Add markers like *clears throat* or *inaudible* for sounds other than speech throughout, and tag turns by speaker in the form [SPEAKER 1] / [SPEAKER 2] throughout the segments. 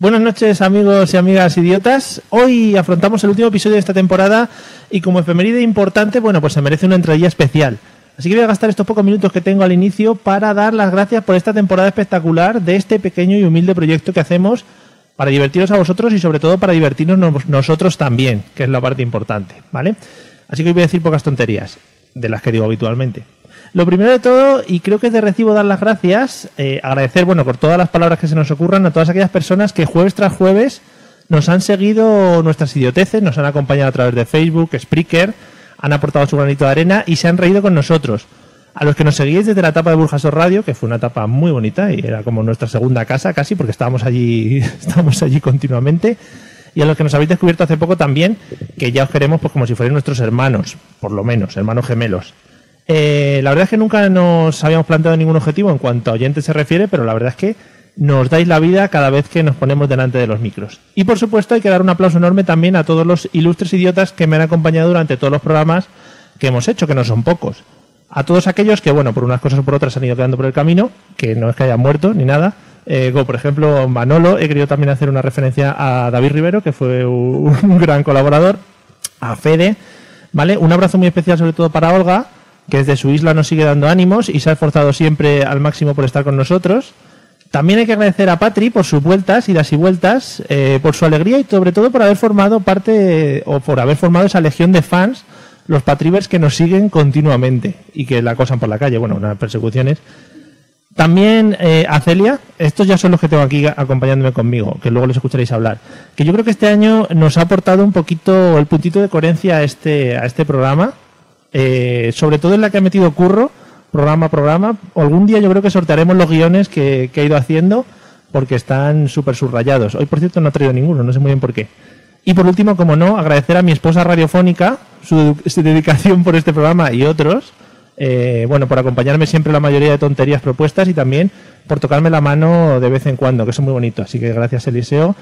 [SPEAKER 1] Buenas noches amigos y amigas idiotas. Hoy afrontamos el último episodio de esta temporada y como efeméride importante, bueno, pues se merece una entradilla especial. Así que voy a gastar estos pocos minutos que tengo al inicio para dar las gracias por esta temporada espectacular de este pequeño y humilde proyecto que hacemos para divertiros a vosotros y sobre todo para divertirnos nos- nosotros también, que es la parte importante, ¿vale? Así que hoy voy a decir pocas tonterías, de las que digo habitualmente. Lo primero de todo, y creo que es de recibo dar las gracias, eh, agradecer, bueno, por todas las palabras que se nos ocurran a todas aquellas personas que jueves tras jueves nos han seguido nuestras idioteces, nos han acompañado a través de Facebook, Spreaker, han aportado su granito de arena y se han reído con nosotros. A los que nos seguíais desde la etapa de Burjasot Radio, que fue una etapa muy bonita y era como nuestra segunda casa casi, porque estábamos allí, *laughs* estábamos allí continuamente. Y a los que nos habéis descubierto hace poco también, que ya os queremos pues como si fuerais nuestros hermanos, por lo menos, hermanos gemelos. Eh, la verdad es que nunca nos habíamos planteado ningún objetivo en cuanto a oyentes se refiere, pero la verdad es que nos dais la vida cada vez que nos ponemos delante de los micros. Y por supuesto hay que dar un aplauso enorme también a todos los ilustres idiotas que me han acompañado durante todos los programas que hemos hecho, que no son pocos. A todos aquellos que, bueno, por unas cosas o por otras se han ido quedando por el camino, que no es que hayan muerto ni nada. Eh, como por ejemplo Manolo, he querido también hacer una referencia a David Rivero, que fue un *laughs* un gran colaborador, a Fede, ¿vale? Un abrazo muy especial sobre todo para Olga, que desde su isla nos sigue dando ánimos y se ha esforzado siempre al máximo por estar con nosotros. También hay que agradecer a Patri por sus vueltas, idas y vueltas, eh, por su alegría y sobre todo por haber formado parte o por haber formado esa legión de fans, los Patrivers que nos siguen continuamente y que la acosan por la calle, bueno, unas persecuciones. También eh, a Celia, estos ya son los que tengo aquí acompañándome conmigo, que luego les escucharéis hablar. Que yo creo que este año nos ha aportado un poquito el puntito de coherencia a este, a este programa, eh, sobre todo en la que ha metido curro, programa a programa. Algún día yo creo que sortearemos los guiones que, que ha ido haciendo, porque están súper subrayados. Hoy, por cierto, no ha traído ninguno, no sé muy bien por qué. Y por último, como no, agradecer a mi esposa radiofónica su, su dedicación por este programa y otros. eh, bueno, por acompañarme siempre en la mayoría de tonterías propuestas y también por tocarme la mano de vez en cuando, que eso es muy bonito. Así que gracias, Eliseo.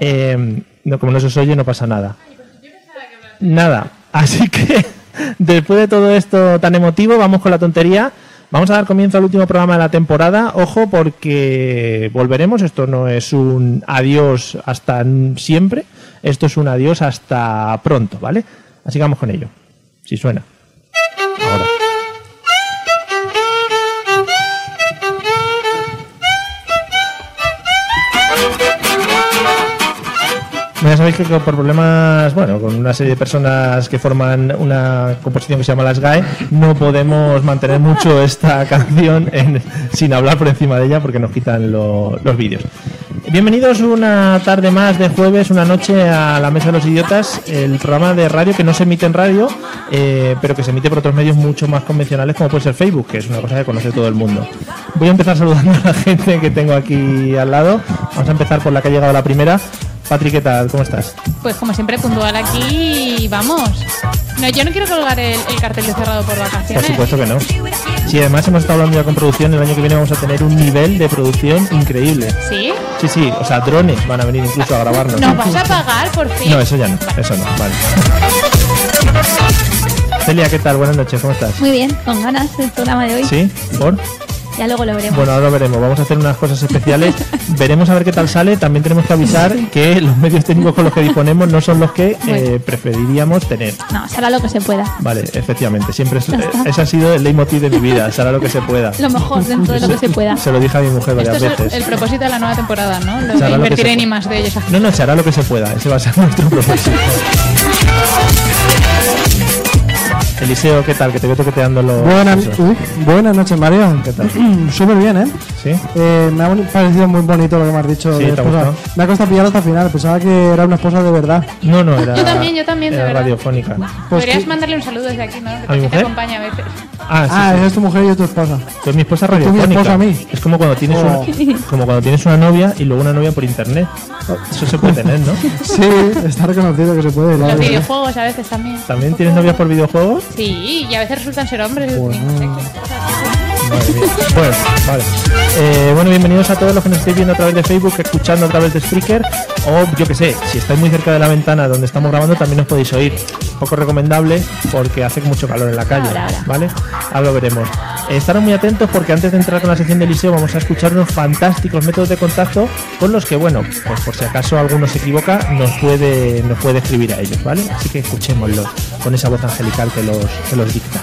[SPEAKER 1] Eh, no, como no se os oye, no pasa nada. Nada. Así que, *laughs* después de todo esto tan emotivo, vamos con la tontería. Vamos a dar comienzo al último programa de la temporada. Ojo, porque volveremos. Esto no es un adiós hasta n- siempre. Esto es un adiós hasta pronto, ¿vale? Así que vamos con ello. Si suena. Ahora. Bueno, Ya sabéis que por problemas, bueno, con una serie de personas que forman una composición que se llama Las GAE, no podemos mantener mucho esta *laughs* canción en- sin hablar por encima de ella porque nos quitan lo- los vídeos. Bienvenidos una tarde más de jueves, una noche a la Mesa de los Idiotas, el programa de radio que no se emite en radio, eh, pero que se emite por otros medios mucho más convencionales como puede ser Facebook, que es una cosa que conoce todo el mundo. Voy a empezar saludando a la *laughs* gente que tengo aquí al lado. Vamos a empezar por la que ha llegado la primera. Patri, ¿qué tal? ¿Cómo estás?
[SPEAKER 2] Pues como siempre, puntual aquí y vamos. No, yo no quiero colgar el, el cartel de cerrado por
[SPEAKER 1] Por
[SPEAKER 2] vacaciones.
[SPEAKER 1] supuesto que no. Sí, además hemos estado hablando ya con producción. El año que viene vamos a tener un nivel de producción increíble.
[SPEAKER 2] ¿Sí?
[SPEAKER 1] Sí, sí, o sea, drones van a venir incluso a grabarnos.
[SPEAKER 2] ¿Nos vas a pagar por fin?
[SPEAKER 1] No, eso ya no, eso no, vale. *laughs* Celia, ¿qué tal? Buenas noches, ¿cómo estás?
[SPEAKER 3] Muy bien, con ganas del programa de hoy.
[SPEAKER 1] ¿Sí? ¿Por?
[SPEAKER 3] Ya luego lo veremos.
[SPEAKER 1] Bueno, ahora lo veremos. Vamos a hacer unas cosas especiales.
[SPEAKER 3] *laughs*
[SPEAKER 1] Veremos a ver qué tal sale. También tenemos que avisar que los medios técnicos con los que disponemos no son los que eh, preferiríamos tener.
[SPEAKER 3] No, se hará lo que se pueda.
[SPEAKER 1] Vale, efectivamente. Siempre es-
[SPEAKER 3] Ya está.
[SPEAKER 1] ese ha sido el leitmotiv de mi vida. Será lo que se
[SPEAKER 3] *laughs*
[SPEAKER 1] pueda.
[SPEAKER 3] Lo mejor dentro de lo que se pueda.
[SPEAKER 1] *laughs* Se lo dije a mi mujer varias
[SPEAKER 2] Esto es el,
[SPEAKER 1] veces.
[SPEAKER 2] el propósito de la nueva temporada, ¿no? Lo
[SPEAKER 1] Se
[SPEAKER 2] de
[SPEAKER 1] hará lo que
[SPEAKER 2] invertir
[SPEAKER 1] se
[SPEAKER 2] en I
[SPEAKER 1] pueda.
[SPEAKER 2] más de ellos.
[SPEAKER 1] No, no, se hará lo *laughs* que se pueda. Ese va a ser nuestro propósito. Eliseo, ¿qué tal? Que te veo toqueteando los.
[SPEAKER 4] Buenas,
[SPEAKER 1] los-
[SPEAKER 4] uf, buenas noches, Mario.
[SPEAKER 1] ¿Qué tal?
[SPEAKER 4] *clears throat* Súper bien, ¿eh?
[SPEAKER 1] ¿Sí?
[SPEAKER 4] Eh, Me ha boni- parecido muy bonito lo que me has dicho.
[SPEAKER 1] Sí,
[SPEAKER 4] de
[SPEAKER 1] ¿te ha
[SPEAKER 4] esposa.
[SPEAKER 1] gustado?
[SPEAKER 4] Me ha costado pillar hasta el final. Pensaba que era una esposa de verdad.
[SPEAKER 1] No, no, era.
[SPEAKER 2] Yo también, yo también, de
[SPEAKER 1] era
[SPEAKER 2] verdad.
[SPEAKER 1] radiofónica.
[SPEAKER 4] Pues
[SPEAKER 2] Podrías
[SPEAKER 4] que-
[SPEAKER 2] mandarle un saludo desde aquí, ¿no? Que
[SPEAKER 1] ¿A mi
[SPEAKER 2] te
[SPEAKER 1] mujer?
[SPEAKER 2] acompaña a veces.
[SPEAKER 1] Ah, sí.
[SPEAKER 4] ah,
[SPEAKER 1] sí.
[SPEAKER 4] esa es tu mujer y es tu esposa.
[SPEAKER 1] Pues mi esposa
[SPEAKER 4] mi
[SPEAKER 1] radiofónica.
[SPEAKER 4] esposa a mí.
[SPEAKER 1] Es como cuando tienes
[SPEAKER 4] Oh.
[SPEAKER 1] una, como cuando tienes una novia y luego una novia por internet. Eso se puede tener,
[SPEAKER 2] *laughs*
[SPEAKER 1] ¿no?
[SPEAKER 4] Sí, *laughs* está reconocido que se puede. la
[SPEAKER 2] Los
[SPEAKER 4] verdad.
[SPEAKER 2] videojuegos a veces también.
[SPEAKER 1] ¿También tienes novias por videojuegos?
[SPEAKER 2] Sí, y a veces resultan ser hombres.
[SPEAKER 1] Madre mía. Bueno, vale. Eh, bueno, bienvenidos a todos los que nos estáis viendo a través de Facebook, escuchando a través de Spreaker o yo que sé, si estáis muy cerca de la ventana donde estamos grabando también nos podéis oír. Poco recomendable porque hace mucho calor en la calle,
[SPEAKER 3] Ahora, ahora.
[SPEAKER 1] ¿vale? Ahora lo veremos. Eh, estaros muy atentos porque antes de entrar con la sección del liceo vamos a escuchar unos fantásticos métodos de contacto con los que, bueno, pues por si acaso alguno se equivoca, nos puede, nos puede escribir a ellos, ¿vale? Así que escuchémoslos con esa voz angelical que los, que los dicta.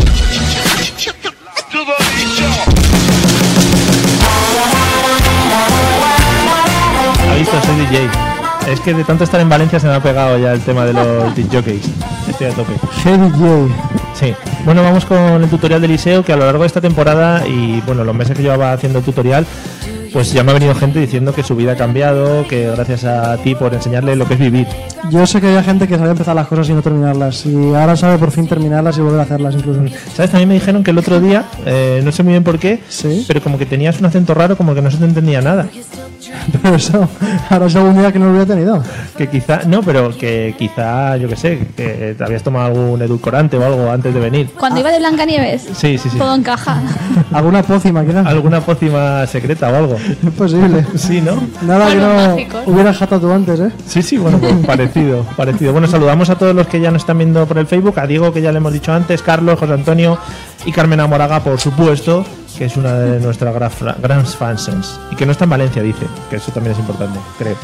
[SPEAKER 1] Ha visto, soy DJ. Es que de tanto estar en Valencia se me ha pegado ya el tema de los disc jockeys. Estoy a tope.
[SPEAKER 4] Hey, DJ.
[SPEAKER 1] Sí. Bueno, vamos con el tutorial del liceo que a lo largo de esta temporada y bueno, los meses que llevaba haciendo el tutorial, pues ya me ha venido gente diciendo que su vida ha cambiado, que gracias a ti por enseñarle lo que es vivir.
[SPEAKER 4] Yo sé que había gente que sabía empezar las cosas y no terminarlas. Y ahora sabe por fin terminarlas y volver a hacerlas incluso. *laughs*
[SPEAKER 1] ¿Sabes? También me dijeron que el otro día, eh, no sé muy bien por qué,
[SPEAKER 4] Sí.
[SPEAKER 1] pero como que tenías un acento raro, como que no se te entendía nada.
[SPEAKER 4] Pero eso, ahora es algún día que no lo hubiera tenido.
[SPEAKER 1] Que quizá, no, pero que quizá, yo qué sé, que te habías tomado algún edulcorante o algo antes de venir.
[SPEAKER 3] Cuando iba de Blancanieves,
[SPEAKER 1] Sí, sí, sí.
[SPEAKER 3] todo
[SPEAKER 1] *laughs*
[SPEAKER 3] encaja.
[SPEAKER 4] Alguna pócima, quizás.
[SPEAKER 1] alguna pócima secreta o algo.
[SPEAKER 4] Es
[SPEAKER 1] *laughs*
[SPEAKER 4] posible.
[SPEAKER 1] Sí, ¿no?
[SPEAKER 4] Nada que
[SPEAKER 2] Polvos
[SPEAKER 4] no
[SPEAKER 2] mágicos.
[SPEAKER 4] hubieras jatado tú antes, ¿eh?
[SPEAKER 1] Sí, sí, bueno, pues parecido, parecido. Bueno, saludamos a todos los que ya nos están viendo por el Facebook, a Diego, que ya le hemos dicho antes, Carlos, José Antonio y Carmen Amoraga, por supuesto, que es una de nuestras gra- fra- grandes fans. Y que no está en Valencia, dice, que eso también es importante, creo.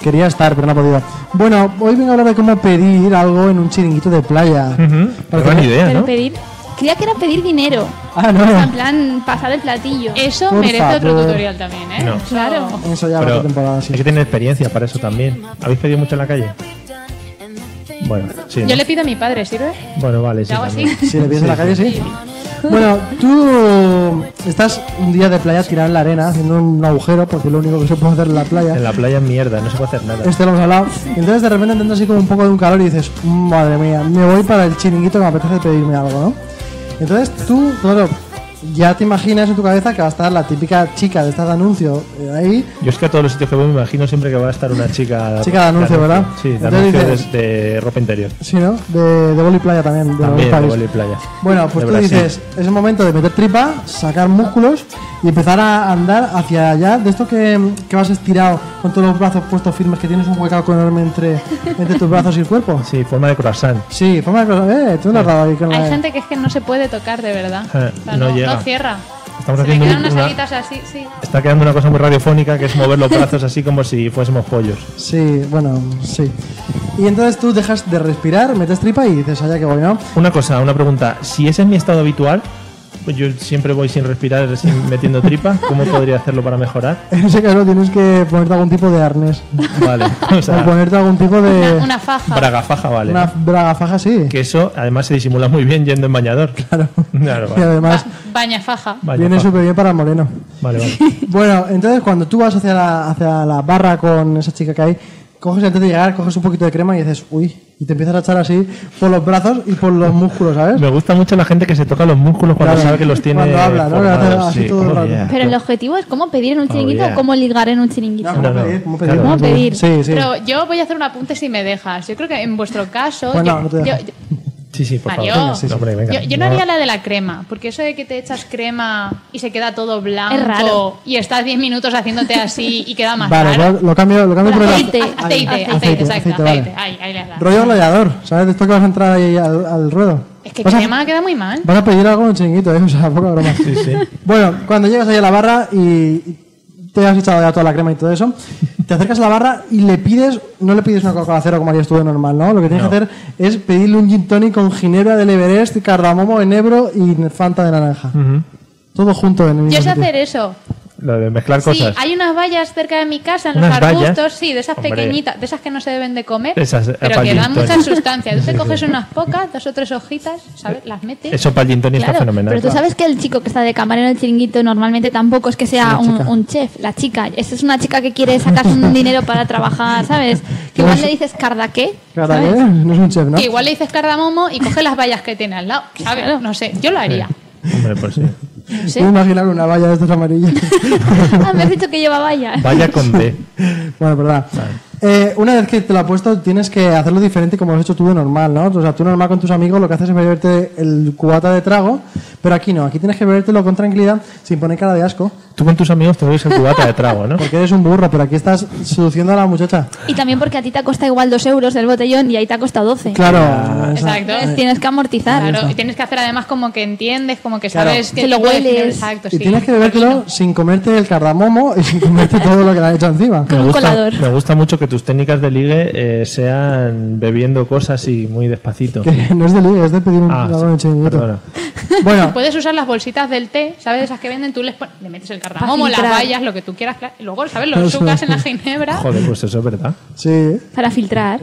[SPEAKER 4] Quería estar, pero no ha podido. Bueno, hoy vengo a hablar de cómo pedir algo en un chiringuito de playa.
[SPEAKER 1] Pero
[SPEAKER 4] Para
[SPEAKER 1] gran
[SPEAKER 4] que-
[SPEAKER 1] idea,
[SPEAKER 3] *laughs* Pero
[SPEAKER 1] ¿Mm? ¿no?
[SPEAKER 3] pedir. Creía que era pedir dinero. O
[SPEAKER 4] Ah,
[SPEAKER 3] sea, en
[SPEAKER 4] no.
[SPEAKER 3] plan, pasar el platillo.
[SPEAKER 2] Eso
[SPEAKER 4] Por
[SPEAKER 2] merece otro
[SPEAKER 4] favor.
[SPEAKER 2] tutorial también, ¿eh?
[SPEAKER 1] No.
[SPEAKER 2] Claro.
[SPEAKER 4] Eso ya va
[SPEAKER 1] Pero
[SPEAKER 4] a temporada,
[SPEAKER 1] hay
[SPEAKER 4] sí.
[SPEAKER 1] que tener experiencia para eso también. ¿Habéis pedido mucho en la calle? Bueno, sí.
[SPEAKER 2] Yo
[SPEAKER 1] ¿no?
[SPEAKER 2] le pido a mi padre, ¿sirve?
[SPEAKER 1] Bueno, vale, sí.
[SPEAKER 2] Yo hago
[SPEAKER 1] también.
[SPEAKER 2] así.
[SPEAKER 4] Si le pides en la calle, sí. Bueno, tú estás un día de playa tirado en la arena, haciendo un agujero, porque es lo único que se puede hacer en la playa.
[SPEAKER 1] En la playa mierda, no se puede hacer nada.
[SPEAKER 4] Este lo hemos hablado. Y entonces de repente tendrás así como un poco de un calor y dices, madre mía, me voy para el chiringuito que me apetece pedirme algo, ¿no? Entonces tú, claro, ya te imaginas en tu cabeza que va a estar la típica chica de este anuncio eh, ahí.
[SPEAKER 1] Yo es que a todos los sitios que voy me imagino siempre que va a estar una chica.
[SPEAKER 4] Chica de anuncio, ¿verdad?
[SPEAKER 1] Sí, de
[SPEAKER 4] Entonces
[SPEAKER 1] anuncio
[SPEAKER 4] dices-
[SPEAKER 1] de, de ropa interior.
[SPEAKER 4] Sí, ¿no? De, de boli playa también. De
[SPEAKER 1] También, de
[SPEAKER 4] país.
[SPEAKER 1] vóley playa.
[SPEAKER 4] Bueno, pues
[SPEAKER 1] De
[SPEAKER 4] tú
[SPEAKER 1] Brasil.
[SPEAKER 4] dices, es el momento de meter tripa, sacar músculos y empezar a andar hacia allá. De esto que, que vas estirado con todos los brazos puestos firmes, que tienes un huecaco enorme entre, entre tus brazos y el cuerpo.
[SPEAKER 1] Sí, forma de croissant. *laughs*
[SPEAKER 4] Sí, forma de cosa. Eh, tú no has dado ahí con la-
[SPEAKER 2] Hay gente que es que no se puede tocar de verdad.
[SPEAKER 1] Eh,
[SPEAKER 2] O sea,
[SPEAKER 1] no
[SPEAKER 2] no,
[SPEAKER 1] llega.
[SPEAKER 2] no cierra.
[SPEAKER 1] Estamos
[SPEAKER 2] Se le
[SPEAKER 1] haciendo
[SPEAKER 2] quedan
[SPEAKER 1] un-
[SPEAKER 2] unas
[SPEAKER 1] una-
[SPEAKER 2] alitas así, sí.
[SPEAKER 1] Está quedando una cosa muy radiofónica que es mover los brazos así como si fuésemos pollos.
[SPEAKER 4] Sí, bueno, sí. Y entonces tú dejas de respirar, metes tripa y dices, allá que voy, ¿no? *laughs*
[SPEAKER 1] Una cosa, una pregunta. Si ese es mi estado habitual, pues yo siempre voy sin respirar, sin- metiendo tripa, ¿cómo podría hacerlo para mejorar?
[SPEAKER 4] En ese caso tienes que ponerte algún tipo de arnés.
[SPEAKER 1] Vale, *laughs* o
[SPEAKER 4] O
[SPEAKER 1] sea,
[SPEAKER 4] ponerte algún tipo
[SPEAKER 5] Eh,
[SPEAKER 4] de...
[SPEAKER 2] Una, una faja.
[SPEAKER 1] bragafaja, vale.
[SPEAKER 4] una braga faja, sí.
[SPEAKER 1] Que eso además se disimula muy bien yendo en bañador. Claro. Claro,
[SPEAKER 4] Y
[SPEAKER 1] vale.
[SPEAKER 4] además
[SPEAKER 2] Baña faja.
[SPEAKER 1] Vaya
[SPEAKER 4] viene
[SPEAKER 1] faja.
[SPEAKER 4] súper bien para
[SPEAKER 1] *laughs*
[SPEAKER 4] moreno.
[SPEAKER 1] Vale, vale.
[SPEAKER 4] Bueno, entonces cuando tú vas hacia la, hacia la barra con esa chica que hay, coges antes de llegar, coges un poquito de crema y dices, uy, y te empiezas a echar así por los brazos y por los músculos, ¿sabes?
[SPEAKER 1] Me gusta mucho la gente que se toca los músculos cuando
[SPEAKER 4] Claro.
[SPEAKER 1] sabe que los tiene.
[SPEAKER 4] Cuando habla, ¿no?
[SPEAKER 1] formados,
[SPEAKER 4] Que hace así
[SPEAKER 1] sí.
[SPEAKER 4] todo el
[SPEAKER 1] Oh,
[SPEAKER 4] rato.
[SPEAKER 1] yeah.
[SPEAKER 3] Pero el objetivo es cómo pedir en un chiringuito
[SPEAKER 1] Oh, yeah.
[SPEAKER 3] o cómo ligar en un chiringuito.
[SPEAKER 1] No, no.
[SPEAKER 4] ¿Cómo
[SPEAKER 1] Claro.
[SPEAKER 4] pedir?
[SPEAKER 3] ¿Cómo pedir?
[SPEAKER 4] Sí, sí.
[SPEAKER 2] Pero yo voy a hacer un apunte si me dejas. Yo creo que en vuestro caso.
[SPEAKER 4] Pues no,
[SPEAKER 2] yo-
[SPEAKER 4] no te dejo.
[SPEAKER 2] yo- yo-
[SPEAKER 1] Sí, sí, Ah, por
[SPEAKER 2] Mario,
[SPEAKER 1] favor. No, hombre, venga.
[SPEAKER 2] Ah, Yo, yo no haría la de la crema, porque eso de que te echas crema y se queda todo blanco
[SPEAKER 3] Es raro.
[SPEAKER 2] y estás 10 minutos haciéndote así y queda más
[SPEAKER 4] Vale,
[SPEAKER 2] raro.
[SPEAKER 4] lo, lo cambio, lo cambio por el
[SPEAKER 3] Aceite.
[SPEAKER 4] ace-
[SPEAKER 2] Aceite,
[SPEAKER 3] Ahí,
[SPEAKER 2] aceite,
[SPEAKER 4] aceite,
[SPEAKER 2] exacto,
[SPEAKER 4] aceite,
[SPEAKER 2] aceite.
[SPEAKER 4] vale.
[SPEAKER 2] Ahí, ahí le has dado.
[SPEAKER 4] Rollo gladiador, ¿sabes? De esto que vas a entrar ahí al, al ruedo.
[SPEAKER 2] Es que
[SPEAKER 4] vas,
[SPEAKER 2] crema
[SPEAKER 4] a,
[SPEAKER 2] queda muy mal.
[SPEAKER 4] *laughs* vas a pedir algo en un chinguito, ¿eh? O sea, poca broma.
[SPEAKER 1] Sí, sí.
[SPEAKER 4] Bueno, cuando llegas ahí a la barra y te has echado ya toda la crema y todo eso, te acercas a la barra y le pides, no le pides una Coca-Cola cero como harías tú de normal, ¿no? Lo que tienes que hacer es pedirle un gin tonic con ginebra del Everest, cardamomo, enebro y fanta de naranja. Todo junto en el mismo
[SPEAKER 2] Yo sé
[SPEAKER 4] sitio.
[SPEAKER 2] hacer eso.
[SPEAKER 1] Lo de mezclar cosas.
[SPEAKER 2] Sí, hay unas vallas cerca de mi casa, en los
[SPEAKER 1] Unas vallas.
[SPEAKER 2] arbustos, sí, de esas
[SPEAKER 1] Hombre.
[SPEAKER 2] pequeñitas, de esas que no se deben de comer,
[SPEAKER 1] Esas, eh,
[SPEAKER 2] pero que dan
[SPEAKER 1] pallitos.
[SPEAKER 2] muchas sustancias. Tú
[SPEAKER 1] *laughs*
[SPEAKER 2] te
[SPEAKER 1] Sí,
[SPEAKER 2] coges
[SPEAKER 1] sí.
[SPEAKER 2] unas pocas, dos o tres hojitas, ¿sabes? Las metes.
[SPEAKER 1] Eso para el gin tonic
[SPEAKER 3] Claro,
[SPEAKER 1] está fenomenal.
[SPEAKER 3] pero tú sabes que el chico que está de camarero en el chiringuito normalmente tampoco es que sea
[SPEAKER 4] Es una
[SPEAKER 3] un,
[SPEAKER 4] chica.
[SPEAKER 3] un chef, la chica. Esa es una chica que quiere sacarse un dinero para trabajar, ¿sabes? Que igual le dices cardaqué.
[SPEAKER 4] Claro,
[SPEAKER 3] ¿sabes?
[SPEAKER 4] ¿eh? No es un chef, ¿no?
[SPEAKER 2] Que igual le dices cardamomo y coges las vallas que tiene al lado, ¿sabes? No sé, yo lo haría.
[SPEAKER 1] Hombre, pues sí.
[SPEAKER 3] No sé.
[SPEAKER 4] Puedo imaginar una valla de estas amarillas.
[SPEAKER 3] Ah, me has dicho que lleva vaya.
[SPEAKER 1] Vaya con D.
[SPEAKER 4] *laughs* Bueno, verdad. Eh, una vez que te lo has puesto, tienes que hacerlo diferente como lo has hecho tú de normal, ¿no? O sea, tú normal con tus amigos lo que haces es beberte el cubata de trago, pero aquí no, aquí tienes que bebértelo con tranquilidad sin poner cara de asco,
[SPEAKER 1] Tú con tus amigos te bebes el cubata de trago,
[SPEAKER 2] *laughs*
[SPEAKER 1] ¿no?
[SPEAKER 4] porque eres un burro, pero aquí estás seduciendo a la muchacha.
[SPEAKER 3] Y también porque a ti te cuesta igual dos euros del botellón y ahí te ha costado 12.
[SPEAKER 4] Claro, esa-
[SPEAKER 2] Exacto.
[SPEAKER 3] Entonces tienes que amortizar.
[SPEAKER 2] Claro, y tienes que hacer además como que entiendes, como que
[SPEAKER 4] Claro.
[SPEAKER 2] sabes
[SPEAKER 3] Que lo
[SPEAKER 2] puedes
[SPEAKER 3] hueles.
[SPEAKER 2] tener- Exacto,
[SPEAKER 4] Y
[SPEAKER 2] sí.
[SPEAKER 4] tienes que bebértelo sin comerte el cardamomo y sin comerte todo lo que le han hecho encima.
[SPEAKER 1] me
[SPEAKER 3] Con un
[SPEAKER 1] gusta,
[SPEAKER 3] colador.
[SPEAKER 1] me gusta mucho que tus técnicas de ligue eh, sean bebiendo cosas y muy despacito.
[SPEAKER 4] Que no es de libre, es de pedir un
[SPEAKER 1] Ah,
[SPEAKER 4] trago en el
[SPEAKER 1] sí,
[SPEAKER 4] chiringuito.
[SPEAKER 1] perdona.
[SPEAKER 4] Bueno,
[SPEAKER 2] Puedes usar las bolsitas del té, ¿sabes? Esas que venden, tú les pon- le metes el cardamomo, las
[SPEAKER 3] filtrar.
[SPEAKER 2] vallas, lo que tú quieras. claro. Y luego, ¿sabes? Lo sucas en la ginebra.
[SPEAKER 1] Joder, pues eso es verdad.
[SPEAKER 4] sí,
[SPEAKER 3] Para filtrar.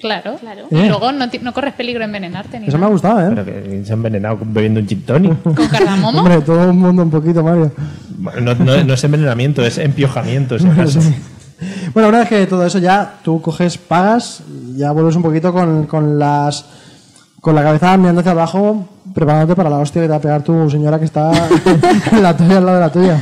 [SPEAKER 2] Claro. claro.
[SPEAKER 4] Eh.
[SPEAKER 2] Luego no, ti- no corres peligro de envenenarte ni
[SPEAKER 4] eso me
[SPEAKER 2] nada.
[SPEAKER 4] ha gustado, ¿eh?
[SPEAKER 1] Pero que se ha envenenado con- bebiendo un gin tonic.
[SPEAKER 2] Con cardamomo.
[SPEAKER 4] Hombre, todo el mundo un poquito, Mario.
[SPEAKER 1] Bueno, no, no- no es envenenamiento, es empiojamiento,
[SPEAKER 4] *laughs*
[SPEAKER 1] si acaso.
[SPEAKER 4] Bueno, una vez que todo eso ya tú coges, pagas, ya vuelves un poquito con, con las con la cabeza mirando hacia abajo, preparándote para la hostia que te va a pegar tu señora que está *laughs* en la tuya al lado de la tuya.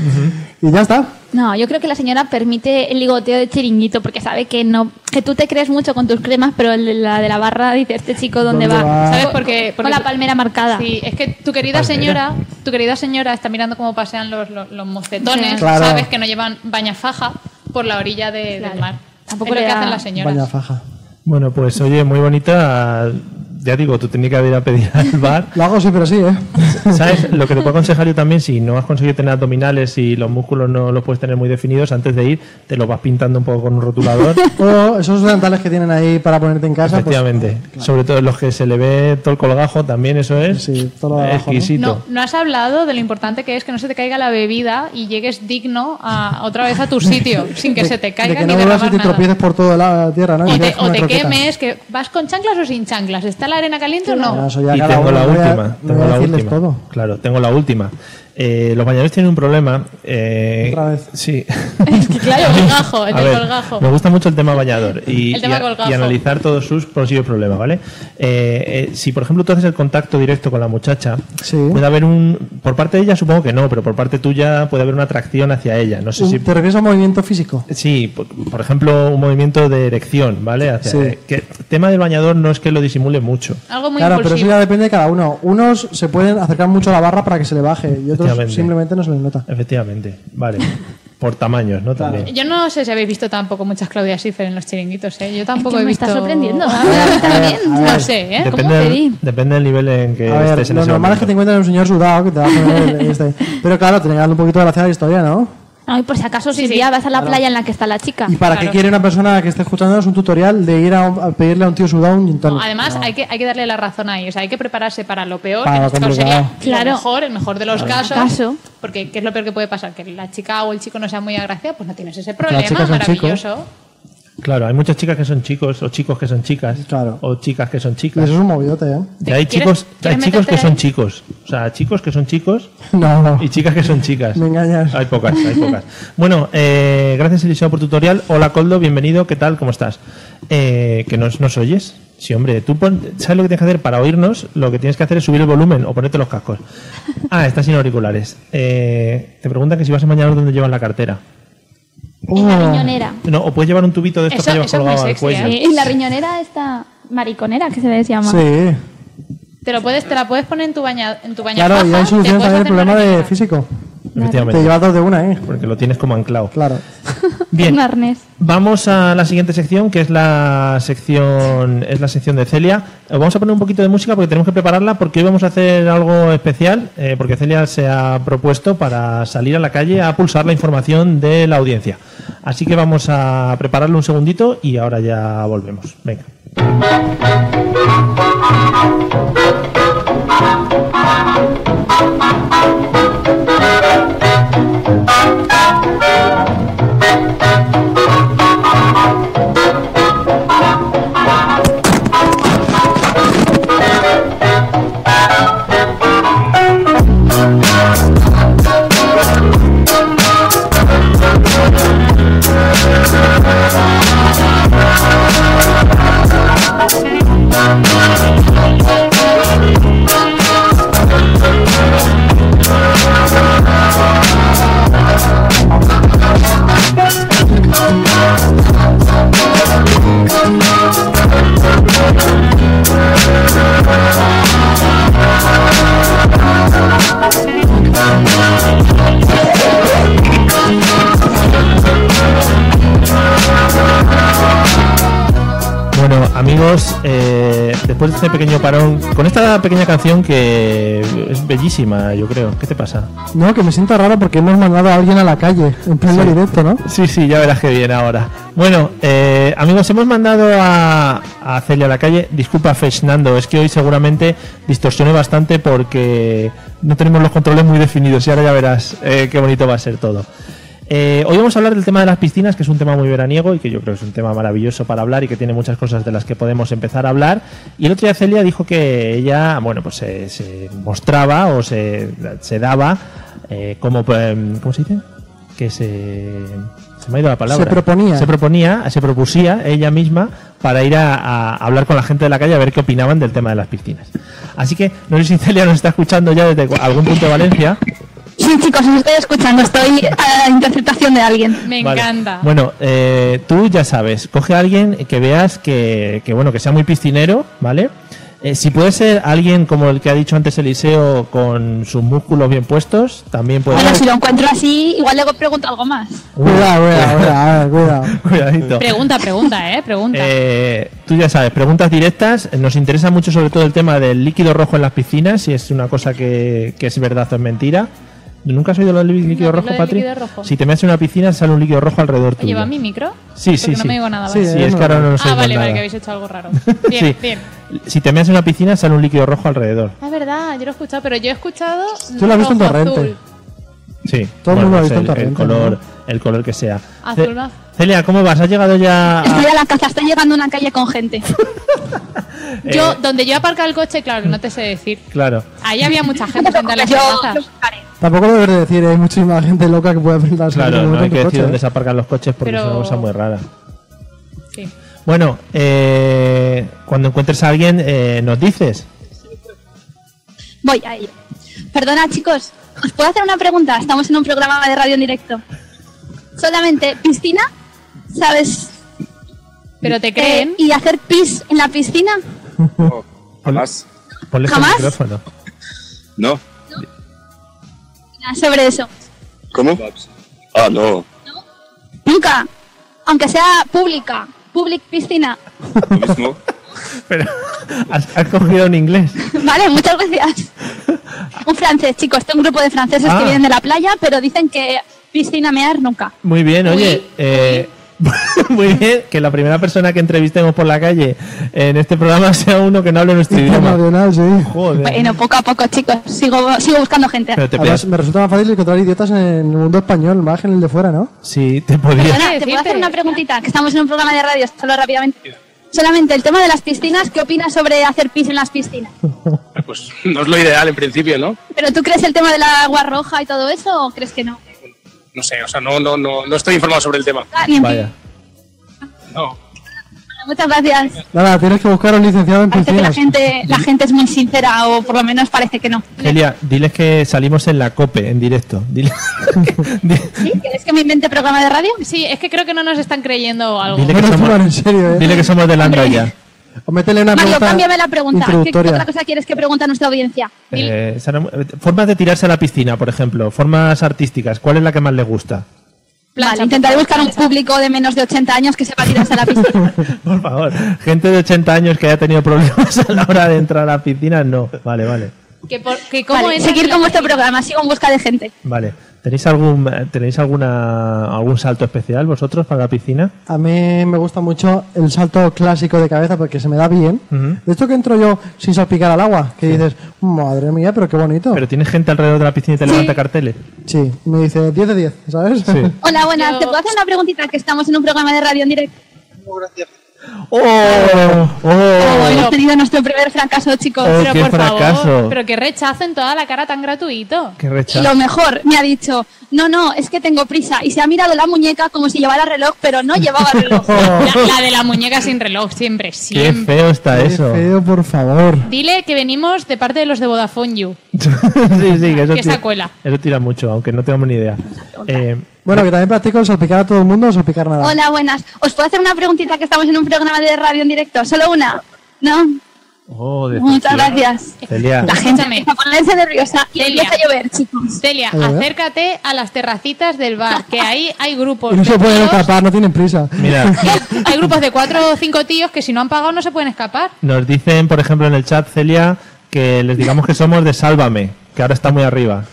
[SPEAKER 4] Y ya está.
[SPEAKER 3] No, yo creo que la señora permite el ligoteo de chiringuito porque sabe que no que tú te crees mucho con tus cremas, pero el de la de la barra dice este chico dónde,
[SPEAKER 4] ¿Dónde
[SPEAKER 3] va?
[SPEAKER 4] va?
[SPEAKER 2] ¿Sabes por qué?
[SPEAKER 3] Con la palmera marcada.
[SPEAKER 2] Sí, es que tu querida señora, tu querida señora está mirando cómo pasean los, los, los mosquetones,
[SPEAKER 3] Sí.
[SPEAKER 4] Claro.
[SPEAKER 2] sabes que no llevan bañafaja por la orilla de-
[SPEAKER 3] Claro.
[SPEAKER 2] del mar.
[SPEAKER 3] Tampoco
[SPEAKER 2] es lo
[SPEAKER 3] le
[SPEAKER 2] que
[SPEAKER 3] da
[SPEAKER 2] hacen las señoras.
[SPEAKER 4] Vaya faja.
[SPEAKER 1] Bueno, pues oye, muy bonita. Ya digo, tu técnica de ir a pedir *laughs* al bar.
[SPEAKER 4] Lo hago sí, pero sí, ¿eh?
[SPEAKER 1] ¿Sabes? Lo que te puedo aconsejar yo también, si no has conseguido tener abdominales y los músculos no los puedes tener muy definidos, antes de ir te los vas pintando un poco con un
[SPEAKER 4] *laughs*
[SPEAKER 1] rotulador.
[SPEAKER 4] O esos dentales que tienen ahí para ponerte en casa. Pues,
[SPEAKER 1] Efectivamente. Sobre todo los que se le ve todo el colgajo, también eso es
[SPEAKER 4] Sí, todo lo de abajo, ¿no?
[SPEAKER 1] exquisito.
[SPEAKER 2] No, no has hablado de lo importante que es que no se te caiga la bebida y llegues digno a, otra vez a
[SPEAKER 4] *laughs*
[SPEAKER 2] tu sitio sin que
[SPEAKER 4] de-
[SPEAKER 2] se te
[SPEAKER 4] de
[SPEAKER 2] caiga
[SPEAKER 4] que
[SPEAKER 2] ni
[SPEAKER 4] no vuelvas y
[SPEAKER 2] derramar
[SPEAKER 4] te
[SPEAKER 2] nada.
[SPEAKER 4] tropieces por toda la tierra, ¿no? Y
[SPEAKER 2] O
[SPEAKER 4] quedes
[SPEAKER 2] te,
[SPEAKER 4] con
[SPEAKER 2] o
[SPEAKER 4] una
[SPEAKER 2] te
[SPEAKER 4] croqueta.
[SPEAKER 2] quemes, que vas con chanclas o sin chanclas. ¿Está la arena caliente o
[SPEAKER 4] Ya,
[SPEAKER 2] *laughs* no?
[SPEAKER 4] eso ya
[SPEAKER 1] y
[SPEAKER 4] cada
[SPEAKER 1] tengo
[SPEAKER 4] uno,
[SPEAKER 1] la
[SPEAKER 4] no voy a-
[SPEAKER 1] última.
[SPEAKER 4] no
[SPEAKER 1] tengo
[SPEAKER 4] voy a
[SPEAKER 1] la
[SPEAKER 4] decirles
[SPEAKER 1] última.
[SPEAKER 4] todo.
[SPEAKER 1] Claro, tengo la última. Eh, los bañadores tienen un problema. eh,
[SPEAKER 4] Otra vez. *laughs*
[SPEAKER 1] Sí.
[SPEAKER 2] Claro, el colgajo, el
[SPEAKER 1] *laughs* A
[SPEAKER 2] del
[SPEAKER 1] ver,
[SPEAKER 2] colgajo.
[SPEAKER 1] Me gusta mucho el tema bañador y,
[SPEAKER 2] El tema
[SPEAKER 1] y a-
[SPEAKER 2] colgajo.
[SPEAKER 1] y analizar todos sus posibles problemas, ¿vale? Eh, eh, si, por ejemplo, tú haces el contacto directo con la muchacha,
[SPEAKER 4] Sí.
[SPEAKER 1] puede haber un. Por parte de ella, supongo que no, pero por parte tuya puede haber una atracción hacia ella. No sé si.
[SPEAKER 4] ¿Te refieres a movimiento físico?
[SPEAKER 1] Sí, por, por ejemplo, un movimiento de erección, ¿vale? Hacia- eh,
[SPEAKER 4] Sí.
[SPEAKER 1] que el tema del bañador no es que lo disimule mucho.
[SPEAKER 2] Algo muy
[SPEAKER 4] claro, pero eso
[SPEAKER 2] impulsivo.
[SPEAKER 4] ya depende de cada uno. Unos se pueden acercar mucho a la barra para que se le baje y otros
[SPEAKER 1] Efectivamente.
[SPEAKER 4] simplemente no se les nota.
[SPEAKER 1] Efectivamente,
[SPEAKER 4] *laughs*
[SPEAKER 1] vale. Por tamaños, ¿no? También.
[SPEAKER 2] Yo no sé si habéis visto tampoco muchas Claudia Schiffer en los chiringuitos, ¿eh? Yo tampoco
[SPEAKER 3] que
[SPEAKER 2] he
[SPEAKER 3] me
[SPEAKER 2] visto...
[SPEAKER 3] está
[SPEAKER 2] *laughs*
[SPEAKER 3] sorprendiendo.
[SPEAKER 2] Ah,
[SPEAKER 3] A ver, a mí también.
[SPEAKER 2] No sé, ¿eh?
[SPEAKER 1] Depende,
[SPEAKER 3] pedí?
[SPEAKER 1] del, depende del nivel en que
[SPEAKER 4] A ver,
[SPEAKER 1] estés en
[SPEAKER 4] lo
[SPEAKER 1] ese
[SPEAKER 4] normal es que te
[SPEAKER 1] momento.
[SPEAKER 4] encuentres un señor sudado que te va a
[SPEAKER 2] *laughs*
[SPEAKER 4] poner el- este. Pero claro, tiene que darle un poquito de gracia a la historia, ¿no?
[SPEAKER 3] Ay, por si acaso si
[SPEAKER 2] Sí,
[SPEAKER 3] un
[SPEAKER 2] sí.
[SPEAKER 3] día vas a la playa en la que está la
[SPEAKER 2] Ah,
[SPEAKER 3] chica.
[SPEAKER 4] ¿Y para qué quiere una persona que esté escuchándonos un tutorial de ir a, un- a pedirle a un tío sudado un gin tonic?
[SPEAKER 2] Además, hay, que, hay que darle la razón ahí. O sea, hay que prepararse para lo peor.
[SPEAKER 4] Para
[SPEAKER 2] en
[SPEAKER 4] lo
[SPEAKER 2] este caso sería
[SPEAKER 4] complicado.
[SPEAKER 3] Claro.
[SPEAKER 2] lo mejor, el mejor de los casos.
[SPEAKER 3] Caso.
[SPEAKER 2] Porque, ¿qué es lo peor que puede pasar? Que la chica o el chico no sea muy agraciado, pues no tienes ese
[SPEAKER 4] las
[SPEAKER 2] problema
[SPEAKER 4] chicas son chicos.
[SPEAKER 2] maravilloso.
[SPEAKER 1] Claro, hay muchas chicas que son chicos, o chicos que son chicas,
[SPEAKER 4] Claro.
[SPEAKER 1] o chicas que son
[SPEAKER 4] Y
[SPEAKER 1] chicas.
[SPEAKER 4] Eso es un movidote, ¿eh? *laughs*
[SPEAKER 1] Y hay
[SPEAKER 2] Pues, ¿Quieres-
[SPEAKER 1] chicos, hay
[SPEAKER 2] quieres
[SPEAKER 1] chicos que
[SPEAKER 2] meterte
[SPEAKER 1] son
[SPEAKER 2] ahí?
[SPEAKER 1] chicos. O sea, chicos que son chicos
[SPEAKER 4] No, no.
[SPEAKER 1] y chicas que son chicas.
[SPEAKER 4] Me engañas.
[SPEAKER 1] Hay pocas, hay pocas. Bueno, eh, gracias Eliseo por tu tutorial. Hola Coldo, bienvenido, ¿qué tal? ¿Cómo estás? Eh, ¿Que nos, nos oyes? Sí, hombre, tú pon- sabes lo que tienes que hacer para oírnos, lo que tienes que hacer es subir el volumen o ponerte los cascos. Ah, estás sin auriculares. Eh, te preguntan que si vas a mañana dónde llevas la cartera.
[SPEAKER 3] En la
[SPEAKER 4] Oh.
[SPEAKER 3] riñonera.
[SPEAKER 1] No, o puedes llevar un tubito de estos
[SPEAKER 2] Eso-
[SPEAKER 1] que llevas
[SPEAKER 2] eso es muy
[SPEAKER 1] colgado al
[SPEAKER 2] sexy,
[SPEAKER 1] cuello.
[SPEAKER 2] ¿eh?
[SPEAKER 3] Sí, Y la riñonera esta mariconera que se les llama.
[SPEAKER 4] Sí.
[SPEAKER 2] Te lo puedes, te la puedes poner en tu baña, en tu bañafaja,
[SPEAKER 4] Claro, y hay
[SPEAKER 2] te
[SPEAKER 4] soluciones
[SPEAKER 2] puedes
[SPEAKER 4] también al
[SPEAKER 2] hacer
[SPEAKER 4] problema
[SPEAKER 2] una
[SPEAKER 4] de
[SPEAKER 2] bañera.
[SPEAKER 4] físico.
[SPEAKER 1] Efectivamente.
[SPEAKER 4] Te llevas dos de una, ¿eh?
[SPEAKER 1] Porque lo tienes como anclado.
[SPEAKER 4] Claro.
[SPEAKER 1] Bien.
[SPEAKER 3] Un arnés.
[SPEAKER 1] Vamos a la siguiente sección, que es la sección es la sección de Celia. Eh, Vamos a poner un poquito de música porque tenemos que prepararla porque hoy vamos a hacer algo especial, eh, porque Celia se ha propuesto para salir a la calle a pulsar la información de la audiencia. Así que vamos a prepararle un segundito y ahora ya volvemos. Venga. Bueno, amigos, eh, después de este pequeño parón, con esta pequeña canción que es bellísima, yo creo. ¿Qué te pasa?
[SPEAKER 4] No, que me siento raro porque hemos mandado a alguien a la calle en pleno directo, ¿no?
[SPEAKER 1] Sí, sí, ya verás que bien ahora. Bueno, eh, amigos, hemos mandado a, a Celia a la calle. Disculpa, Fernando, es que hoy seguramente distorsioné bastante porque no tenemos los controles muy definidos y ahora ya verás eh, qué bonito va a ser todo. Eh, hoy vamos a hablar del tema de las piscinas, que es un tema muy veraniego y que yo creo que es un tema maravilloso para hablar y que tiene muchas cosas de las que podemos empezar a hablar. Y el otro día Celia dijo que ella, bueno, pues se, se mostraba o se, se daba eh, como, eh, ¿cómo se dice? Que se... Se me ha ido la palabra.
[SPEAKER 4] Se proponía.
[SPEAKER 1] Se proponía, se propusía ella misma para ir a, a hablar con la gente de la calle a ver qué opinaban del tema de las piscinas. Así que, no sé si Celia nos está escuchando ya desde algún punto de Valencia.
[SPEAKER 3] Sí, chicos, os estoy escuchando. Estoy a la interceptación de alguien.
[SPEAKER 2] Me
[SPEAKER 1] Vale.
[SPEAKER 2] encanta.
[SPEAKER 1] Bueno, eh, tú ya sabes, coge a alguien que veas que, que, bueno, que sea muy piscinero, ¿vale? Eh, si puede ser alguien como el que ha dicho antes Eliseo con sus músculos bien puestos, también puede
[SPEAKER 3] Bueno, si
[SPEAKER 1] ser. *laughs*
[SPEAKER 3] lo encuentro así, igual le pregunto algo más.
[SPEAKER 4] Cuidado, cuidado, cuidado, a ver, cuidado.
[SPEAKER 1] *laughs* Cuidadito.
[SPEAKER 2] Pregunta, pregunta, ¿eh? Pregunta.
[SPEAKER 1] Eh, tú ya sabes, preguntas directas. Nos interesa mucho sobre todo el tema del líquido rojo en las piscinas, si es una cosa que, que es verdad o es mentira. ¿Nunca has oído lo del líquido
[SPEAKER 2] No,
[SPEAKER 1] rojo,
[SPEAKER 2] lo del
[SPEAKER 1] Patri?
[SPEAKER 2] líquido rojo.
[SPEAKER 1] Si te metes en una piscina, sale un líquido rojo alrededor tuyo.
[SPEAKER 2] ¿Lleva mi micro?
[SPEAKER 1] Sí, sí,
[SPEAKER 2] Porque
[SPEAKER 1] sí.
[SPEAKER 2] no me digo nada,
[SPEAKER 4] Sí,
[SPEAKER 2] ¿vale?
[SPEAKER 1] Sí, es que ahora no nos
[SPEAKER 2] ah,
[SPEAKER 1] oímos
[SPEAKER 2] vale, vale,
[SPEAKER 1] nada.
[SPEAKER 2] que habéis hecho algo
[SPEAKER 4] *laughs*
[SPEAKER 2] raro. Bien,
[SPEAKER 1] Sí.
[SPEAKER 2] bien.
[SPEAKER 1] Si te meas en una piscina, sale un líquido rojo alrededor.
[SPEAKER 2] Es verdad, yo lo he escuchado, pero yo he escuchado.
[SPEAKER 4] Tú lo has visto en
[SPEAKER 2] rojo,
[SPEAKER 4] torrente.
[SPEAKER 2] azul.
[SPEAKER 1] Sí.
[SPEAKER 4] Todo el mundo ha
[SPEAKER 1] pues
[SPEAKER 4] visto
[SPEAKER 1] el,
[SPEAKER 4] en torrente,
[SPEAKER 1] el color,
[SPEAKER 4] ¿no?
[SPEAKER 1] el color que sea.
[SPEAKER 2] Azul,
[SPEAKER 1] Ce-
[SPEAKER 2] ¿no?
[SPEAKER 1] Celia, ¿cómo vas? ¿Has llegado
[SPEAKER 4] Ah.
[SPEAKER 1] ya? a-
[SPEAKER 3] Estoy
[SPEAKER 2] *laughs*
[SPEAKER 3] a la caza, está llegando a una calle con
[SPEAKER 4] *laughs*
[SPEAKER 3] gente.
[SPEAKER 4] Eh,
[SPEAKER 2] Yo, donde yo aparca el coche, claro, que no te sé decir.
[SPEAKER 1] Claro.
[SPEAKER 2] Ahí había mucha
[SPEAKER 3] *laughs*
[SPEAKER 2] gente frente a las
[SPEAKER 3] Yo lo
[SPEAKER 2] terrazas.
[SPEAKER 3] buscaré.
[SPEAKER 4] Tampoco lo debes de decir, hay muchísima gente loca que puede enfrentarse
[SPEAKER 1] Claro, no hay que decir dónde
[SPEAKER 4] coche. ¿eh?
[SPEAKER 1] se
[SPEAKER 4] *laughs*
[SPEAKER 1] aparcan los coches porque
[SPEAKER 2] Pero-
[SPEAKER 1] es una cosa muy rara.
[SPEAKER 2] Sí.
[SPEAKER 1] Bueno, eh, cuando encuentres a alguien, eh, nos dices.
[SPEAKER 3] Voy a ello. Perdona, chicos, ¿os puedo hacer una pregunta? Estamos en un programa de radio en directo. Solamente piscina, ¿sabes?
[SPEAKER 2] Pero te
[SPEAKER 3] Eh,
[SPEAKER 2] creen.
[SPEAKER 3] ¿Y hacer pis en la piscina?
[SPEAKER 6] Jamás.
[SPEAKER 1] Ponle este
[SPEAKER 3] ¿Jamás?
[SPEAKER 1] micrófono.
[SPEAKER 6] No.
[SPEAKER 3] Nada Ah, Sobre eso.
[SPEAKER 6] ¿Cómo? Ah, no.
[SPEAKER 3] Nunca. Aunque sea pública. Public piscina. *laughs*
[SPEAKER 6] Lo mismo.
[SPEAKER 1] Pero, *laughs* ¿has, has cogido un inglés.
[SPEAKER 3] Vale, muchas
[SPEAKER 1] *laughs*
[SPEAKER 3] gracias. Un francés, chicos. Tengo un grupo de franceses
[SPEAKER 1] Ah.
[SPEAKER 3] que vienen de la playa, pero dicen que piscina mear nunca.
[SPEAKER 1] Muy bien, oye. eh, *laughs* muy bien, que la primera persona que entrevistemos por la calle en este programa *laughs* sea uno que no hable nuestro idioma.
[SPEAKER 4] Internacional, sí.
[SPEAKER 1] Joder.
[SPEAKER 3] Bueno, poco a poco, chicos. Sigo, sigo buscando gente.
[SPEAKER 1] Pero te
[SPEAKER 4] Además,
[SPEAKER 1] pegas-
[SPEAKER 4] me resulta más fácil encontrar idiotas en el mundo español, más que en el de fuera, ¿no?
[SPEAKER 1] Sí, te podía.
[SPEAKER 3] Perdona, ¿te puedo hacer una preguntita? Que estamos en un programa de radio, solo rápidamente. Solamente el tema de las piscinas, ¿qué opinas sobre hacer pis en las piscinas?
[SPEAKER 6] Pues no es lo ideal en principio, ¿no?
[SPEAKER 3] ¿Pero tú crees el tema del agua roja y todo eso o crees que no?
[SPEAKER 6] No sé, o sea, no, no, no, no estoy informado sobre el tema.
[SPEAKER 3] Ah, ni en
[SPEAKER 1] Vaya.
[SPEAKER 6] No.
[SPEAKER 3] fin. Muchas gracias.
[SPEAKER 4] Nada, tienes que buscar a un licenciado en
[SPEAKER 3] Parece que la
[SPEAKER 4] piscinas.
[SPEAKER 3] gente, la gente es muy sincera o por lo menos parece que no.
[SPEAKER 1] Celia, diles que salimos en la COPE en directo. Dile, *laughs* di-
[SPEAKER 3] ¿Sí? ¿Quieres que me invente programa de radio?
[SPEAKER 2] Sí, es que creo que no nos están creyendo o algo.
[SPEAKER 1] dile
[SPEAKER 4] No
[SPEAKER 1] que
[SPEAKER 4] nos fuman, en
[SPEAKER 1] somos,
[SPEAKER 4] serio, ¿eh?
[SPEAKER 1] dile que somos de Landa ya.
[SPEAKER 4] O métele una
[SPEAKER 3] Mario,
[SPEAKER 4] pregunta
[SPEAKER 3] cámbiame la pregunta. ¿Qué
[SPEAKER 4] introductoria.
[SPEAKER 3] otra cosa quieres que pregunte a nuestra audiencia?
[SPEAKER 1] Eh, Sara, eh, formas de tirarse a la piscina, por ejemplo, formas artísticas, ¿cuál es la que más le gusta?
[SPEAKER 3] Vale, intentaré buscar un público de menos de 80 años que sepa tirarse a la piscina.
[SPEAKER 1] Por favor, gente de 80 años que haya tenido problemas a la hora de entrar a la piscina, no. Vale, vale.
[SPEAKER 2] Que por- que cómo
[SPEAKER 3] Vale,
[SPEAKER 2] entran
[SPEAKER 3] seguir
[SPEAKER 2] en la
[SPEAKER 3] con
[SPEAKER 2] *laughs*
[SPEAKER 3] vuestro programa, sigo en busca de gente.
[SPEAKER 1] Vale. ¿Tenéis algún tenéis alguna algún salto especial vosotros para la piscina?
[SPEAKER 4] A mí me gusta mucho el salto clásico de cabeza porque se me da bien. De esto que entro yo sin salpicar al agua, que dices, madre mía, pero qué bonito.
[SPEAKER 1] Pero tienes gente alrededor de la piscina y te
[SPEAKER 3] Sí.
[SPEAKER 1] levanta carteles.
[SPEAKER 4] Sí, me dice 10 de 10, ¿sabes? *laughs*
[SPEAKER 1] Sí.
[SPEAKER 3] Hola, buenas. ¿Te puedo hacer una preguntita? Que estamos en un programa de radio en directo.
[SPEAKER 1] *laughs* ¡Oh! ¡Oh!
[SPEAKER 3] Hemos tenido nuestro primer fracaso, chicos.
[SPEAKER 1] Oh,
[SPEAKER 2] Pero
[SPEAKER 1] qué
[SPEAKER 2] por
[SPEAKER 1] fracaso.
[SPEAKER 2] favor, pero qué rechazo en toda la cara tan gratuito.
[SPEAKER 1] ¡Qué
[SPEAKER 3] Y lo
[SPEAKER 1] rechazo!
[SPEAKER 3] mejor, me ha dicho, no, no, es que tengo prisa. Y se ha mirado la muñeca como si llevara reloj, pero no llevaba reloj.
[SPEAKER 2] La, la de la muñeca sin reloj, siempre,
[SPEAKER 1] ¡Qué
[SPEAKER 2] siempre.
[SPEAKER 1] feo está
[SPEAKER 4] Qué
[SPEAKER 1] eso!
[SPEAKER 4] feo, por favor.
[SPEAKER 2] Dile que venimos de parte de los de Vodafone You.
[SPEAKER 1] *laughs* sí, sí, que eso,
[SPEAKER 2] Que esa
[SPEAKER 1] tira,
[SPEAKER 2] cuela.
[SPEAKER 1] eso tira mucho, aunque no tengamos ni idea. Eh,
[SPEAKER 4] Bueno, que también practico el salpicar a todo el mundo o salpicar
[SPEAKER 1] Ah.
[SPEAKER 4] nada.
[SPEAKER 3] Hola, buenas. ¿Os puedo hacer una preguntita que estamos en un programa de radio en directo? Solo una. No,
[SPEAKER 1] oh, de-
[SPEAKER 3] muchas gracias.
[SPEAKER 1] Celia,
[SPEAKER 3] La gente
[SPEAKER 2] Escúchame.
[SPEAKER 3] empieza a ponerse nerviosa y
[SPEAKER 2] Celia.
[SPEAKER 3] empieza a llover, chicos.
[SPEAKER 2] Celia,
[SPEAKER 4] ver.
[SPEAKER 2] acércate a las terracitas del bar, que ahí hay grupos.
[SPEAKER 4] Y no
[SPEAKER 2] de
[SPEAKER 4] se pueden
[SPEAKER 2] tíos-
[SPEAKER 4] escapar, no tienen prisa.
[SPEAKER 1] mira,
[SPEAKER 2] Hay grupos de cuatro o cinco tíos que si no han pagado no se pueden escapar.
[SPEAKER 1] nos dicen, por ejemplo, en el chat, Celia, que les digamos que somos de Sálvame, que ahora está muy arriba.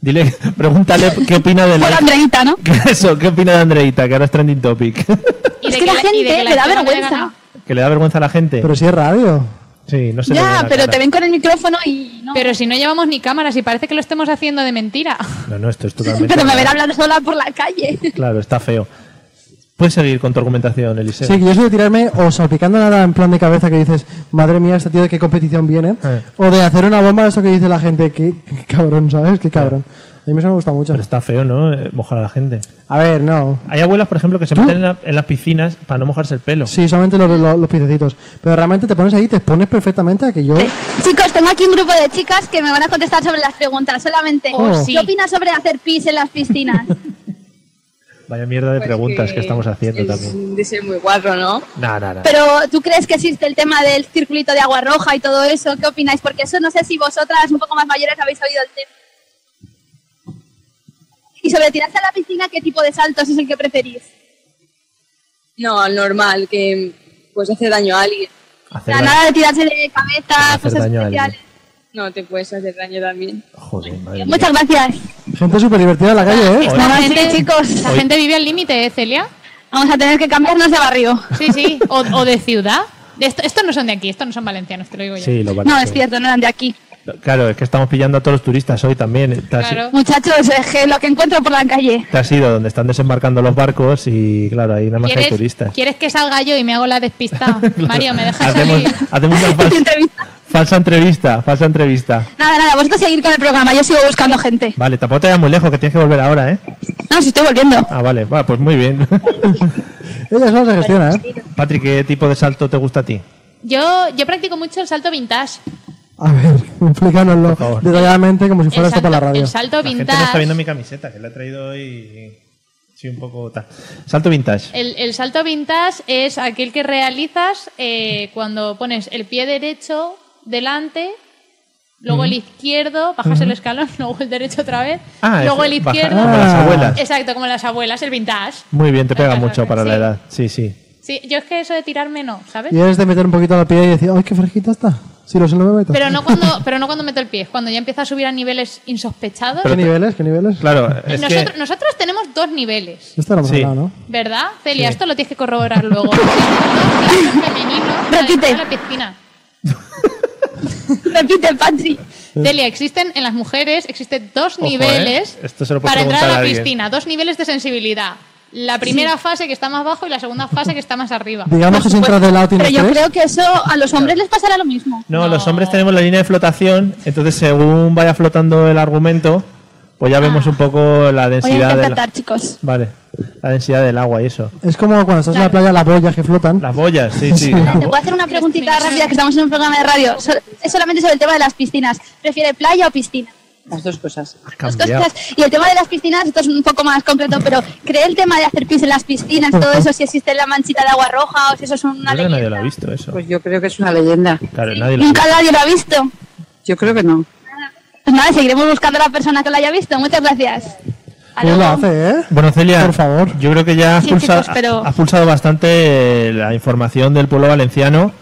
[SPEAKER 1] Dile, *laughs* pregúntale qué opina de *laughs*
[SPEAKER 3] Hola,
[SPEAKER 1] la...
[SPEAKER 3] Andreita, ¿no?
[SPEAKER 1] ¿Qué es eso? ¿Qué opina de Andreita, que ahora es trending topic? *laughs*
[SPEAKER 2] Y
[SPEAKER 3] Es
[SPEAKER 2] de
[SPEAKER 3] que la
[SPEAKER 2] y de
[SPEAKER 3] gente
[SPEAKER 2] que
[SPEAKER 3] le da
[SPEAKER 2] gente no le
[SPEAKER 3] vergüenza.
[SPEAKER 2] gana.
[SPEAKER 1] ¿Que le da vergüenza a la gente?
[SPEAKER 4] *laughs* Pero si es radio.
[SPEAKER 1] sí, no se le ve
[SPEAKER 3] Ya,
[SPEAKER 1] la
[SPEAKER 3] pero
[SPEAKER 1] cara.
[SPEAKER 3] te ven con el micrófono y no.
[SPEAKER 2] Pero si no llevamos ni cámaras y parece que lo estemos haciendo de
[SPEAKER 1] *laughs*
[SPEAKER 2] mentira.
[SPEAKER 1] No, no, esto es totalmente...
[SPEAKER 3] Pero me verá hablar sola por la calle.
[SPEAKER 1] Claro, está feo. Puedes seguir con tu argumentación, Eliseo.
[SPEAKER 4] Sí, que yo soy de tirarme o salpicando nada en plan de cabeza que dices, madre mía, este tío de qué competición viene.
[SPEAKER 1] Eh.
[SPEAKER 4] O de hacer una bomba, eso que dice la gente, qué, qué cabrón, ¿sabes? Qué cabrón. A mí eso me gusta mucho.
[SPEAKER 1] Pero está feo, ¿no? Eh, Mojar a la gente.
[SPEAKER 4] A ver, no.
[SPEAKER 1] Hay abuelas, por ejemplo, que se meten en, la- en las piscinas para no mojarse el pelo.
[SPEAKER 4] Sí, solamente los, los, los piececitos. Pero realmente te pones ahí, te pones perfectamente a que
[SPEAKER 1] ¿Eh?
[SPEAKER 4] yo.
[SPEAKER 3] Chicos, tengo aquí un grupo de chicas que me van a contestar sobre las preguntas. Solamente,
[SPEAKER 2] Oh, sí.
[SPEAKER 3] ¿qué opinas sobre hacer pis en las
[SPEAKER 1] *laughs*
[SPEAKER 3] piscinas?
[SPEAKER 1] Vaya mierda de preguntas que, estamos haciendo también.
[SPEAKER 7] Dice muy guarro, ¿no?
[SPEAKER 1] Nah, nah, nah.
[SPEAKER 3] Pero ¿tú crees que existe el tema del circulito de agua roja y todo eso? ¿Qué opináis? Porque eso no sé si vosotras un poco más mayores habéis oído el tema. Y sobre tirarse a la piscina, ¿qué tipo de saltos es el que preferís?
[SPEAKER 7] No, normal, que pues hace daño a alguien.
[SPEAKER 1] Hacer
[SPEAKER 3] La
[SPEAKER 1] daño-
[SPEAKER 3] nada de tirarse de cabeza,
[SPEAKER 1] Hacer
[SPEAKER 3] cosas
[SPEAKER 1] daño a alguien.
[SPEAKER 3] especiales.
[SPEAKER 7] No, te puedes hacer daño también.
[SPEAKER 1] Joder, madre mía.
[SPEAKER 3] Muchas gracias.
[SPEAKER 4] Gente súper divertida en la calle, ¿eh?
[SPEAKER 1] Hoy-
[SPEAKER 3] Nada,
[SPEAKER 2] gente-
[SPEAKER 3] gente, chicos.
[SPEAKER 2] La gente vive al límite, ¿eh, Celia?
[SPEAKER 3] Vamos a tener que cambiarnos de barrio.
[SPEAKER 2] Sí, sí. O, o de ciudad. De Esto, estos no son de aquí, estos no son valencianos, te lo digo yo.
[SPEAKER 1] Sí, lo van a
[SPEAKER 3] No,
[SPEAKER 1] hacer.
[SPEAKER 3] es cierto, no eran de aquí.
[SPEAKER 1] Claro, es que estamos pillando a todos los turistas hoy también. Te has,
[SPEAKER 2] Claro.
[SPEAKER 3] Muchachos, es que lo que encuentro por la calle.
[SPEAKER 1] te has ido donde están desembarcando los barcos y, claro, ahí nada más hay turistas.
[SPEAKER 2] quieres que salga yo y me hago la
[SPEAKER 1] *laughs*
[SPEAKER 2] despistada? Mario, ¿me dejas
[SPEAKER 1] hacemos, *laughs*
[SPEAKER 2] salir?
[SPEAKER 1] hacemos una falsa,
[SPEAKER 3] *laughs* Entrevista.
[SPEAKER 1] falsa entrevista, falsa entrevista.
[SPEAKER 3] Nada, nada, vosotros seguir con el programa, yo sigo buscando gente.
[SPEAKER 1] Vale, tampoco te vayas muy lejos, que tienes que volver ahora, ¿eh?
[SPEAKER 3] No, si estoy volviendo.
[SPEAKER 1] *laughs* Ah, vale, va, pues muy bien. *laughs*
[SPEAKER 4] Ella solo se gestiona, ¿eh?
[SPEAKER 1] Patrick, ¿qué tipo de salto te gusta a ti?
[SPEAKER 2] Yo, yo practico mucho el salto vintage.
[SPEAKER 4] A ver, *laughs* explícanoslo
[SPEAKER 1] favor.
[SPEAKER 4] detalladamente como si
[SPEAKER 2] El
[SPEAKER 4] fuera esto
[SPEAKER 2] salto,
[SPEAKER 4] para la radio.
[SPEAKER 2] el
[SPEAKER 1] La
[SPEAKER 2] salto
[SPEAKER 1] gente no está
[SPEAKER 2] vintage.
[SPEAKER 1] viendo mi camiseta, que la he traído hoy. Sí, un poco tal. Salto vintage.
[SPEAKER 2] El, el salto vintage es aquel que realizas eh, cuando pones el pie derecho delante, luego el izquierdo, bajas el escalón, *laughs* luego el derecho otra vez,
[SPEAKER 1] Ah,
[SPEAKER 2] luego
[SPEAKER 1] es-
[SPEAKER 2] el
[SPEAKER 1] baja-
[SPEAKER 2] izquierdo.
[SPEAKER 1] como las abuelas.
[SPEAKER 2] Exacto, como las abuelas, el vintage.
[SPEAKER 1] Ah. Muy bien, te pega
[SPEAKER 2] Bajas,
[SPEAKER 1] mucho
[SPEAKER 2] bajas,
[SPEAKER 1] para la
[SPEAKER 2] sí.
[SPEAKER 1] edad. Sí, sí.
[SPEAKER 2] Sí, yo es que eso de tirarme no, ¿sabes?
[SPEAKER 4] Y eres de meter un poquito la pie y decir, ¡ay, qué fresquita está! Si lo sé, no me meto.
[SPEAKER 2] Pero no cuando, pero no cuando meto el pie, es cuando ya empieza a subir a niveles insospechados.
[SPEAKER 4] ¿Qué niveles? ¿Qué niveles?
[SPEAKER 1] Claro, es
[SPEAKER 2] Nosotros,
[SPEAKER 1] que.
[SPEAKER 2] nosotros tenemos dos niveles.
[SPEAKER 4] Esto lo hemos
[SPEAKER 1] Sí.
[SPEAKER 4] hablado, ¿no?
[SPEAKER 2] ¿Verdad? Celia, esto lo tienes que corroborar
[SPEAKER 1] *laughs*
[SPEAKER 2] luego. Tenemos femeninos para
[SPEAKER 3] Repite.
[SPEAKER 2] entrar a la piscina.
[SPEAKER 3] Repite, Patri.
[SPEAKER 2] Celia, existen en las mujeres, existen dos
[SPEAKER 1] Ojo,
[SPEAKER 2] niveles
[SPEAKER 1] ¿eh? Esto se lo puedes
[SPEAKER 2] para entrar a
[SPEAKER 1] preguntar
[SPEAKER 2] la
[SPEAKER 1] a alguien.
[SPEAKER 2] piscina, dos niveles de sensibilidad. La primera fase que está más bajo y
[SPEAKER 1] *laughs*
[SPEAKER 2] la segunda fase que está más arriba.
[SPEAKER 4] Digamos que si entras de lado
[SPEAKER 3] Pero
[SPEAKER 4] tienes
[SPEAKER 3] yo
[SPEAKER 4] tres.
[SPEAKER 3] creo que eso a los hombres les pasará lo mismo.
[SPEAKER 1] No, los hombres tenemos la línea de flotación, entonces según vaya flotando el argumento, pues ya
[SPEAKER 2] Ah.
[SPEAKER 1] vemos un poco la
[SPEAKER 3] Voy a
[SPEAKER 1] densidad de la-
[SPEAKER 3] interpretar, chicos.
[SPEAKER 1] Vale, la densidad del agua y eso.
[SPEAKER 4] Es como cuando estás en la playa, las boyas que flotan.
[SPEAKER 1] Las boyas, sí, sí.
[SPEAKER 3] Te puedo hacer una preguntita rápida que estamos en un programa de radio. So- Es solamente sobre el tema de las piscinas. ¿Prefiere playa o piscina?
[SPEAKER 7] Las dos cosas.
[SPEAKER 1] Has
[SPEAKER 3] Dos
[SPEAKER 1] cambiado.
[SPEAKER 3] cosas. Y el tema de las piscinas, esto es un poco más concreto, pero ¿cree el tema de hacer pis en las piscinas, todo eso, si existe la manchita de agua roja o si eso es
[SPEAKER 1] Yo
[SPEAKER 3] una
[SPEAKER 1] creo que nadie lo
[SPEAKER 3] leyenda?
[SPEAKER 1] ha visto eso.
[SPEAKER 7] Pues yo creo que es una leyenda.
[SPEAKER 1] Claro, nadie lo ha visto.
[SPEAKER 3] Nunca nadie lo ha visto.
[SPEAKER 7] Yo creo que no.
[SPEAKER 3] Pues nada, seguiremos buscando a la persona que lo haya visto. Muchas gracias.
[SPEAKER 4] Pues lo hace, ¿eh?
[SPEAKER 1] Bueno, Celia,
[SPEAKER 4] Por favor.
[SPEAKER 1] yo creo que ya has,
[SPEAKER 2] Sí,
[SPEAKER 1] pulsa-
[SPEAKER 2] chicos, pero-
[SPEAKER 1] has pulsado bastante eh, la información del pueblo valenciano.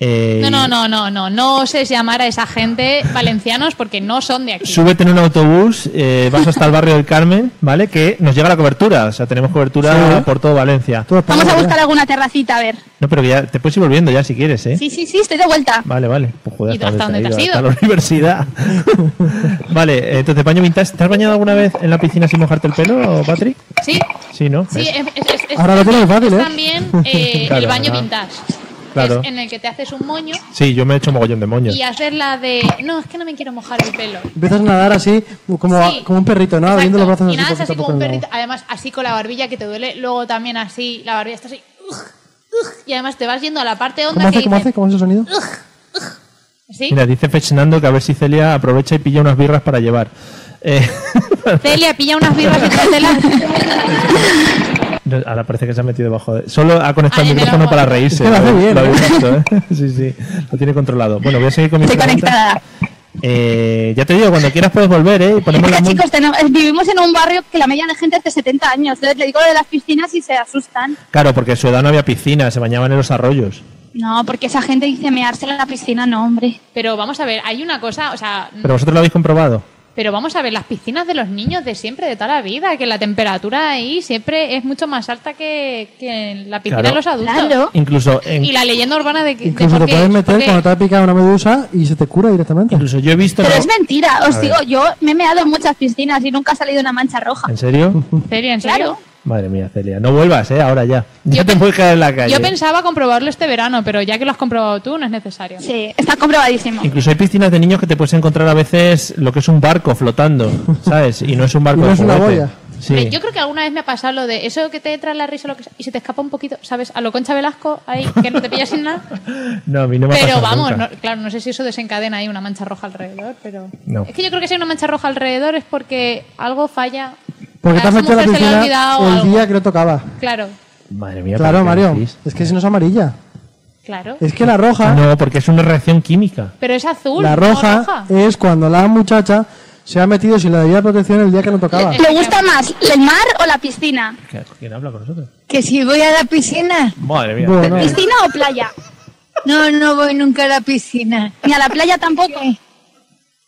[SPEAKER 1] eh,
[SPEAKER 2] No, no, no, no, no. No oses llamar a esa gente valencianos porque no son de aquí.
[SPEAKER 1] Súbete en un autobús, eh, vas hasta el barrio del Carmen, ¿vale? Que nos llega la cobertura, o sea, tenemos cobertura por todo Valencia.
[SPEAKER 3] Vamos a
[SPEAKER 4] ¿eh?
[SPEAKER 3] buscar alguna terracita, a ver.
[SPEAKER 1] No, pero que ya te puedes ir volviendo ya si quieres, ¿eh?
[SPEAKER 3] Sí, sí, sí, estoy de vuelta.
[SPEAKER 1] Vale, vale. Pues joder,
[SPEAKER 3] ¿Y tú hasta dónde te has
[SPEAKER 1] hasta
[SPEAKER 3] ido?
[SPEAKER 1] la universidad. *laughs* vale, entonces baño vintage. ¿Te has bañado alguna vez en la piscina sin mojarte el pelo, Patrick?
[SPEAKER 2] Sí,
[SPEAKER 1] Sí, ¿no?
[SPEAKER 2] sí,
[SPEAKER 1] ¿Ves?
[SPEAKER 2] es, es- es-
[SPEAKER 1] Pues Ahora lo tienes fácil,
[SPEAKER 2] es
[SPEAKER 1] ¿eh? *laughs*
[SPEAKER 2] también eh,
[SPEAKER 1] Claro,
[SPEAKER 2] el baño
[SPEAKER 1] ah,
[SPEAKER 2] vintage.
[SPEAKER 1] claro.
[SPEAKER 2] Es en el que te haces un moño
[SPEAKER 1] Sí, yo me he hecho mogollón de moños.
[SPEAKER 2] y haces la de. No, es que no me quiero mojar el pelo.
[SPEAKER 4] Empiezas a nadar así, como,
[SPEAKER 2] Sí.
[SPEAKER 4] como un perrito, ¿no? Abriendo los brazos
[SPEAKER 2] Y nada, es así
[SPEAKER 4] poquito a
[SPEAKER 2] como un
[SPEAKER 4] poco en el
[SPEAKER 2] perrito. Además, así con la barbilla que te duele. Luego también así, la barbilla está así. ugh, ugh, y además te vas yendo a la parte
[SPEAKER 4] agua.
[SPEAKER 2] honda
[SPEAKER 4] ¿Cómo
[SPEAKER 2] que
[SPEAKER 4] hace, cómo
[SPEAKER 2] dices,
[SPEAKER 4] hace? ¿Cómo es el sonido?
[SPEAKER 2] ¿sí?
[SPEAKER 1] Mira, dice Fernando que a ver si Celia aprovecha y pilla unas birras para llevar. Eh,
[SPEAKER 2] Celia, pilla unas
[SPEAKER 4] *laughs*
[SPEAKER 2] birras y tráetelas.
[SPEAKER 1] no, ahora parece que se ha metido debajo de... Solo ha conectado
[SPEAKER 2] Ay,
[SPEAKER 1] el
[SPEAKER 2] me lo
[SPEAKER 1] micrófono
[SPEAKER 2] hago.
[SPEAKER 1] para reírse.
[SPEAKER 2] *laughs*
[SPEAKER 4] Es que lo hace bien,
[SPEAKER 1] habéis
[SPEAKER 4] ¿eh?
[SPEAKER 1] visto, ¿eh? *laughs* Sí, sí. Lo tiene controlado. Bueno, voy a seguir con mi
[SPEAKER 3] Estoy
[SPEAKER 1] pregunta.
[SPEAKER 3] conectada.
[SPEAKER 1] Eh, ya te digo, cuando quieras puedes volver, ¿eh? Y ponemos la
[SPEAKER 3] Mira,
[SPEAKER 1] música.
[SPEAKER 3] chicos, tenemos- eh, vivimos en un barrio que la media de gente es de 70 años. Entonces le digo lo de las piscinas y se asustan.
[SPEAKER 1] Claro, porque en su edad no había piscina, se bañaban en los arroyos.
[SPEAKER 3] No, porque esa gente dice mearse en la piscina, no, hombre.
[SPEAKER 2] Pero vamos a ver, hay una cosa, o sea, mm,
[SPEAKER 1] Pero vosotros lo habéis comprobado.
[SPEAKER 2] pero vamos a ver, las piscinas de los niños de siempre, de toda la vida, que la temperatura ahí siempre es mucho más alta que, que en la piscina
[SPEAKER 1] Claro.
[SPEAKER 2] de los adultos.
[SPEAKER 1] Incluso, en-
[SPEAKER 2] Y la leyenda urbana de que... de
[SPEAKER 4] Incluso
[SPEAKER 2] por
[SPEAKER 4] te
[SPEAKER 2] qué-
[SPEAKER 4] puedes meter
[SPEAKER 2] por qué-
[SPEAKER 4] cuando te ha picado una medusa y se te cura directamente.
[SPEAKER 1] incluso yo he visto...
[SPEAKER 3] Pero
[SPEAKER 1] la-
[SPEAKER 3] es mentira,
[SPEAKER 1] A
[SPEAKER 3] os digo,
[SPEAKER 1] ver.
[SPEAKER 3] yo me he meado en muchas piscinas y nunca ha salido una mancha roja.
[SPEAKER 1] ¿En serio? *laughs*
[SPEAKER 2] Celia, ¿en serio?
[SPEAKER 3] Claro.
[SPEAKER 1] Madre mía, Celia. No vuelvas, ¿eh? Ahora ya. Ya te puedes caer en la calle.
[SPEAKER 2] Yo pensaba comprobarlo este verano, pero ya que lo has comprobado tú, no es necesario.
[SPEAKER 3] Sí, está comprobadísimo.
[SPEAKER 1] Incluso hay piscinas de niños que te puedes encontrar a veces lo que es un barco flotando, ¿sabes? Y no es un barco
[SPEAKER 4] *laughs* Y no
[SPEAKER 1] de
[SPEAKER 4] es una
[SPEAKER 1] juguete.
[SPEAKER 4] boya.
[SPEAKER 1] Sí.
[SPEAKER 2] Eh, Yo creo que alguna vez me ha pasado lo de eso que te trae la risa o lo que sea, y se te escapa un poquito, ¿sabes? A lo Concha Velasco, ahí, que no te pillas sin nada.
[SPEAKER 1] No, a mí no me ha
[SPEAKER 2] Pero
[SPEAKER 1] pasado
[SPEAKER 2] vamos,
[SPEAKER 1] nunca.
[SPEAKER 2] no- claro, no sé si eso desencadena ahí una mancha roja alrededor, pero...
[SPEAKER 1] No.
[SPEAKER 2] Es que yo creo que si hay una mancha roja alrededor es porque algo falla.
[SPEAKER 4] Porque
[SPEAKER 2] A
[SPEAKER 4] te has
[SPEAKER 2] esa
[SPEAKER 4] metido en la
[SPEAKER 2] mujer se le ha
[SPEAKER 4] piscina
[SPEAKER 2] olvidado
[SPEAKER 4] el
[SPEAKER 2] algo.
[SPEAKER 4] día que no tocaba.
[SPEAKER 2] Claro,
[SPEAKER 1] Madre mía.
[SPEAKER 4] Claro,
[SPEAKER 1] ¿por qué
[SPEAKER 4] Mario.
[SPEAKER 1] decís?
[SPEAKER 4] Es que si no es amarilla.
[SPEAKER 2] claro.
[SPEAKER 4] Es que la roja,
[SPEAKER 1] Ah, No, porque es una reacción química.
[SPEAKER 2] Pero es azul,
[SPEAKER 4] la
[SPEAKER 2] no
[SPEAKER 4] roja, es cuando la muchacha se ha metido sin la debida protección el día que no tocaba.
[SPEAKER 8] Eh,
[SPEAKER 3] ¿Le gusta más el mar o la piscina?
[SPEAKER 1] ¿Quién habla con nosotros?
[SPEAKER 9] Que si voy a la piscina.
[SPEAKER 1] Madre
[SPEAKER 8] eh,
[SPEAKER 1] mía.
[SPEAKER 4] Bueno,
[SPEAKER 3] ¿Piscina o playa?
[SPEAKER 9] No, no voy nunca a la piscina.
[SPEAKER 3] Ni a la playa tampoco.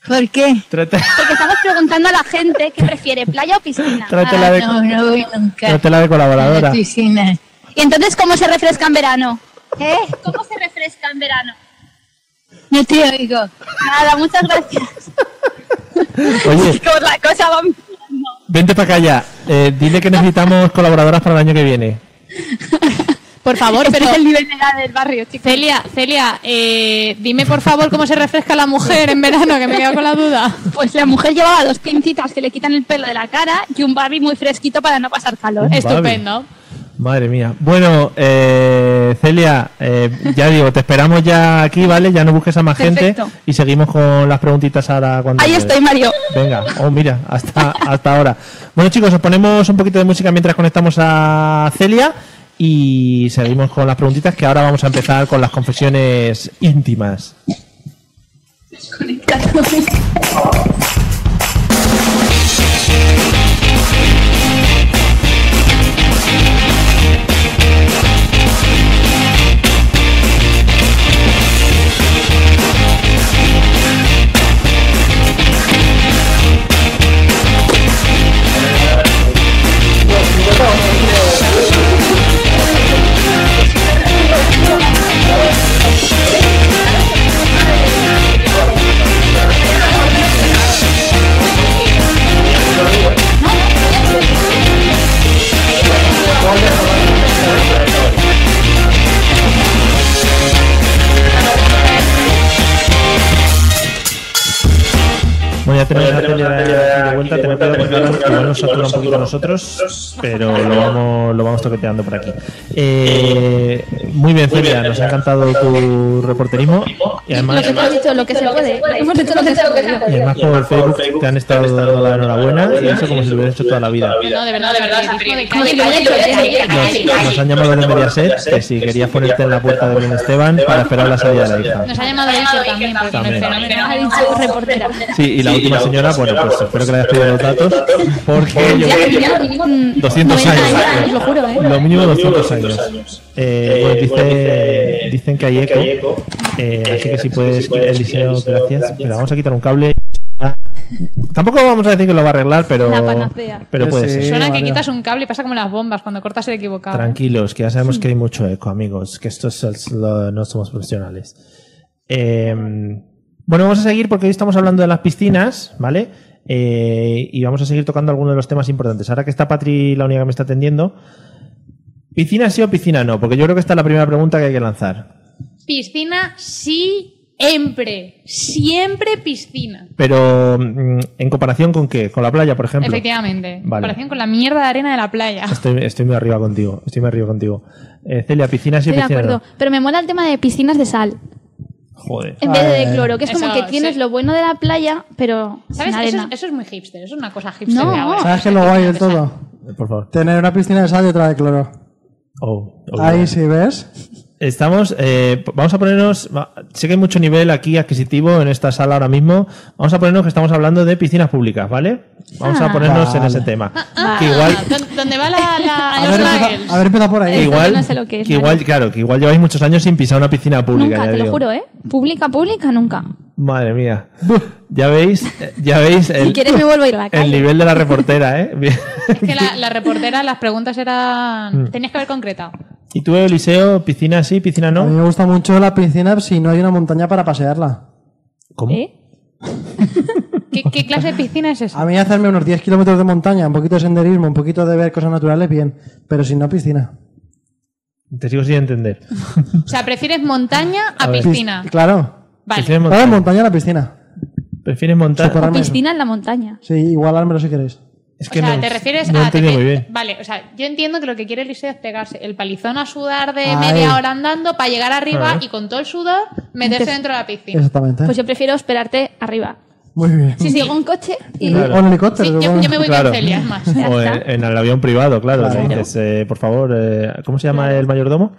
[SPEAKER 9] ¿Por qué?
[SPEAKER 1] Trata-
[SPEAKER 3] Porque estamos preguntando a la gente qué prefiere, playa o piscina.
[SPEAKER 1] Trátela
[SPEAKER 9] Ah,
[SPEAKER 1] de,
[SPEAKER 9] no, no voy nunca
[SPEAKER 1] trátela de
[SPEAKER 9] a la
[SPEAKER 1] colaboradora.
[SPEAKER 9] piscina.
[SPEAKER 3] ¿Y entonces cómo se refresca en verano? ¿Eh? ¿Cómo se refresca en verano?
[SPEAKER 9] No te oigo.
[SPEAKER 3] Nada, muchas *laughs* gracias.
[SPEAKER 1] Oye,
[SPEAKER 3] Como la cosa *laughs* va mirando.
[SPEAKER 1] vente para acá ya. Eh, dile que necesitamos colaboradoras para el año que viene.
[SPEAKER 2] Por favor,
[SPEAKER 3] Este
[SPEAKER 2] pero...
[SPEAKER 3] es el nivel de edad del barrio,
[SPEAKER 2] *laughs*
[SPEAKER 3] chicos.
[SPEAKER 2] Celia, Celia, eh, dime por favor cómo se refresca la mujer en verano, que me quedo con la duda.
[SPEAKER 3] Pues la mujer llevaba dos pincitas que le quitan el pelo de la cara y un Barbie muy fresquito para no pasar calor.
[SPEAKER 1] Vale.
[SPEAKER 2] Estupendo.
[SPEAKER 1] Madre mía. Bueno, eh, Celia, eh, ya digo, te esperamos ya aquí, ¿vale? Ya no busques a más
[SPEAKER 3] Perfecto.
[SPEAKER 1] gente y seguimos con las preguntitas ahora cuando...
[SPEAKER 3] Ahí
[SPEAKER 1] quieras.
[SPEAKER 3] estoy, Mario.
[SPEAKER 1] Venga, oh mira, hasta, hasta ahora. Bueno chicos, os ponemos un poquito de música mientras conectamos a Celia y seguimos con las preguntitas que ahora vamos a empezar con las confesiones íntimas. Bueno, ya tenemos a Celia aquí de vuelta, tenemos cuidado porque ahora igual nos satura un poquito a nosotros, pero *laughs* lo vamos, lo vamos toqueteando por aquí. Eh, muy bien Celia, nos ha encantado tu reporterismo y además...
[SPEAKER 3] hemos dicho, lo que se puede. Hemos hecho lo que se puede.
[SPEAKER 1] Y además por Facebook te han estado dando la enhorabuena y eso como si lo hubieras hecho toda la vida.
[SPEAKER 2] No, de verdad, de verdad.
[SPEAKER 3] Como si lo hubiera hecho ella.
[SPEAKER 1] Nos, nos han llamado de Mediaset que si querías ponerte en la puerta de Ben Esteban para esperar la salida de la hija.
[SPEAKER 2] Nos ha llamado Iker también, porque
[SPEAKER 1] También.
[SPEAKER 2] no es fenómeno.
[SPEAKER 3] Ha dicho reportera.
[SPEAKER 1] pues, Sí, y la última señora, bueno, pues espero que le hayas pedido los datos, Porque yo-
[SPEAKER 3] Ya lo mínimo
[SPEAKER 1] 200
[SPEAKER 3] 90
[SPEAKER 1] años.
[SPEAKER 3] Mm, años, lo juro, ¿eh?
[SPEAKER 1] Lo mínimo
[SPEAKER 10] Lo mínimo
[SPEAKER 1] 200 años.
[SPEAKER 10] 200
[SPEAKER 1] Eh, bueno, dice-
[SPEAKER 10] dice-
[SPEAKER 1] dicen que hay
[SPEAKER 10] que hay
[SPEAKER 1] eco. Eh, así que si puedes, Eliseo, gracias. Pero vamos a quitar un cable. Tampoco vamos a decir que lo va a arreglar, pero,
[SPEAKER 2] La panacea.
[SPEAKER 1] pero puede ser.
[SPEAKER 2] Suena que quitas un cable y pasa como las bombas cuando cortas el equivocado.
[SPEAKER 1] Tranquilos, que ya
[SPEAKER 8] *laughs*
[SPEAKER 1] sabemos que hay mucho eco, amigos, que esto es lo- no somos profesionales. Eh, bueno, vamos a seguir porque hoy estamos hablando de las piscinas, ¿vale? Eh, y vamos a seguir tocando algunos de los temas importantes. Ahora que está Patri la única que me está atendiendo, ¿piscina sí o piscina no? Porque yo creo que esta es la primera pregunta que hay que lanzar.
[SPEAKER 2] Piscina siempre. Siempre piscina.
[SPEAKER 1] Pero, mm, ¿en comparación con qué? ¿Con la playa, por ejemplo?
[SPEAKER 2] Efectivamente. En
[SPEAKER 1] Vale.
[SPEAKER 2] comparación con la mierda de arena de la playa.
[SPEAKER 1] Estoy, estoy muy arriba contigo, estoy muy arriba contigo. Eh, Celia, ¿piscina sí o
[SPEAKER 8] Estoy de
[SPEAKER 1] piscina
[SPEAKER 8] acuerdo.
[SPEAKER 1] no?
[SPEAKER 8] Pero me mola el tema de piscinas de sal
[SPEAKER 4] eh,
[SPEAKER 1] Joder.
[SPEAKER 8] en vez de, de cloro, que es como
[SPEAKER 2] Eso,
[SPEAKER 8] que tienes
[SPEAKER 2] sí.
[SPEAKER 8] lo bueno de la playa, pero
[SPEAKER 2] ¿Sabes?
[SPEAKER 8] sin
[SPEAKER 2] Eso,
[SPEAKER 8] arena.
[SPEAKER 2] es- eso es muy hipster. Eso es una cosa hipster
[SPEAKER 8] No.
[SPEAKER 2] de ahora.
[SPEAKER 4] eh, ¿Sabes qué es lo guay del todo?
[SPEAKER 1] Por favor.
[SPEAKER 4] Tener una piscina de sal y otra de cloro.
[SPEAKER 1] Oh, oh,
[SPEAKER 4] Ahí sí, ¿ves?
[SPEAKER 1] Estamos, eh, vamos a ponernos, va- sé que hay mucho nivel aquí adquisitivo en esta sala ahora mismo, vamos a ponernos que estamos hablando de piscinas públicas, ¿vale? Vamos a
[SPEAKER 2] Ah.
[SPEAKER 1] ponernos en
[SPEAKER 4] Vale.
[SPEAKER 1] ese tema.
[SPEAKER 2] Ah,
[SPEAKER 1] Que igual,
[SPEAKER 2] ¿dó- ¿Dónde va la, la-
[SPEAKER 4] *laughs* A ver,
[SPEAKER 2] los
[SPEAKER 4] empieza,
[SPEAKER 2] bagels?
[SPEAKER 4] a ver, empieza por
[SPEAKER 1] que
[SPEAKER 4] ahí.
[SPEAKER 1] igual, que igual, claro, que igual lleváis muchos años sin pisar una piscina pública.
[SPEAKER 8] nunca,
[SPEAKER 1] ya
[SPEAKER 8] te lo
[SPEAKER 1] digo.
[SPEAKER 8] juro, ¿eh? Pública, pública, nunca.
[SPEAKER 1] Madre mía. Ya veis, eh, ya veis el,
[SPEAKER 8] Si quieres me vuelvo a ir a la
[SPEAKER 1] el
[SPEAKER 8] calle.
[SPEAKER 1] nivel de la reportera,
[SPEAKER 2] *laughs*
[SPEAKER 1] ¿eh? Bien.
[SPEAKER 2] Es que
[SPEAKER 4] *laughs*
[SPEAKER 2] la, la reportera, las preguntas eran.
[SPEAKER 4] Hmm.
[SPEAKER 1] Mm.
[SPEAKER 2] Tenías que haber concretado.
[SPEAKER 1] ¿Y tú, Eliseo, piscina sí, piscina
[SPEAKER 4] A mí
[SPEAKER 1] no?
[SPEAKER 4] me gusta mucho la piscina si no hay una montaña para pasearla.
[SPEAKER 8] ¿eh?
[SPEAKER 1] ¿Cómo?
[SPEAKER 2] ¿Qué, qué clase de piscina es esa?
[SPEAKER 4] A mí hacerme unos 10 kilómetros de montaña, un poquito de senderismo, un poquito de ver cosas naturales, bien. Pero si no, piscina.
[SPEAKER 1] Te sigo sin entender.
[SPEAKER 2] O sea, prefieres montaña a,
[SPEAKER 1] A ver.
[SPEAKER 2] piscina.
[SPEAKER 4] Pis- Claro.
[SPEAKER 2] Vale.
[SPEAKER 1] ¿Prefieres
[SPEAKER 4] Claro,
[SPEAKER 1] montar?
[SPEAKER 4] montaña a la piscina.
[SPEAKER 1] ¿Prefieres montar?
[SPEAKER 8] O piscina en la montaña.
[SPEAKER 4] Sí, igualármelo si queréis.
[SPEAKER 1] Es
[SPEAKER 2] o sea, te refieres
[SPEAKER 1] no he
[SPEAKER 2] a. te
[SPEAKER 1] entendido
[SPEAKER 2] que-
[SPEAKER 1] muy bien.
[SPEAKER 2] Vale, o sea, yo entiendo que lo que quiere Eliseo es pegarse el palizón a sudar de
[SPEAKER 4] Ay.
[SPEAKER 2] media hora andando para llegar arriba
[SPEAKER 4] Ah.
[SPEAKER 2] y con todo el sudor meterse
[SPEAKER 8] Entonces-
[SPEAKER 2] dentro de la piscina.
[SPEAKER 4] Exactamente.
[SPEAKER 8] Pues yo prefiero esperarte arriba.
[SPEAKER 4] Muy bien.
[SPEAKER 8] Si sigo un coche y...
[SPEAKER 1] Claro.
[SPEAKER 4] O en helicóptero.
[SPEAKER 8] Sí, yo-
[SPEAKER 4] supongo.
[SPEAKER 8] yo me voy
[SPEAKER 1] Claro.
[SPEAKER 8] Celia, es
[SPEAKER 1] *laughs*
[SPEAKER 8] más.
[SPEAKER 1] O
[SPEAKER 8] Ya
[SPEAKER 1] en, en el avión privado, claro. le
[SPEAKER 4] Claro.
[SPEAKER 1] dices, eh, por favor, eh, ¿cómo se llama
[SPEAKER 8] *laughs*
[SPEAKER 1] el mayordomo?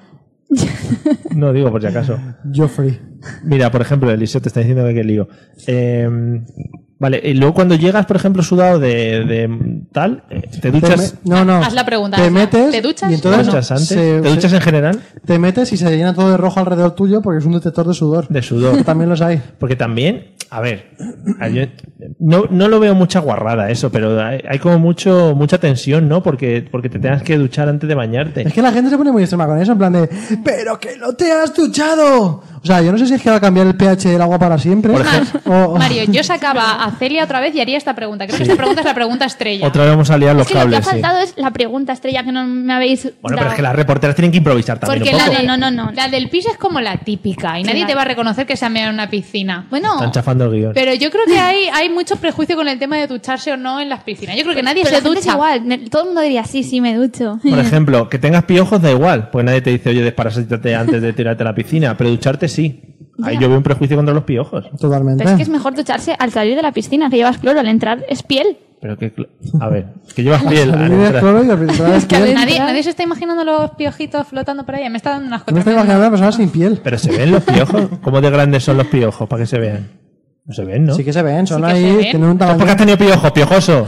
[SPEAKER 1] No digo por si acaso.
[SPEAKER 4] Joffrey.
[SPEAKER 1] Mira, por ejemplo, Eliseo te está diciendo que qué lío. Eh, vale, y luego cuando llegas, por ejemplo, sudado de, de tal, eh, te
[SPEAKER 4] Te
[SPEAKER 1] duchas.
[SPEAKER 4] me- No, no.
[SPEAKER 2] Haz la pregunta.
[SPEAKER 4] Te
[SPEAKER 2] hazla.
[SPEAKER 4] metes.
[SPEAKER 2] ¿Te duchas?
[SPEAKER 4] Y entonces,
[SPEAKER 1] ¿Te duchas antes? ¿Te duchas en general?
[SPEAKER 4] Te metes y se llena todo de rojo alrededor tuyo porque es un detector de sudor.
[SPEAKER 1] De sudor.
[SPEAKER 4] *laughs* También los hay.
[SPEAKER 1] Porque también, a ver, a- yo no, no lo veo mucha guarrada eso, pero hay, hay como mucho mucha tensión, ¿no? Porque, porque te tengas que duchar antes de bañarte.
[SPEAKER 4] Es que la gente se pone muy extrema con eso, en plan de, pero que no te has duchado. O sea, yo no sé si es que va a cambiar el pH del agua para siempre.
[SPEAKER 1] *laughs*
[SPEAKER 4] o- o-
[SPEAKER 2] Mario, yo sacaba a Celia otra vez y haría esta pregunta.
[SPEAKER 1] Oh,
[SPEAKER 2] Creo
[SPEAKER 1] Sí.
[SPEAKER 2] que esta pregunta es la pregunta estrella.
[SPEAKER 1] Otra vez vamos a liar los
[SPEAKER 8] Es que lo que ha
[SPEAKER 1] cables. sí.
[SPEAKER 8] faltado es la pregunta estrella que no me habéis
[SPEAKER 1] Bueno, pero
[SPEAKER 8] dado.
[SPEAKER 1] es que las reporteras tienen que improvisar también
[SPEAKER 2] Porque
[SPEAKER 1] un
[SPEAKER 2] la,
[SPEAKER 1] poco.
[SPEAKER 2] de- la del pis es como la típica y nadie
[SPEAKER 8] Claro.
[SPEAKER 2] te va a reconocer que se ha meado en una piscina. Bueno,
[SPEAKER 1] Están chafando el guión.
[SPEAKER 2] pero yo creo que hay, hay mucho prejuicio con el tema de ducharse o no en las piscinas. Yo creo que nadie
[SPEAKER 8] Pero la
[SPEAKER 2] se
[SPEAKER 8] gente es
[SPEAKER 2] ducha.
[SPEAKER 8] igual. ne- Todo el mundo diría, sí, sí, me ducho.
[SPEAKER 1] Por ejemplo, que tengas piojos da igual, pues nadie te dice, oye, desparasítate antes de tirarte a la piscina, pero ducharte sí. Ahí
[SPEAKER 8] Ya.
[SPEAKER 1] yo veo un prejuicio contra los piojos.
[SPEAKER 4] Totalmente.
[SPEAKER 1] Ah.
[SPEAKER 8] Pero es que es mejor ducharse al salir de la piscina, que llevas cloro, al entrar es piel.
[SPEAKER 1] Pero que, cl- a ver, que llevas piel. ah,
[SPEAKER 4] Al
[SPEAKER 1] al
[SPEAKER 4] salir del
[SPEAKER 1] entrar.
[SPEAKER 4] cloro y al entrar es piel.
[SPEAKER 2] Nadie, nadie se está imaginando los piojitos flotando por ahí. Me está dando unas
[SPEAKER 4] Yo me
[SPEAKER 2] cosas.
[SPEAKER 4] estoy imaginando a una persona sin piel.
[SPEAKER 1] Pero se ven los piojos. ¿Cómo de grandes son los piojos para que se vean? No se ven, ¿no?
[SPEAKER 4] Sí que se ven, son
[SPEAKER 1] Sí que se
[SPEAKER 4] ahí,
[SPEAKER 1] ven.
[SPEAKER 4] tienen un
[SPEAKER 1] ¿Por qué
[SPEAKER 4] tamaño.
[SPEAKER 1] has tenido piojos,
[SPEAKER 4] *laughs*
[SPEAKER 1] piojoso?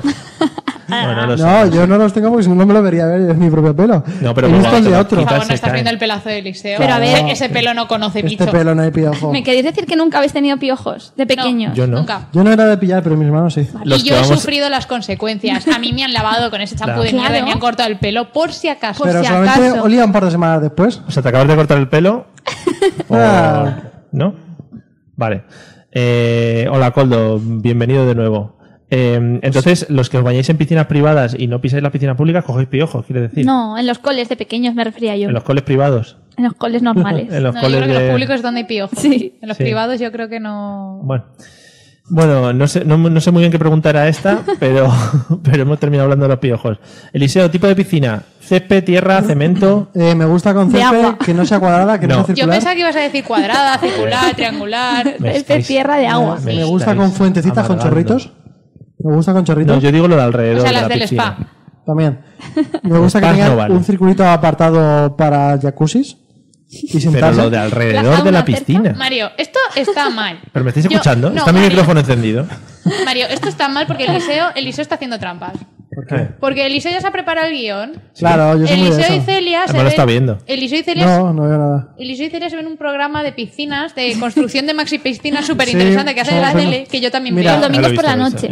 [SPEAKER 1] No, no lo sé.
[SPEAKER 4] No, yo no los tengo porque si no, no me lo vería ver, es mi propio pelo.
[SPEAKER 1] No, pero
[SPEAKER 4] He
[SPEAKER 1] bueno,
[SPEAKER 4] visto el de
[SPEAKER 1] pero
[SPEAKER 4] otro.
[SPEAKER 1] quita-
[SPEAKER 2] Por favor,
[SPEAKER 1] se
[SPEAKER 2] no estás
[SPEAKER 1] caen.
[SPEAKER 2] viendo el pelazo de Eliseo.
[SPEAKER 8] Pero a ver-
[SPEAKER 2] Sé que ese pelo no conoce bicho.
[SPEAKER 4] Este pelo no hay
[SPEAKER 2] *laughs*
[SPEAKER 4] piojo.
[SPEAKER 8] ¿Me queréis decir que nunca habéis tenido piojos de pequeños?
[SPEAKER 1] yo no.
[SPEAKER 2] Nunca.
[SPEAKER 4] Yo no era de pillar, pero mis hermanos sí.
[SPEAKER 2] y yo he sufrido las consecuencias. A mí me han lavado con ese champú de
[SPEAKER 8] Claro.
[SPEAKER 2] mierda y me han cortado el pelo por si acaso.
[SPEAKER 4] Pero
[SPEAKER 2] por si
[SPEAKER 4] solamente
[SPEAKER 2] acaso.
[SPEAKER 4] olía un par de semanas después.
[SPEAKER 1] O sea, te acabas de cortar el pelo. O- ¿No? Vale. Eh, hola, Coldo. Bienvenido de nuevo. Eh, entonces, los que os bañáis en piscinas privadas y no pisáis las piscinas públicas, cogéis piojos, quiere decir.
[SPEAKER 8] No, en los coles de pequeños me refería yo.
[SPEAKER 1] En los coles privados.
[SPEAKER 8] En los coles normales.
[SPEAKER 1] *laughs* En los
[SPEAKER 2] No, yo
[SPEAKER 1] coles
[SPEAKER 2] creo que en
[SPEAKER 1] de-
[SPEAKER 2] los públicos es donde hay piojos. En los
[SPEAKER 1] Sí.
[SPEAKER 2] privados yo creo que no.
[SPEAKER 1] Bueno. Bueno, no sé, no, no sé muy bien qué pregunta era
[SPEAKER 2] *laughs*
[SPEAKER 1] esta, pero, pero hemos terminado hablando de los piojos. Eliseo, tipo de piscina, césped, tierra, cemento.
[SPEAKER 4] Eh, me gusta con
[SPEAKER 1] De
[SPEAKER 4] césped
[SPEAKER 1] agua.
[SPEAKER 4] que no sea cuadrada, que no,
[SPEAKER 1] No.
[SPEAKER 4] sea
[SPEAKER 2] Yo
[SPEAKER 4] circular.
[SPEAKER 2] pensaba que ibas a decir
[SPEAKER 1] *laughs*
[SPEAKER 2] cuadrada, circular, triangular.
[SPEAKER 1] Me Césped, estáis- tierra de agua.
[SPEAKER 4] Eh, Me,
[SPEAKER 1] me
[SPEAKER 4] gusta
[SPEAKER 1] estáis
[SPEAKER 4] con fuentecitas, con
[SPEAKER 1] amargando.
[SPEAKER 4] chorritos. Me gusta con chorritos.
[SPEAKER 1] No, yo digo lo de alrededor.
[SPEAKER 2] O sea,
[SPEAKER 1] de
[SPEAKER 2] las
[SPEAKER 1] la
[SPEAKER 2] del
[SPEAKER 1] piscina.
[SPEAKER 2] spa.
[SPEAKER 4] También. Me gusta que
[SPEAKER 1] Spas
[SPEAKER 4] tengan
[SPEAKER 1] no vale.
[SPEAKER 4] un circulito apartado para jacuzzis. Y
[SPEAKER 1] Pero
[SPEAKER 4] sentarse.
[SPEAKER 1] lo de alrededor de la piscina.
[SPEAKER 2] Mario, esto está mal.
[SPEAKER 1] ¿Pero me estáis
[SPEAKER 2] Yo-
[SPEAKER 1] escuchando?
[SPEAKER 2] no,
[SPEAKER 1] Está mi
[SPEAKER 2] Mario.
[SPEAKER 1] micrófono encendido.
[SPEAKER 2] Mario, esto está mal porque Eliseo, Eliseo está haciendo trampas.
[SPEAKER 4] ¿Por qué?
[SPEAKER 2] Porque Eliseo ya se ha preparado el guión.
[SPEAKER 4] Claro, yo soy muy de
[SPEAKER 2] Eliseo y
[SPEAKER 4] eso.
[SPEAKER 2] Celia se
[SPEAKER 1] Además, lo está
[SPEAKER 2] ven-
[SPEAKER 1] viendo.
[SPEAKER 2] Eliseo y Celia
[SPEAKER 4] No, no veo nada.
[SPEAKER 2] Eliseo y Celia se ven un programa de piscinas, de construcción de maxi
[SPEAKER 4] *laughs*
[SPEAKER 2] piscinas súper interesante que hacen en la
[SPEAKER 4] somos-
[SPEAKER 2] tele, que yo también
[SPEAKER 4] Mira,
[SPEAKER 2] veo.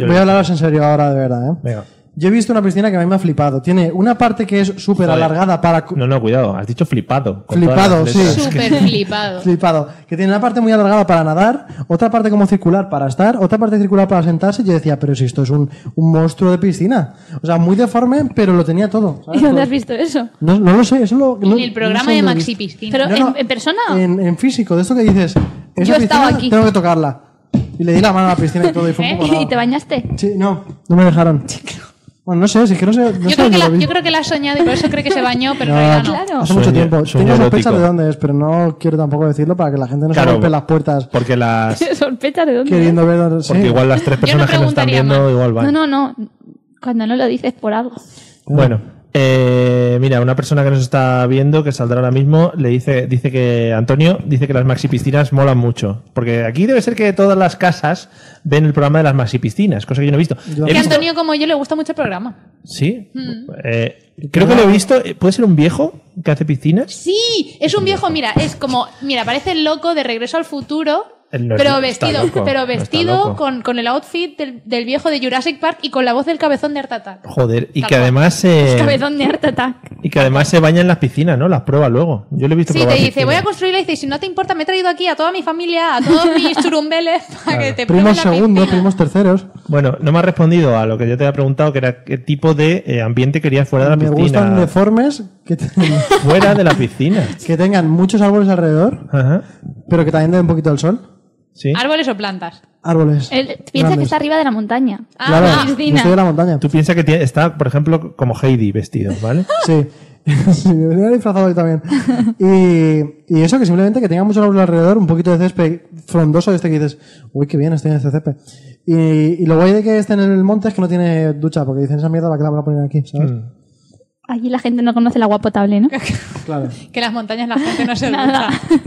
[SPEAKER 4] Voy a hablaros en serio ahora, de verdad, ¿eh? Yo he visto una piscina que a mí me ha flipado. Tiene una parte que es súper
[SPEAKER 1] Joder.
[SPEAKER 4] alargada para... cu-
[SPEAKER 1] No, no, cuidado. Has dicho flipado. con
[SPEAKER 4] Flipado,
[SPEAKER 1] todas las
[SPEAKER 4] sí.
[SPEAKER 1] letras.
[SPEAKER 2] Súper flipado.
[SPEAKER 4] Flipado. Que tiene una parte muy alargada para nadar, otra parte como circular para estar, otra parte circular para sentarse. Y yo decía, pero si esto es un, un monstruo de piscina. O sea, muy deforme, pero lo tenía todo.
[SPEAKER 2] *laughs*
[SPEAKER 4] ¿sabes?
[SPEAKER 8] ¿Y dónde
[SPEAKER 4] Todo.
[SPEAKER 8] has
[SPEAKER 1] Ah.
[SPEAKER 8] visto eso?
[SPEAKER 4] No, no lo sé, es lo... no-
[SPEAKER 2] En el
[SPEAKER 4] no
[SPEAKER 2] programa
[SPEAKER 4] sé
[SPEAKER 2] de
[SPEAKER 4] dónde lo he
[SPEAKER 2] Maxi
[SPEAKER 4] visto.
[SPEAKER 2] Piscina.
[SPEAKER 8] ¿Pero
[SPEAKER 4] No,
[SPEAKER 8] en,
[SPEAKER 4] no.
[SPEAKER 8] en persona?
[SPEAKER 4] En, en físico, de esto que dices, esa
[SPEAKER 8] Yo estaba
[SPEAKER 4] piscina
[SPEAKER 8] aquí.
[SPEAKER 4] tengo que tocarla. Y le di la mano a la piscina y todo
[SPEAKER 2] *laughs*
[SPEAKER 4] y
[SPEAKER 2] ¿Eh?
[SPEAKER 4] fue un poco
[SPEAKER 8] ¿Eh? *laughs* ¿Y
[SPEAKER 4] raro.
[SPEAKER 8] te bañaste?
[SPEAKER 4] Sí, no, no me dejaron. Bueno, no sé, si es que no sé, no sé
[SPEAKER 2] Yo creo,
[SPEAKER 4] dónde
[SPEAKER 2] que la,
[SPEAKER 4] lo vi.
[SPEAKER 2] yo creo que la ha soñado y por eso cree que se bañó, pero
[SPEAKER 4] No,
[SPEAKER 2] en realidad no.
[SPEAKER 4] Hace mucho
[SPEAKER 1] Sueño-
[SPEAKER 4] tiempo.
[SPEAKER 1] sueño
[SPEAKER 4] Tengo sospechas
[SPEAKER 1] erótico.
[SPEAKER 4] de dónde es, pero no quiero tampoco decirlo para que la gente no
[SPEAKER 1] Claro.
[SPEAKER 4] se golpee las puertas
[SPEAKER 1] Porque las.
[SPEAKER 8] ¿Sospechas de dónde?
[SPEAKER 4] queriendo ver dónde sí.
[SPEAKER 1] Porque igual las tres personas que nos están
[SPEAKER 8] preguntaría
[SPEAKER 1] viendo, igual
[SPEAKER 8] No,
[SPEAKER 1] van.
[SPEAKER 8] no, no. Cuando no lo dices por algo.
[SPEAKER 1] Bueno, eh, mira, una persona que nos está viendo, que saldrá ahora mismo, le dice, dice que Antonio dice que las maxi piscinas molan mucho. Porque aquí debe ser que todas las casas ven el programa de las maxi piscinas, cosa que yo no he visto. He
[SPEAKER 2] Que a
[SPEAKER 1] visto-
[SPEAKER 2] Antonio como yo le gusta mucho el programa.
[SPEAKER 1] Sí.
[SPEAKER 2] Mm.
[SPEAKER 1] Eh, creo que lo he visto. eh, ¿Puede ser un viejo que hace piscinas?
[SPEAKER 2] Sí, es un viejo, mira, es como, mira, parece el loco de Regreso al Futuro,
[SPEAKER 1] Él no es-
[SPEAKER 2] pero
[SPEAKER 1] está
[SPEAKER 2] vestido,
[SPEAKER 1] loco,
[SPEAKER 2] pero
[SPEAKER 1] no está
[SPEAKER 2] vestido
[SPEAKER 1] loco.
[SPEAKER 2] con, con el outfit del, del viejo de Jurassic Park y con la voz del cabezón de Art Attack.
[SPEAKER 1] Joder, y
[SPEAKER 2] Tal
[SPEAKER 1] que
[SPEAKER 2] cual.
[SPEAKER 1] además eh,
[SPEAKER 8] Cabezón de Art Attack.
[SPEAKER 1] y que además se baña en las piscinas, ¿no? Las prueba luego. Yo lo he visto
[SPEAKER 2] Sí, te
[SPEAKER 1] probar
[SPEAKER 2] dice,
[SPEAKER 1] piscinas.
[SPEAKER 2] voy a construirla y dice, si no te importa, me he traído aquí a toda mi familia,
[SPEAKER 1] *laughs*
[SPEAKER 2] a todos mis churumbeles para que te prueben
[SPEAKER 4] primos
[SPEAKER 2] la
[SPEAKER 4] segundos,
[SPEAKER 2] piscina".
[SPEAKER 4] primos terceros.
[SPEAKER 1] Bueno, no me has respondido a lo que yo te había preguntado, que era qué tipo de eh, ambiente querías fuera de la
[SPEAKER 4] Me
[SPEAKER 1] piscina.
[SPEAKER 4] gustan deformes que,
[SPEAKER 1] *laughs*
[SPEAKER 4] te- *laughs*
[SPEAKER 1] Fuera de la piscina.
[SPEAKER 4] que tengan muchos árboles alrededor,
[SPEAKER 1] Ajá.
[SPEAKER 4] pero que también den un poquito el sol.
[SPEAKER 1] Sí.
[SPEAKER 2] Árboles o plantas.
[SPEAKER 4] Árboles.
[SPEAKER 8] Él piensa que
[SPEAKER 4] Grandes.
[SPEAKER 8] está arriba de la montaña.
[SPEAKER 2] Ah,
[SPEAKER 4] claro,
[SPEAKER 2] ah,
[SPEAKER 4] yo
[SPEAKER 8] piscina.
[SPEAKER 4] estoy en la montaña.
[SPEAKER 1] Tú piensas que tiene- está, por ejemplo, como Heidi vestido, ¿vale?
[SPEAKER 4] Sí. *laughs* Sí, me hubiera disfrazado
[SPEAKER 8] *laughs*
[SPEAKER 4] yo también. Y, y eso, que simplemente que tenga muchos árboles alrededor, un poquito de césped frondoso de este que dices, uy, qué bien, estoy en este césped. Y, y lo guay de que esté en el monte es que no tiene ducha, porque dicen esa mierda la que la voy a poner aquí, ¿sabes?
[SPEAKER 1] Mm.
[SPEAKER 8] Allí la gente no conoce el agua potable,
[SPEAKER 1] *laughs*
[SPEAKER 8] ¿no?
[SPEAKER 4] Claro.
[SPEAKER 2] *laughs* Que las montañas la gente no se
[SPEAKER 8] Nada.
[SPEAKER 2] ducha.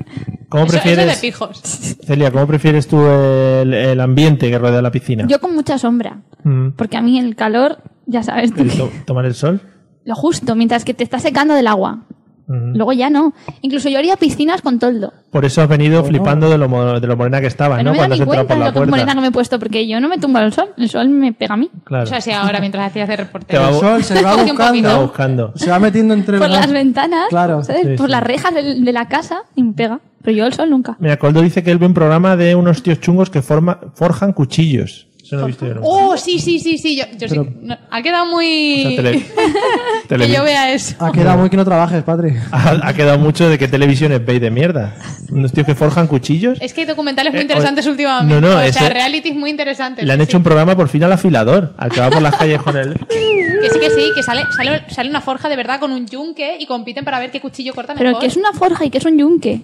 [SPEAKER 1] ¿Cómo
[SPEAKER 2] Eso, eso es de
[SPEAKER 1] prefieres,
[SPEAKER 2] pijos.
[SPEAKER 1] Celia, cómo prefieres tú el, el ambiente que rodea la piscina?
[SPEAKER 8] Yo con mucha sombra.
[SPEAKER 1] Mm.
[SPEAKER 8] Porque a mí el calor, ya sabes, tú
[SPEAKER 1] El
[SPEAKER 8] que-
[SPEAKER 1] to- ¿Tomar el sol?
[SPEAKER 8] *laughs* lo justo, mientras que te está secando del agua.
[SPEAKER 1] Mm.
[SPEAKER 8] Luego ya no. Incluso yo haría piscinas con toldo.
[SPEAKER 1] Por eso has venido flipando de lo, mo- de lo morena que estabas,
[SPEAKER 8] Pero no
[SPEAKER 1] Ah, ¿no?
[SPEAKER 8] me da
[SPEAKER 1] Cuando has
[SPEAKER 8] ni
[SPEAKER 1] entrado
[SPEAKER 8] cuenta
[SPEAKER 1] por la
[SPEAKER 8] lo que
[SPEAKER 1] puerta.
[SPEAKER 8] morena que me he puesto, porque yo no me tumbo al sol. El sol me pega a mí.
[SPEAKER 1] Claro.
[SPEAKER 2] O sea, si ahora mientras hacías de
[SPEAKER 1] Te
[SPEAKER 2] reportero.
[SPEAKER 1] va,
[SPEAKER 4] El
[SPEAKER 1] bu-
[SPEAKER 8] *laughs*
[SPEAKER 4] sol se va
[SPEAKER 2] Coge un
[SPEAKER 1] te va
[SPEAKER 4] buscando,
[SPEAKER 1] buscando.
[SPEAKER 4] se va metiendo entre
[SPEAKER 8] Por
[SPEAKER 4] los-
[SPEAKER 8] las ventanas,
[SPEAKER 4] Claro.
[SPEAKER 8] ¿sabes?
[SPEAKER 1] Sí,
[SPEAKER 8] por
[SPEAKER 1] sí.
[SPEAKER 8] las rejas del- de la casa y me pega. Pero yo el sol nunca.
[SPEAKER 1] Mira, Coldo dice que él ve un programa de unos tíos chungos que forma, forjan cuchillos. Eso no he visto yo nunca.
[SPEAKER 2] Oh, sí, sí, sí, sí. Yo, yo sí.
[SPEAKER 4] Pero-
[SPEAKER 2] No, ha quedado muy.
[SPEAKER 1] O sea, tele-
[SPEAKER 2] *laughs* que
[SPEAKER 1] televi-
[SPEAKER 2] yo vea eso.
[SPEAKER 4] Ha quedado muy Ah, que no trabajes, Patri.
[SPEAKER 1] *laughs* ha, ha quedado mucho de que televisiones veis de mierda. Unos tíos que forjan cuchillos.
[SPEAKER 2] Es que hay documentales muy
[SPEAKER 1] Eh,
[SPEAKER 2] interesantes
[SPEAKER 1] oye,
[SPEAKER 2] últimamente.
[SPEAKER 1] no, no,
[SPEAKER 2] o sea,
[SPEAKER 1] ese-
[SPEAKER 2] realities muy interesantes.
[SPEAKER 1] Le han
[SPEAKER 2] sí,
[SPEAKER 1] hecho un programa por fin al afilador, al que va por las calles con
[SPEAKER 2] *laughs*
[SPEAKER 1] él.
[SPEAKER 2] sí. Que sí, que sí, que sale, sale, sale una forja de verdad con un yunque y compiten para ver qué cuchillo corta mejor.
[SPEAKER 8] Pero que es una forja y que es un yunque.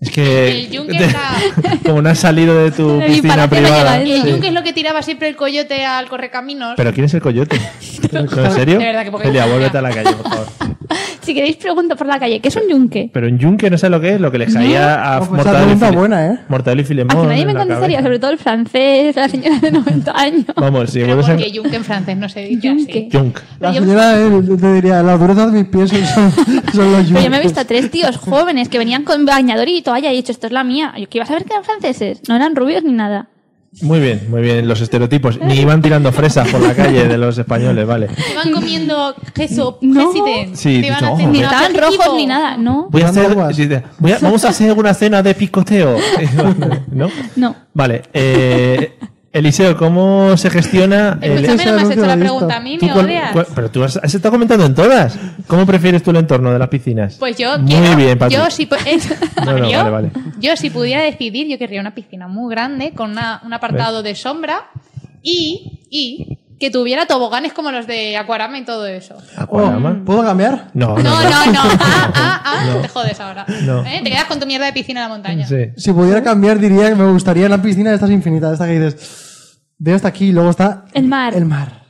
[SPEAKER 1] Es que.
[SPEAKER 2] El yunque era-
[SPEAKER 1] *laughs* como no has salido de
[SPEAKER 2] *laughs*
[SPEAKER 1] tu
[SPEAKER 8] Ni
[SPEAKER 1] piscina
[SPEAKER 8] para qué me
[SPEAKER 1] privada.
[SPEAKER 8] lleva
[SPEAKER 2] El
[SPEAKER 8] Sí.
[SPEAKER 2] yunque es lo que tiraba siempre el coyote al correcaminos.
[SPEAKER 1] Pero ¿quién es el
[SPEAKER 2] *laughs*
[SPEAKER 1] coyote? ¿No, ¿En serio?
[SPEAKER 2] De verdad, que poca
[SPEAKER 1] Celia, vuélvete
[SPEAKER 2] vergüenza.
[SPEAKER 1] a la calle, por favor.
[SPEAKER 8] Si queréis, pregunto por la calle. ¿Qué es un yunque?
[SPEAKER 1] Pero un yunque no sé lo que es, lo que les caía a
[SPEAKER 4] Oh, pues esa
[SPEAKER 1] Mortadelo y
[SPEAKER 4] pregunta
[SPEAKER 1] File-
[SPEAKER 4] buena, ¿eh?
[SPEAKER 1] Mortadelo
[SPEAKER 2] Ah,
[SPEAKER 1] y Filemón.
[SPEAKER 8] A que nadie me
[SPEAKER 1] en la
[SPEAKER 8] contestaría,
[SPEAKER 1] cabeza.
[SPEAKER 8] sobre todo el francés, la señora de 90 años.
[SPEAKER 1] Vamos, si
[SPEAKER 2] Pero
[SPEAKER 1] vuelves a.
[SPEAKER 2] porque yunque en francés no se dice
[SPEAKER 8] Yunque.
[SPEAKER 2] así.
[SPEAKER 1] Yunk.
[SPEAKER 4] La
[SPEAKER 8] yo-
[SPEAKER 4] señora eh, te diría, la dureza de mis pies son, son los
[SPEAKER 8] Pero yo me he visto a
[SPEAKER 4] yunques".
[SPEAKER 8] tres tíos jóvenes que venían con bañador y toalla y he dicho, esto es la mía. Yo que iba a saber que eran franceses. No eran rubios ni nada.
[SPEAKER 1] Muy bien, muy bien, los estereotipos. Ni iban tirando fresas por la calle de los españoles, vale.
[SPEAKER 2] Te van comiendo queso,
[SPEAKER 8] *laughs* No.
[SPEAKER 2] presidente.
[SPEAKER 1] Sí,
[SPEAKER 2] Te van
[SPEAKER 1] dicho,
[SPEAKER 2] haciendo
[SPEAKER 1] ojo.
[SPEAKER 8] Ni
[SPEAKER 1] No,
[SPEAKER 8] estaban
[SPEAKER 2] aperitivo.
[SPEAKER 8] rojos ni nada, ¿no?
[SPEAKER 1] Voy a
[SPEAKER 4] Dando
[SPEAKER 1] hacer,
[SPEAKER 4] guas.
[SPEAKER 1] sí, de- voy a- vamos a hacer una cena de picoteo. *laughs* ¿No?
[SPEAKER 8] No.
[SPEAKER 1] Vale. eh, Eliseo, ¿cómo se gestiona el...
[SPEAKER 2] Escúchame, no me has
[SPEAKER 4] Eso es lo
[SPEAKER 2] hecho
[SPEAKER 4] que
[SPEAKER 2] la
[SPEAKER 4] he visto.
[SPEAKER 2] pregunta a mí,
[SPEAKER 1] tú
[SPEAKER 2] me
[SPEAKER 1] cuál-
[SPEAKER 2] odias.
[SPEAKER 1] cuál- pero tú has, has estado comentando en todas. ¿Cómo prefieres tú el entorno de las piscinas?
[SPEAKER 2] Pues yo
[SPEAKER 1] Muy
[SPEAKER 2] quiero-
[SPEAKER 1] bien, Patri. *laughs*
[SPEAKER 2] yo si, pu- *laughs* eh,
[SPEAKER 1] No, no,
[SPEAKER 2] yo-
[SPEAKER 1] vale, vale.
[SPEAKER 2] yo si pudiera decidir, yo querría una piscina muy grande con una- un apartado de sombra y, y que tuviera toboganes como los de Aquarama y todo eso.
[SPEAKER 1] Ah, ¿Aquarama?
[SPEAKER 4] Oh, ¿Puedo cambiar?
[SPEAKER 1] No, no, *laughs*
[SPEAKER 2] No,
[SPEAKER 1] no.
[SPEAKER 2] no, no. Ah, ah, ah, te jodes ahora.
[SPEAKER 1] No.
[SPEAKER 2] ¿Eh? Te quedas con tu mierda de piscina de la montaña.
[SPEAKER 1] Sí.
[SPEAKER 4] Si pudiera cambiar, diría que me gustaría una piscina de estas infinitas, de esta que dices, veo hasta aquí y luego está
[SPEAKER 8] El mar.
[SPEAKER 4] El mar.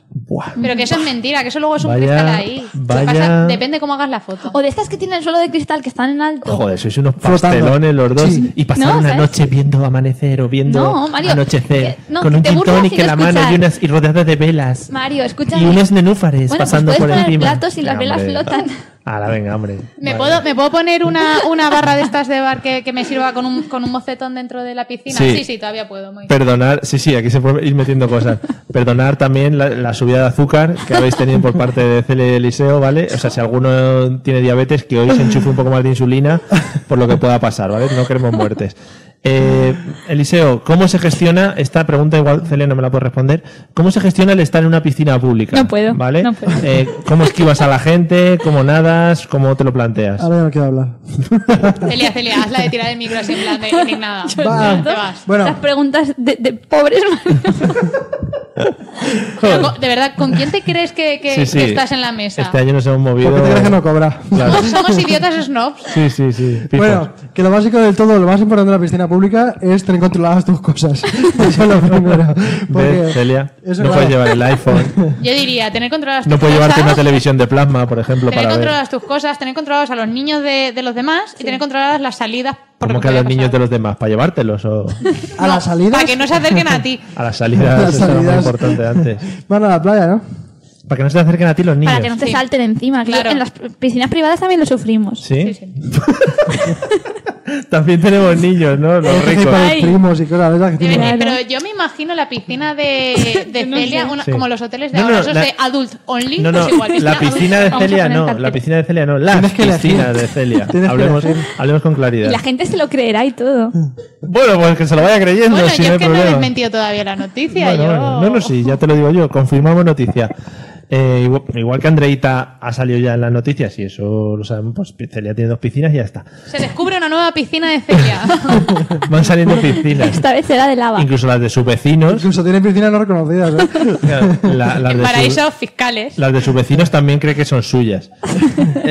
[SPEAKER 2] Pero que eso es mentira, que eso luego es un
[SPEAKER 1] Vaya-
[SPEAKER 2] cristal ahí.
[SPEAKER 1] vaya-
[SPEAKER 2] Pasa- depende cómo hagas la foto.
[SPEAKER 8] O de estas que tienen el suelo de cristal que están en alto.
[SPEAKER 1] Joder, sois unos
[SPEAKER 4] Flotando.
[SPEAKER 1] pastelones los dos.
[SPEAKER 4] Sí.
[SPEAKER 1] Y pasar
[SPEAKER 8] Oh, No,
[SPEAKER 1] una
[SPEAKER 8] ¿sabes?
[SPEAKER 1] noche viendo amanecer o viendo
[SPEAKER 8] No, Mario,
[SPEAKER 1] anochecer.
[SPEAKER 8] que- no,
[SPEAKER 1] con
[SPEAKER 8] que
[SPEAKER 1] un
[SPEAKER 8] te
[SPEAKER 1] gin
[SPEAKER 8] burlas
[SPEAKER 1] tonic
[SPEAKER 8] y no
[SPEAKER 1] en la mano
[SPEAKER 8] escuchar.
[SPEAKER 1] y, unas, y rodeadas de velas.
[SPEAKER 8] Mario, escúchame.
[SPEAKER 1] Y unos nenúfares
[SPEAKER 8] Bueno, pues
[SPEAKER 1] pasando
[SPEAKER 8] puedes
[SPEAKER 1] por
[SPEAKER 8] poner
[SPEAKER 1] encima.
[SPEAKER 8] platos y las velas
[SPEAKER 1] Hombre.
[SPEAKER 8] flotan.
[SPEAKER 1] Ala, venga, hombre.
[SPEAKER 2] ¿Me
[SPEAKER 1] Vale.
[SPEAKER 2] puedo, ¿Me puedo poner una, una barra de estas de bar que, que me sirva con un, con un mocetón dentro de la piscina?
[SPEAKER 1] Sí.
[SPEAKER 2] Sí, sí, todavía puedo. Muy bien.
[SPEAKER 1] Perdonar, sí, sí, aquí se puede ir metiendo cosas. Perdonar también la, la subida de azúcar que habéis tenido por parte de Cele Eliseo, ¿vale? O sea, si alguno tiene diabetes, que hoy se enchufe un poco más de insulina por lo que pueda pasar, ¿vale? No queremos muertes. Eh, Eliseo, ¿cómo se gestiona? Esta pregunta igual Cele no me la puede responder. ¿Cómo se gestiona el estar en una piscina pública?
[SPEAKER 8] No puedo,
[SPEAKER 1] ¿Vale?
[SPEAKER 8] no puedo.
[SPEAKER 1] Eh, ¿Cómo esquivas a la gente? ¿Cómo nadas? ¿Cómo te lo planteas?
[SPEAKER 4] Ahora ya no quiero hablar.
[SPEAKER 2] Celia, Celia, hazla de tirar el micro así en plan de
[SPEAKER 1] *laughs*
[SPEAKER 2] indignada.
[SPEAKER 4] Va.
[SPEAKER 2] Te vas.
[SPEAKER 4] Bueno,
[SPEAKER 8] Las preguntas de, de pobres. *laughs*
[SPEAKER 2] Pero, co- de verdad, ¿con quién te crees que, que-
[SPEAKER 1] Sí,
[SPEAKER 2] que
[SPEAKER 1] sí.
[SPEAKER 2] estás en la mesa?
[SPEAKER 1] Este año nos hemos movido.
[SPEAKER 4] ¿por qué te crees que no cobra?
[SPEAKER 1] Claro.
[SPEAKER 2] Somos idiotas snobs.
[SPEAKER 1] Sí, sí, sí. Pipos.
[SPEAKER 4] Bueno, que lo básico del todo, lo más importante de la piscina pública es tener controladas tus cosas. *laughs* Eso es lo primero. Porque
[SPEAKER 1] ¿Ves, Celia? No
[SPEAKER 4] eso,
[SPEAKER 1] puedes
[SPEAKER 4] claro.
[SPEAKER 1] llevar el iPhone.
[SPEAKER 2] Yo diría, tener controladas
[SPEAKER 1] No
[SPEAKER 2] tus
[SPEAKER 1] puedes llevarte
[SPEAKER 2] cosas,
[SPEAKER 1] una televisión de plasma, por ejemplo,
[SPEAKER 2] tener
[SPEAKER 1] para ver.
[SPEAKER 2] controladas tus cosas, tener controlados a los niños de, de los demás y tener controladas las salidas. por
[SPEAKER 1] Como
[SPEAKER 2] lo
[SPEAKER 1] que a
[SPEAKER 2] puede
[SPEAKER 1] los niños de
[SPEAKER 2] pasar.
[SPEAKER 1] los demás, para llevártelos o
[SPEAKER 4] A la salida.
[SPEAKER 2] Para que no se acerquen
[SPEAKER 4] *laughs*
[SPEAKER 1] *laughs*
[SPEAKER 2] a ti.
[SPEAKER 1] a las salidas.
[SPEAKER 4] Las
[SPEAKER 1] Eso era muy
[SPEAKER 4] salidas.
[SPEAKER 1] importante antes.
[SPEAKER 4] *laughs* Van a la playa, ¿no?
[SPEAKER 1] Para que no se te acerquen a ti los niños.
[SPEAKER 8] Para que no te
[SPEAKER 2] Sí.
[SPEAKER 8] salten encima. Claro.
[SPEAKER 2] Claro.
[SPEAKER 8] En las piscinas privadas también lo sufrimos.
[SPEAKER 1] ¿Sí?
[SPEAKER 2] Sí, sí.
[SPEAKER 1] También tenemos niños, ¿no? Los
[SPEAKER 4] Hay
[SPEAKER 1] ricos.
[SPEAKER 4] para los
[SPEAKER 8] Ay.
[SPEAKER 4] primos y cosas de esas que
[SPEAKER 2] Debe-
[SPEAKER 4] encima-
[SPEAKER 2] eh, Pero yo me imagino la piscina de,
[SPEAKER 4] *laughs*
[SPEAKER 2] de Celia, una-
[SPEAKER 1] Sí.
[SPEAKER 2] como los hoteles de
[SPEAKER 1] No,
[SPEAKER 2] ahora,
[SPEAKER 1] no,
[SPEAKER 2] esos
[SPEAKER 1] la-
[SPEAKER 2] de adult only.
[SPEAKER 1] No, no,
[SPEAKER 2] pues igual,
[SPEAKER 1] la piscina de
[SPEAKER 8] Vamos a
[SPEAKER 1] Celia
[SPEAKER 8] poner
[SPEAKER 1] no,
[SPEAKER 8] cartel.
[SPEAKER 1] la piscina de Celia no, las
[SPEAKER 4] Tienes que elegir.
[SPEAKER 1] piscinas de Celia.
[SPEAKER 4] Tienes que
[SPEAKER 1] Hablemos,
[SPEAKER 4] elegir.
[SPEAKER 1] hablemos con
[SPEAKER 8] Y
[SPEAKER 1] claridad.
[SPEAKER 8] la gente se lo creerá y todo.
[SPEAKER 1] Bueno, pues que se lo vaya creyendo,
[SPEAKER 2] Bueno,
[SPEAKER 1] si
[SPEAKER 2] yo
[SPEAKER 1] no hay
[SPEAKER 2] es que no he
[SPEAKER 1] problema.
[SPEAKER 2] desmentido todavía la noticia.
[SPEAKER 1] Bueno,
[SPEAKER 2] yo...
[SPEAKER 1] bueno, no, no, sí, ya te lo digo yo, confirmamos noticia. Eh, igual, igual que Andreita ha salido ya en las noticias, y eso lo sabemos, pues Celia tiene dos piscinas y ya está. *laughs*
[SPEAKER 2] Se descubre una nueva piscina de Celia.
[SPEAKER 1] Van saliendo piscinas.
[SPEAKER 8] Esta vez será de lava.
[SPEAKER 1] Incluso las de sus
[SPEAKER 2] *laughs*
[SPEAKER 1] vecinos.
[SPEAKER 4] Incluso tiene piscinas no reconocidas. ¿eh?
[SPEAKER 1] claro, la- las,
[SPEAKER 2] *laughs* en
[SPEAKER 1] de su-
[SPEAKER 2] paraísos fiscales.
[SPEAKER 1] las de sus vecinos también cree que son suyas.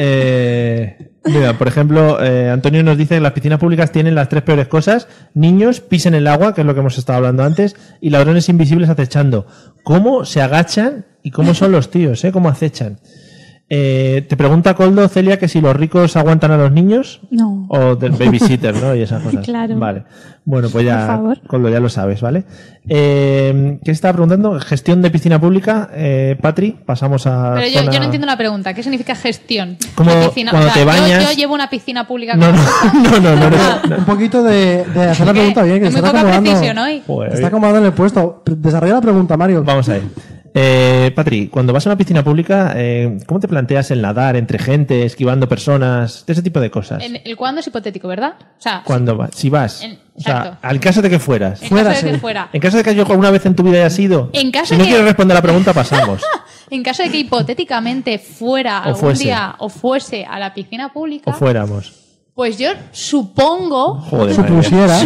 [SPEAKER 1] Eh, mira, por ejemplo, eh, Antonio nos dice que las piscinas públicas tienen las tres peores cosas: niños, pis en el agua, que es lo que hemos estado hablando antes, y ladrones invisibles acechando. ¿Cómo se agachan y cómo son los tíos, eh? ¿Cómo acechan? Eh, te pregunta Coldo, Celia, que si los ricos aguantan a los niños.
[SPEAKER 8] No.
[SPEAKER 4] Oh.
[SPEAKER 1] O del babysitter, ¿no?
[SPEAKER 8] *laughs*
[SPEAKER 1] Y esas cosas.
[SPEAKER 8] Claro.
[SPEAKER 1] Vale. Bueno, pues
[SPEAKER 8] Por
[SPEAKER 1] ya,
[SPEAKER 8] favor.
[SPEAKER 1] Coldo, ya lo sabes, ¿vale? Eh, ¿Qué estaba preguntando? Gestión de piscina pública. Eh, Patri, pasamos a.
[SPEAKER 2] Pero yo,
[SPEAKER 1] zona-
[SPEAKER 2] yo
[SPEAKER 1] *laughs*
[SPEAKER 2] no entiendo la pregunta. ¿Qué significa gestión?
[SPEAKER 1] Como
[SPEAKER 2] Una piscina,
[SPEAKER 1] cuando
[SPEAKER 2] o sea,
[SPEAKER 1] te
[SPEAKER 2] yo-
[SPEAKER 1] bañas-
[SPEAKER 2] Yo, llevo una piscina pública.
[SPEAKER 1] No, no, no, no, no, eres-
[SPEAKER 2] Ah.
[SPEAKER 4] Un poquito de, de hacer la pregunta bien, que
[SPEAKER 2] es
[SPEAKER 4] se
[SPEAKER 2] muy
[SPEAKER 4] está
[SPEAKER 2] poca precisión
[SPEAKER 4] acomodando.
[SPEAKER 2] hoy.
[SPEAKER 1] Joder,
[SPEAKER 4] Te Está acomodando en el puesto. Desarrolla la pregunta, Mario.
[SPEAKER 1] Vamos a ver. Eh, Patri, cuando vas a una piscina pública, eh, ¿cómo te planteas el nadar entre gente, esquivando personas, ese tipo de cosas?
[SPEAKER 2] En- el cuándo es hipotético, ¿verdad? O sea,
[SPEAKER 1] Cuando vas, si vas,
[SPEAKER 2] En-
[SPEAKER 1] o sea,
[SPEAKER 2] exacto.
[SPEAKER 1] al caso de que fueras,
[SPEAKER 2] en
[SPEAKER 4] fuera,
[SPEAKER 2] caso de
[SPEAKER 4] sí.
[SPEAKER 2] que fuera.
[SPEAKER 1] en caso de que alguna vez en tu vida hayas ido,
[SPEAKER 2] En
[SPEAKER 1] si
[SPEAKER 2] caso
[SPEAKER 1] no
[SPEAKER 2] que-
[SPEAKER 1] quieres responder la pregunta, pasamos.
[SPEAKER 2] En caso de que hipotéticamente fuera
[SPEAKER 1] O
[SPEAKER 2] algún
[SPEAKER 1] fuese.
[SPEAKER 2] día o fuese a la piscina pública,
[SPEAKER 1] o
[SPEAKER 2] *laughs*
[SPEAKER 1] fuéramos.
[SPEAKER 2] pues yo supongo,
[SPEAKER 1] Joder,
[SPEAKER 4] Si
[SPEAKER 1] madre mía.
[SPEAKER 4] pusiera.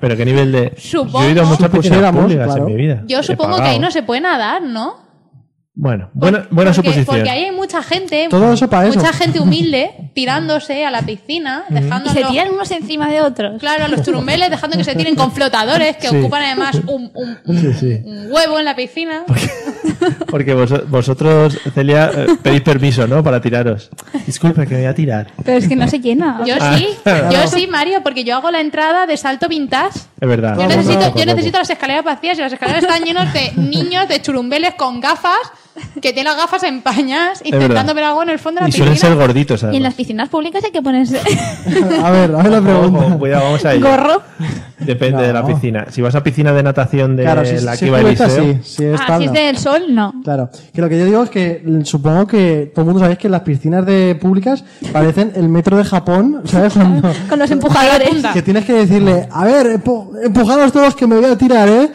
[SPEAKER 1] Pero qué nivel de.
[SPEAKER 2] Supongo-
[SPEAKER 1] Yo he ido a muchas piscinas
[SPEAKER 4] Supusiéramos,
[SPEAKER 1] públicas
[SPEAKER 4] claro.
[SPEAKER 1] en mi vida.
[SPEAKER 2] yo
[SPEAKER 1] He
[SPEAKER 2] supongo que
[SPEAKER 1] pagado.
[SPEAKER 2] ahí no se puede nadar, ¿no?
[SPEAKER 1] Bueno, buena, buena
[SPEAKER 2] porque,
[SPEAKER 1] suposición.
[SPEAKER 2] Porque ahí hay mucha gente,
[SPEAKER 4] Todo eso para eso.
[SPEAKER 2] mucha gente humilde tirándose a la piscina,
[SPEAKER 8] Y
[SPEAKER 1] Mm.
[SPEAKER 2] dejando
[SPEAKER 8] se tiran unos encima de otros.
[SPEAKER 2] Claro, a los turumbeles, dejando que se tiren con flotadores que
[SPEAKER 1] Sí.
[SPEAKER 2] ocupan además un, un- un-
[SPEAKER 1] Sí, sí.
[SPEAKER 2] un huevo en la piscina.
[SPEAKER 1] *laughs* Porque vos- vosotros, Celia, eh, pedís permiso, ¿no? Para tiraros. Disculpe, que me voy a tirar.
[SPEAKER 8] Pero es que no se llena.
[SPEAKER 2] Yo
[SPEAKER 1] Ah,
[SPEAKER 2] sí,
[SPEAKER 1] *laughs*
[SPEAKER 2] yo sí, Mario, porque yo hago la entrada de salto vintage.
[SPEAKER 1] Es verdad.
[SPEAKER 2] Yo
[SPEAKER 1] vamos,
[SPEAKER 2] necesito,
[SPEAKER 1] vamos,
[SPEAKER 2] yo
[SPEAKER 1] vamos.
[SPEAKER 2] necesito las escaleras vacías y las escaleras están
[SPEAKER 1] *laughs*
[SPEAKER 2] llenas de niños de churumbeles con gafas que tienen las gafas en pañas
[SPEAKER 1] verdad.
[SPEAKER 2] intentando ver algo en el fondo de la
[SPEAKER 1] Y suelen ser
[SPEAKER 2] piscina.
[SPEAKER 1] gorditos,
[SPEAKER 8] Y en las
[SPEAKER 1] además.
[SPEAKER 8] piscinas públicas hay que ponerse
[SPEAKER 4] *laughs* A ver, a ver la
[SPEAKER 1] Ojo,
[SPEAKER 4] pregunta.
[SPEAKER 1] cuidado, vamos a ello.
[SPEAKER 8] *laughs* gorro.
[SPEAKER 1] Depende de la
[SPEAKER 4] No.
[SPEAKER 1] piscina. Si vas a piscina de natación de
[SPEAKER 4] *laughs* Claro, si,
[SPEAKER 1] la
[SPEAKER 4] si
[SPEAKER 1] que
[SPEAKER 4] es
[SPEAKER 1] va
[SPEAKER 4] cubierta,
[SPEAKER 1] Eliseo,
[SPEAKER 4] sí. Si es
[SPEAKER 8] Ah, si
[SPEAKER 4] tabla.
[SPEAKER 8] es del sol, no.
[SPEAKER 4] Claro, que lo que yo digo es que l- supongo que todo el mundo sabéis que las piscinas de públicas parecen el metro de Japón, ¿sabes? Cuando-
[SPEAKER 8] Con los empujadores.
[SPEAKER 4] que tienes que decirle, a ver, empu- empujados todos que me voy a tirar, ¿eh?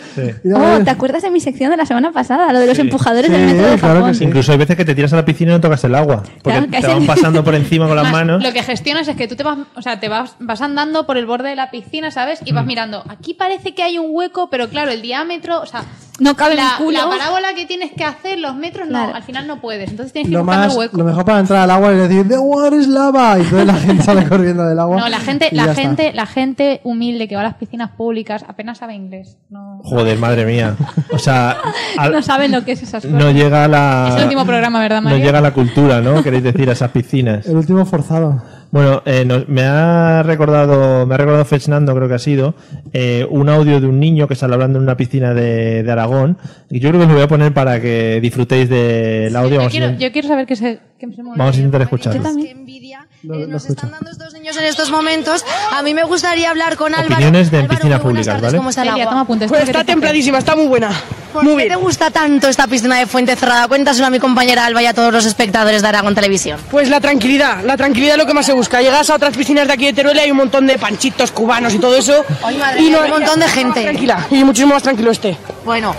[SPEAKER 4] Y a
[SPEAKER 8] Oh,
[SPEAKER 4] ver,
[SPEAKER 8] ¿te acuerdas de mi sección de la semana pasada? Lo de los empujadores
[SPEAKER 4] Sí,
[SPEAKER 8] del metro de
[SPEAKER 4] claro que
[SPEAKER 8] Japón.
[SPEAKER 4] sí.
[SPEAKER 1] Incluso hay veces que te tiras a la piscina y no tocas el agua. Porque
[SPEAKER 8] Claro, que
[SPEAKER 1] te
[SPEAKER 8] hacen-
[SPEAKER 1] van pasando por encima con las
[SPEAKER 2] *laughs* Más,
[SPEAKER 1] manos.
[SPEAKER 2] Lo que gestionas es que tú te vas, o sea, te vas, vas andando
[SPEAKER 1] Mm.
[SPEAKER 2] por el borde de la piscina, ¿sabes? Y vas mirando. Aquí parece que hay un hueco, pero claro, el diámetro, o sea,
[SPEAKER 8] No cabe
[SPEAKER 2] la,
[SPEAKER 8] mi culo.
[SPEAKER 2] la parábola que tienes que hacer, los metros, no, al final no puedes. Entonces tienes que
[SPEAKER 4] Lo,
[SPEAKER 2] buscar
[SPEAKER 4] más,
[SPEAKER 2] el hueco.
[SPEAKER 4] lo mejor para entrar al agua es decir, The water is lava. Y entonces la gente *laughs* sale corriendo del agua.
[SPEAKER 2] No, la gente,
[SPEAKER 4] y
[SPEAKER 2] la
[SPEAKER 4] ya está.
[SPEAKER 2] gente, la gente humilde que va a las piscinas públicas apenas sabe inglés. No,
[SPEAKER 1] Joder, madre mía. O sea, al-
[SPEAKER 2] *laughs* no saben lo que es esas cosas.
[SPEAKER 1] no llega la.
[SPEAKER 2] Es el último programa, ¿verdad,
[SPEAKER 1] no
[SPEAKER 2] Mario?
[SPEAKER 1] llega la cultura, ¿no? Queréis decir, a esas piscinas.
[SPEAKER 4] *laughs* El último forzado.
[SPEAKER 1] Bueno, eh, nos- me ha recordado, me ha recordado Fernando, creo que ha sido, eh, un audio de un niño que sale hablando en una piscina de, de Aragón. Y yo creo que os lo voy a poner para que disfrutéis del audio.
[SPEAKER 2] yo,
[SPEAKER 1] Vamos, a,
[SPEAKER 2] quiero,
[SPEAKER 1] intent-
[SPEAKER 2] yo quiero saber que se, que se mueve.
[SPEAKER 1] vamos a intentar
[SPEAKER 2] este
[SPEAKER 1] escucharlo.
[SPEAKER 10] Eh, nos están dando estos niños en estos momentos. A mí me gustaría hablar con Álvaro.
[SPEAKER 1] Opiniones de en piscinas públicas, ¿vale?
[SPEAKER 10] ¿Cómo está el
[SPEAKER 2] Elia,
[SPEAKER 10] agua?
[SPEAKER 2] toma apuntes, Pues está templadísima,
[SPEAKER 10] está muy buena. ¿Por qué te gusta tanto esta piscina de Fuente Cerrada? Cuéntaselo a mi compañera Alba y a todos los espectadores de Aragón Televisión.
[SPEAKER 11] Pues la tranquilidad, la tranquilidad es lo que más se busca. Llegas a otras piscinas de aquí de Teruel y hay un montón de panchitos cubanos y todo eso.
[SPEAKER 10] Ay, madre mía, un montón de gente.
[SPEAKER 11] Tranquila, y muchísimo más tranquilo este.
[SPEAKER 10] Bueno,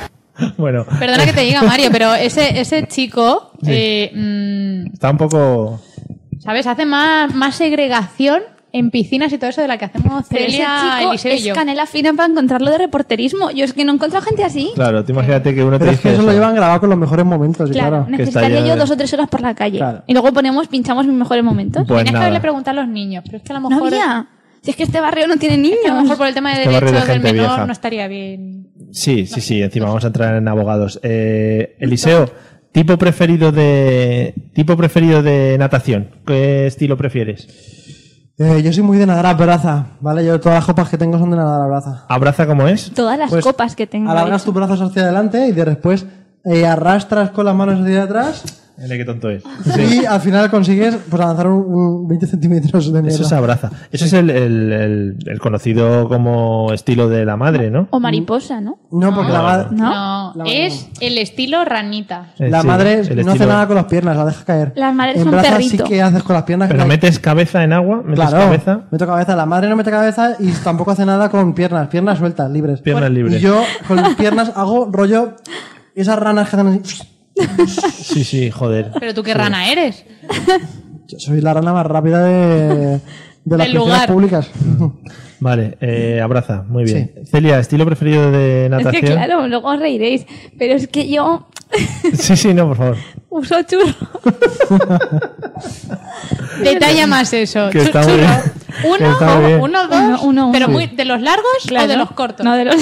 [SPEAKER 1] *laughs* Bueno,
[SPEAKER 2] Perdona que te diga, Mario, pero ese, ese chico,
[SPEAKER 1] Sí.
[SPEAKER 2] eh, mm,
[SPEAKER 1] está un poco.
[SPEAKER 2] ¿sabes? Hace más, más segregación en piscinas y todo eso de la que hacemos
[SPEAKER 8] Pero ese
[SPEAKER 2] Celia,
[SPEAKER 8] chico
[SPEAKER 2] Eliseo y
[SPEAKER 8] es
[SPEAKER 2] yo.
[SPEAKER 8] canela fina para encontrarlo de reporterismo. Yo es que no he encontrado gente así.
[SPEAKER 1] Claro, tú imagínate que uno te
[SPEAKER 4] Pero es que
[SPEAKER 1] dice.
[SPEAKER 4] eso lo
[SPEAKER 1] eso.
[SPEAKER 4] llevan grabado con los mejores momentos, y
[SPEAKER 8] Claro,
[SPEAKER 4] claro.
[SPEAKER 8] necesitaría yo dos o tres horas por la calle.
[SPEAKER 4] Claro.
[SPEAKER 8] Y luego ponemos, pinchamos mis mejores momentos.
[SPEAKER 1] Pues
[SPEAKER 2] Tienes que
[SPEAKER 1] nada.
[SPEAKER 2] haberle preguntado a los niños, pero es que a lo
[SPEAKER 8] No
[SPEAKER 2] mejor.
[SPEAKER 8] había. Si es que este barrio no tiene niños.
[SPEAKER 2] A lo mejor por el tema de
[SPEAKER 1] Este barrio de
[SPEAKER 2] derechos del
[SPEAKER 1] gente
[SPEAKER 2] menor
[SPEAKER 1] vieja.
[SPEAKER 2] no estaría bien.
[SPEAKER 1] Sí, sí, sí. Encima vamos a entrar en abogados. Eh, Eliseo, tipo preferido de tipo preferido de natación. ¿Qué estilo prefieres?
[SPEAKER 4] Eh, yo soy muy de nadar a braza, ¿vale? Yo todas las copas que tengo son de nadar a braza.
[SPEAKER 1] Abraza como es.
[SPEAKER 8] Todas las
[SPEAKER 4] Pues,
[SPEAKER 8] copas que tengo.
[SPEAKER 4] Alargas tus brazos hacia adelante y de- después eh, arrastras con las manos hacia atrás
[SPEAKER 1] Mira qué
[SPEAKER 4] *laughs*
[SPEAKER 1] tonto es.
[SPEAKER 4] y al final consigues pues, avanzar un, un 20 centímetros de mierda.
[SPEAKER 1] Eso es abraza. Eso es el, el- el- el conocido como estilo de la madre, ¿no?
[SPEAKER 8] O mariposa, ¿no?
[SPEAKER 4] No, porque la, ma-
[SPEAKER 2] No, es el estilo ranita.
[SPEAKER 1] Eh,
[SPEAKER 4] la
[SPEAKER 1] sí,
[SPEAKER 4] madre
[SPEAKER 1] el
[SPEAKER 4] no
[SPEAKER 1] estilo-
[SPEAKER 4] hace nada con las piernas, la deja caer.
[SPEAKER 2] Las madres
[SPEAKER 4] en
[SPEAKER 2] son
[SPEAKER 4] braza
[SPEAKER 2] perrito.
[SPEAKER 4] sí que haces con las piernas.
[SPEAKER 1] Pero
[SPEAKER 4] la-
[SPEAKER 1] metes cabeza en agua, metes
[SPEAKER 4] claro,
[SPEAKER 1] cabeza,
[SPEAKER 4] meto cabeza. La madre no mete cabeza y tampoco hace nada con piernas, piernas sueltas, libres.
[SPEAKER 1] piernas
[SPEAKER 4] Y
[SPEAKER 1] libres.
[SPEAKER 4] yo con mis piernas hago rollo esas ranas que hacen así.
[SPEAKER 1] Sí, sí,
[SPEAKER 4] *laughs*
[SPEAKER 1] joder.
[SPEAKER 2] Pero tú qué rana eres.
[SPEAKER 4] Yo soy la rana más rápida de, de las
[SPEAKER 2] Del
[SPEAKER 4] piscinas
[SPEAKER 2] lugar.
[SPEAKER 4] públicas.
[SPEAKER 1] Vale, eh, abraza, muy bien. Celia, estilo preferido
[SPEAKER 4] *laughs*
[SPEAKER 1] de
[SPEAKER 8] Es
[SPEAKER 1] natación.
[SPEAKER 8] que claro, luego os reiréis. Pero es que yo *laughs*
[SPEAKER 1] Sí, sí, no, por favor. *laughs*
[SPEAKER 8] uso churro.
[SPEAKER 2] Detalla más eso.
[SPEAKER 1] Que
[SPEAKER 2] Chu-
[SPEAKER 1] está muy
[SPEAKER 2] churro.
[SPEAKER 1] bien. Que
[SPEAKER 2] Uno,
[SPEAKER 1] está muy bien.
[SPEAKER 2] uno, dos, pero
[SPEAKER 1] Sí.
[SPEAKER 2] muy, ¿de los largos o de los cortos?
[SPEAKER 8] No, de
[SPEAKER 1] *laughs*
[SPEAKER 8] los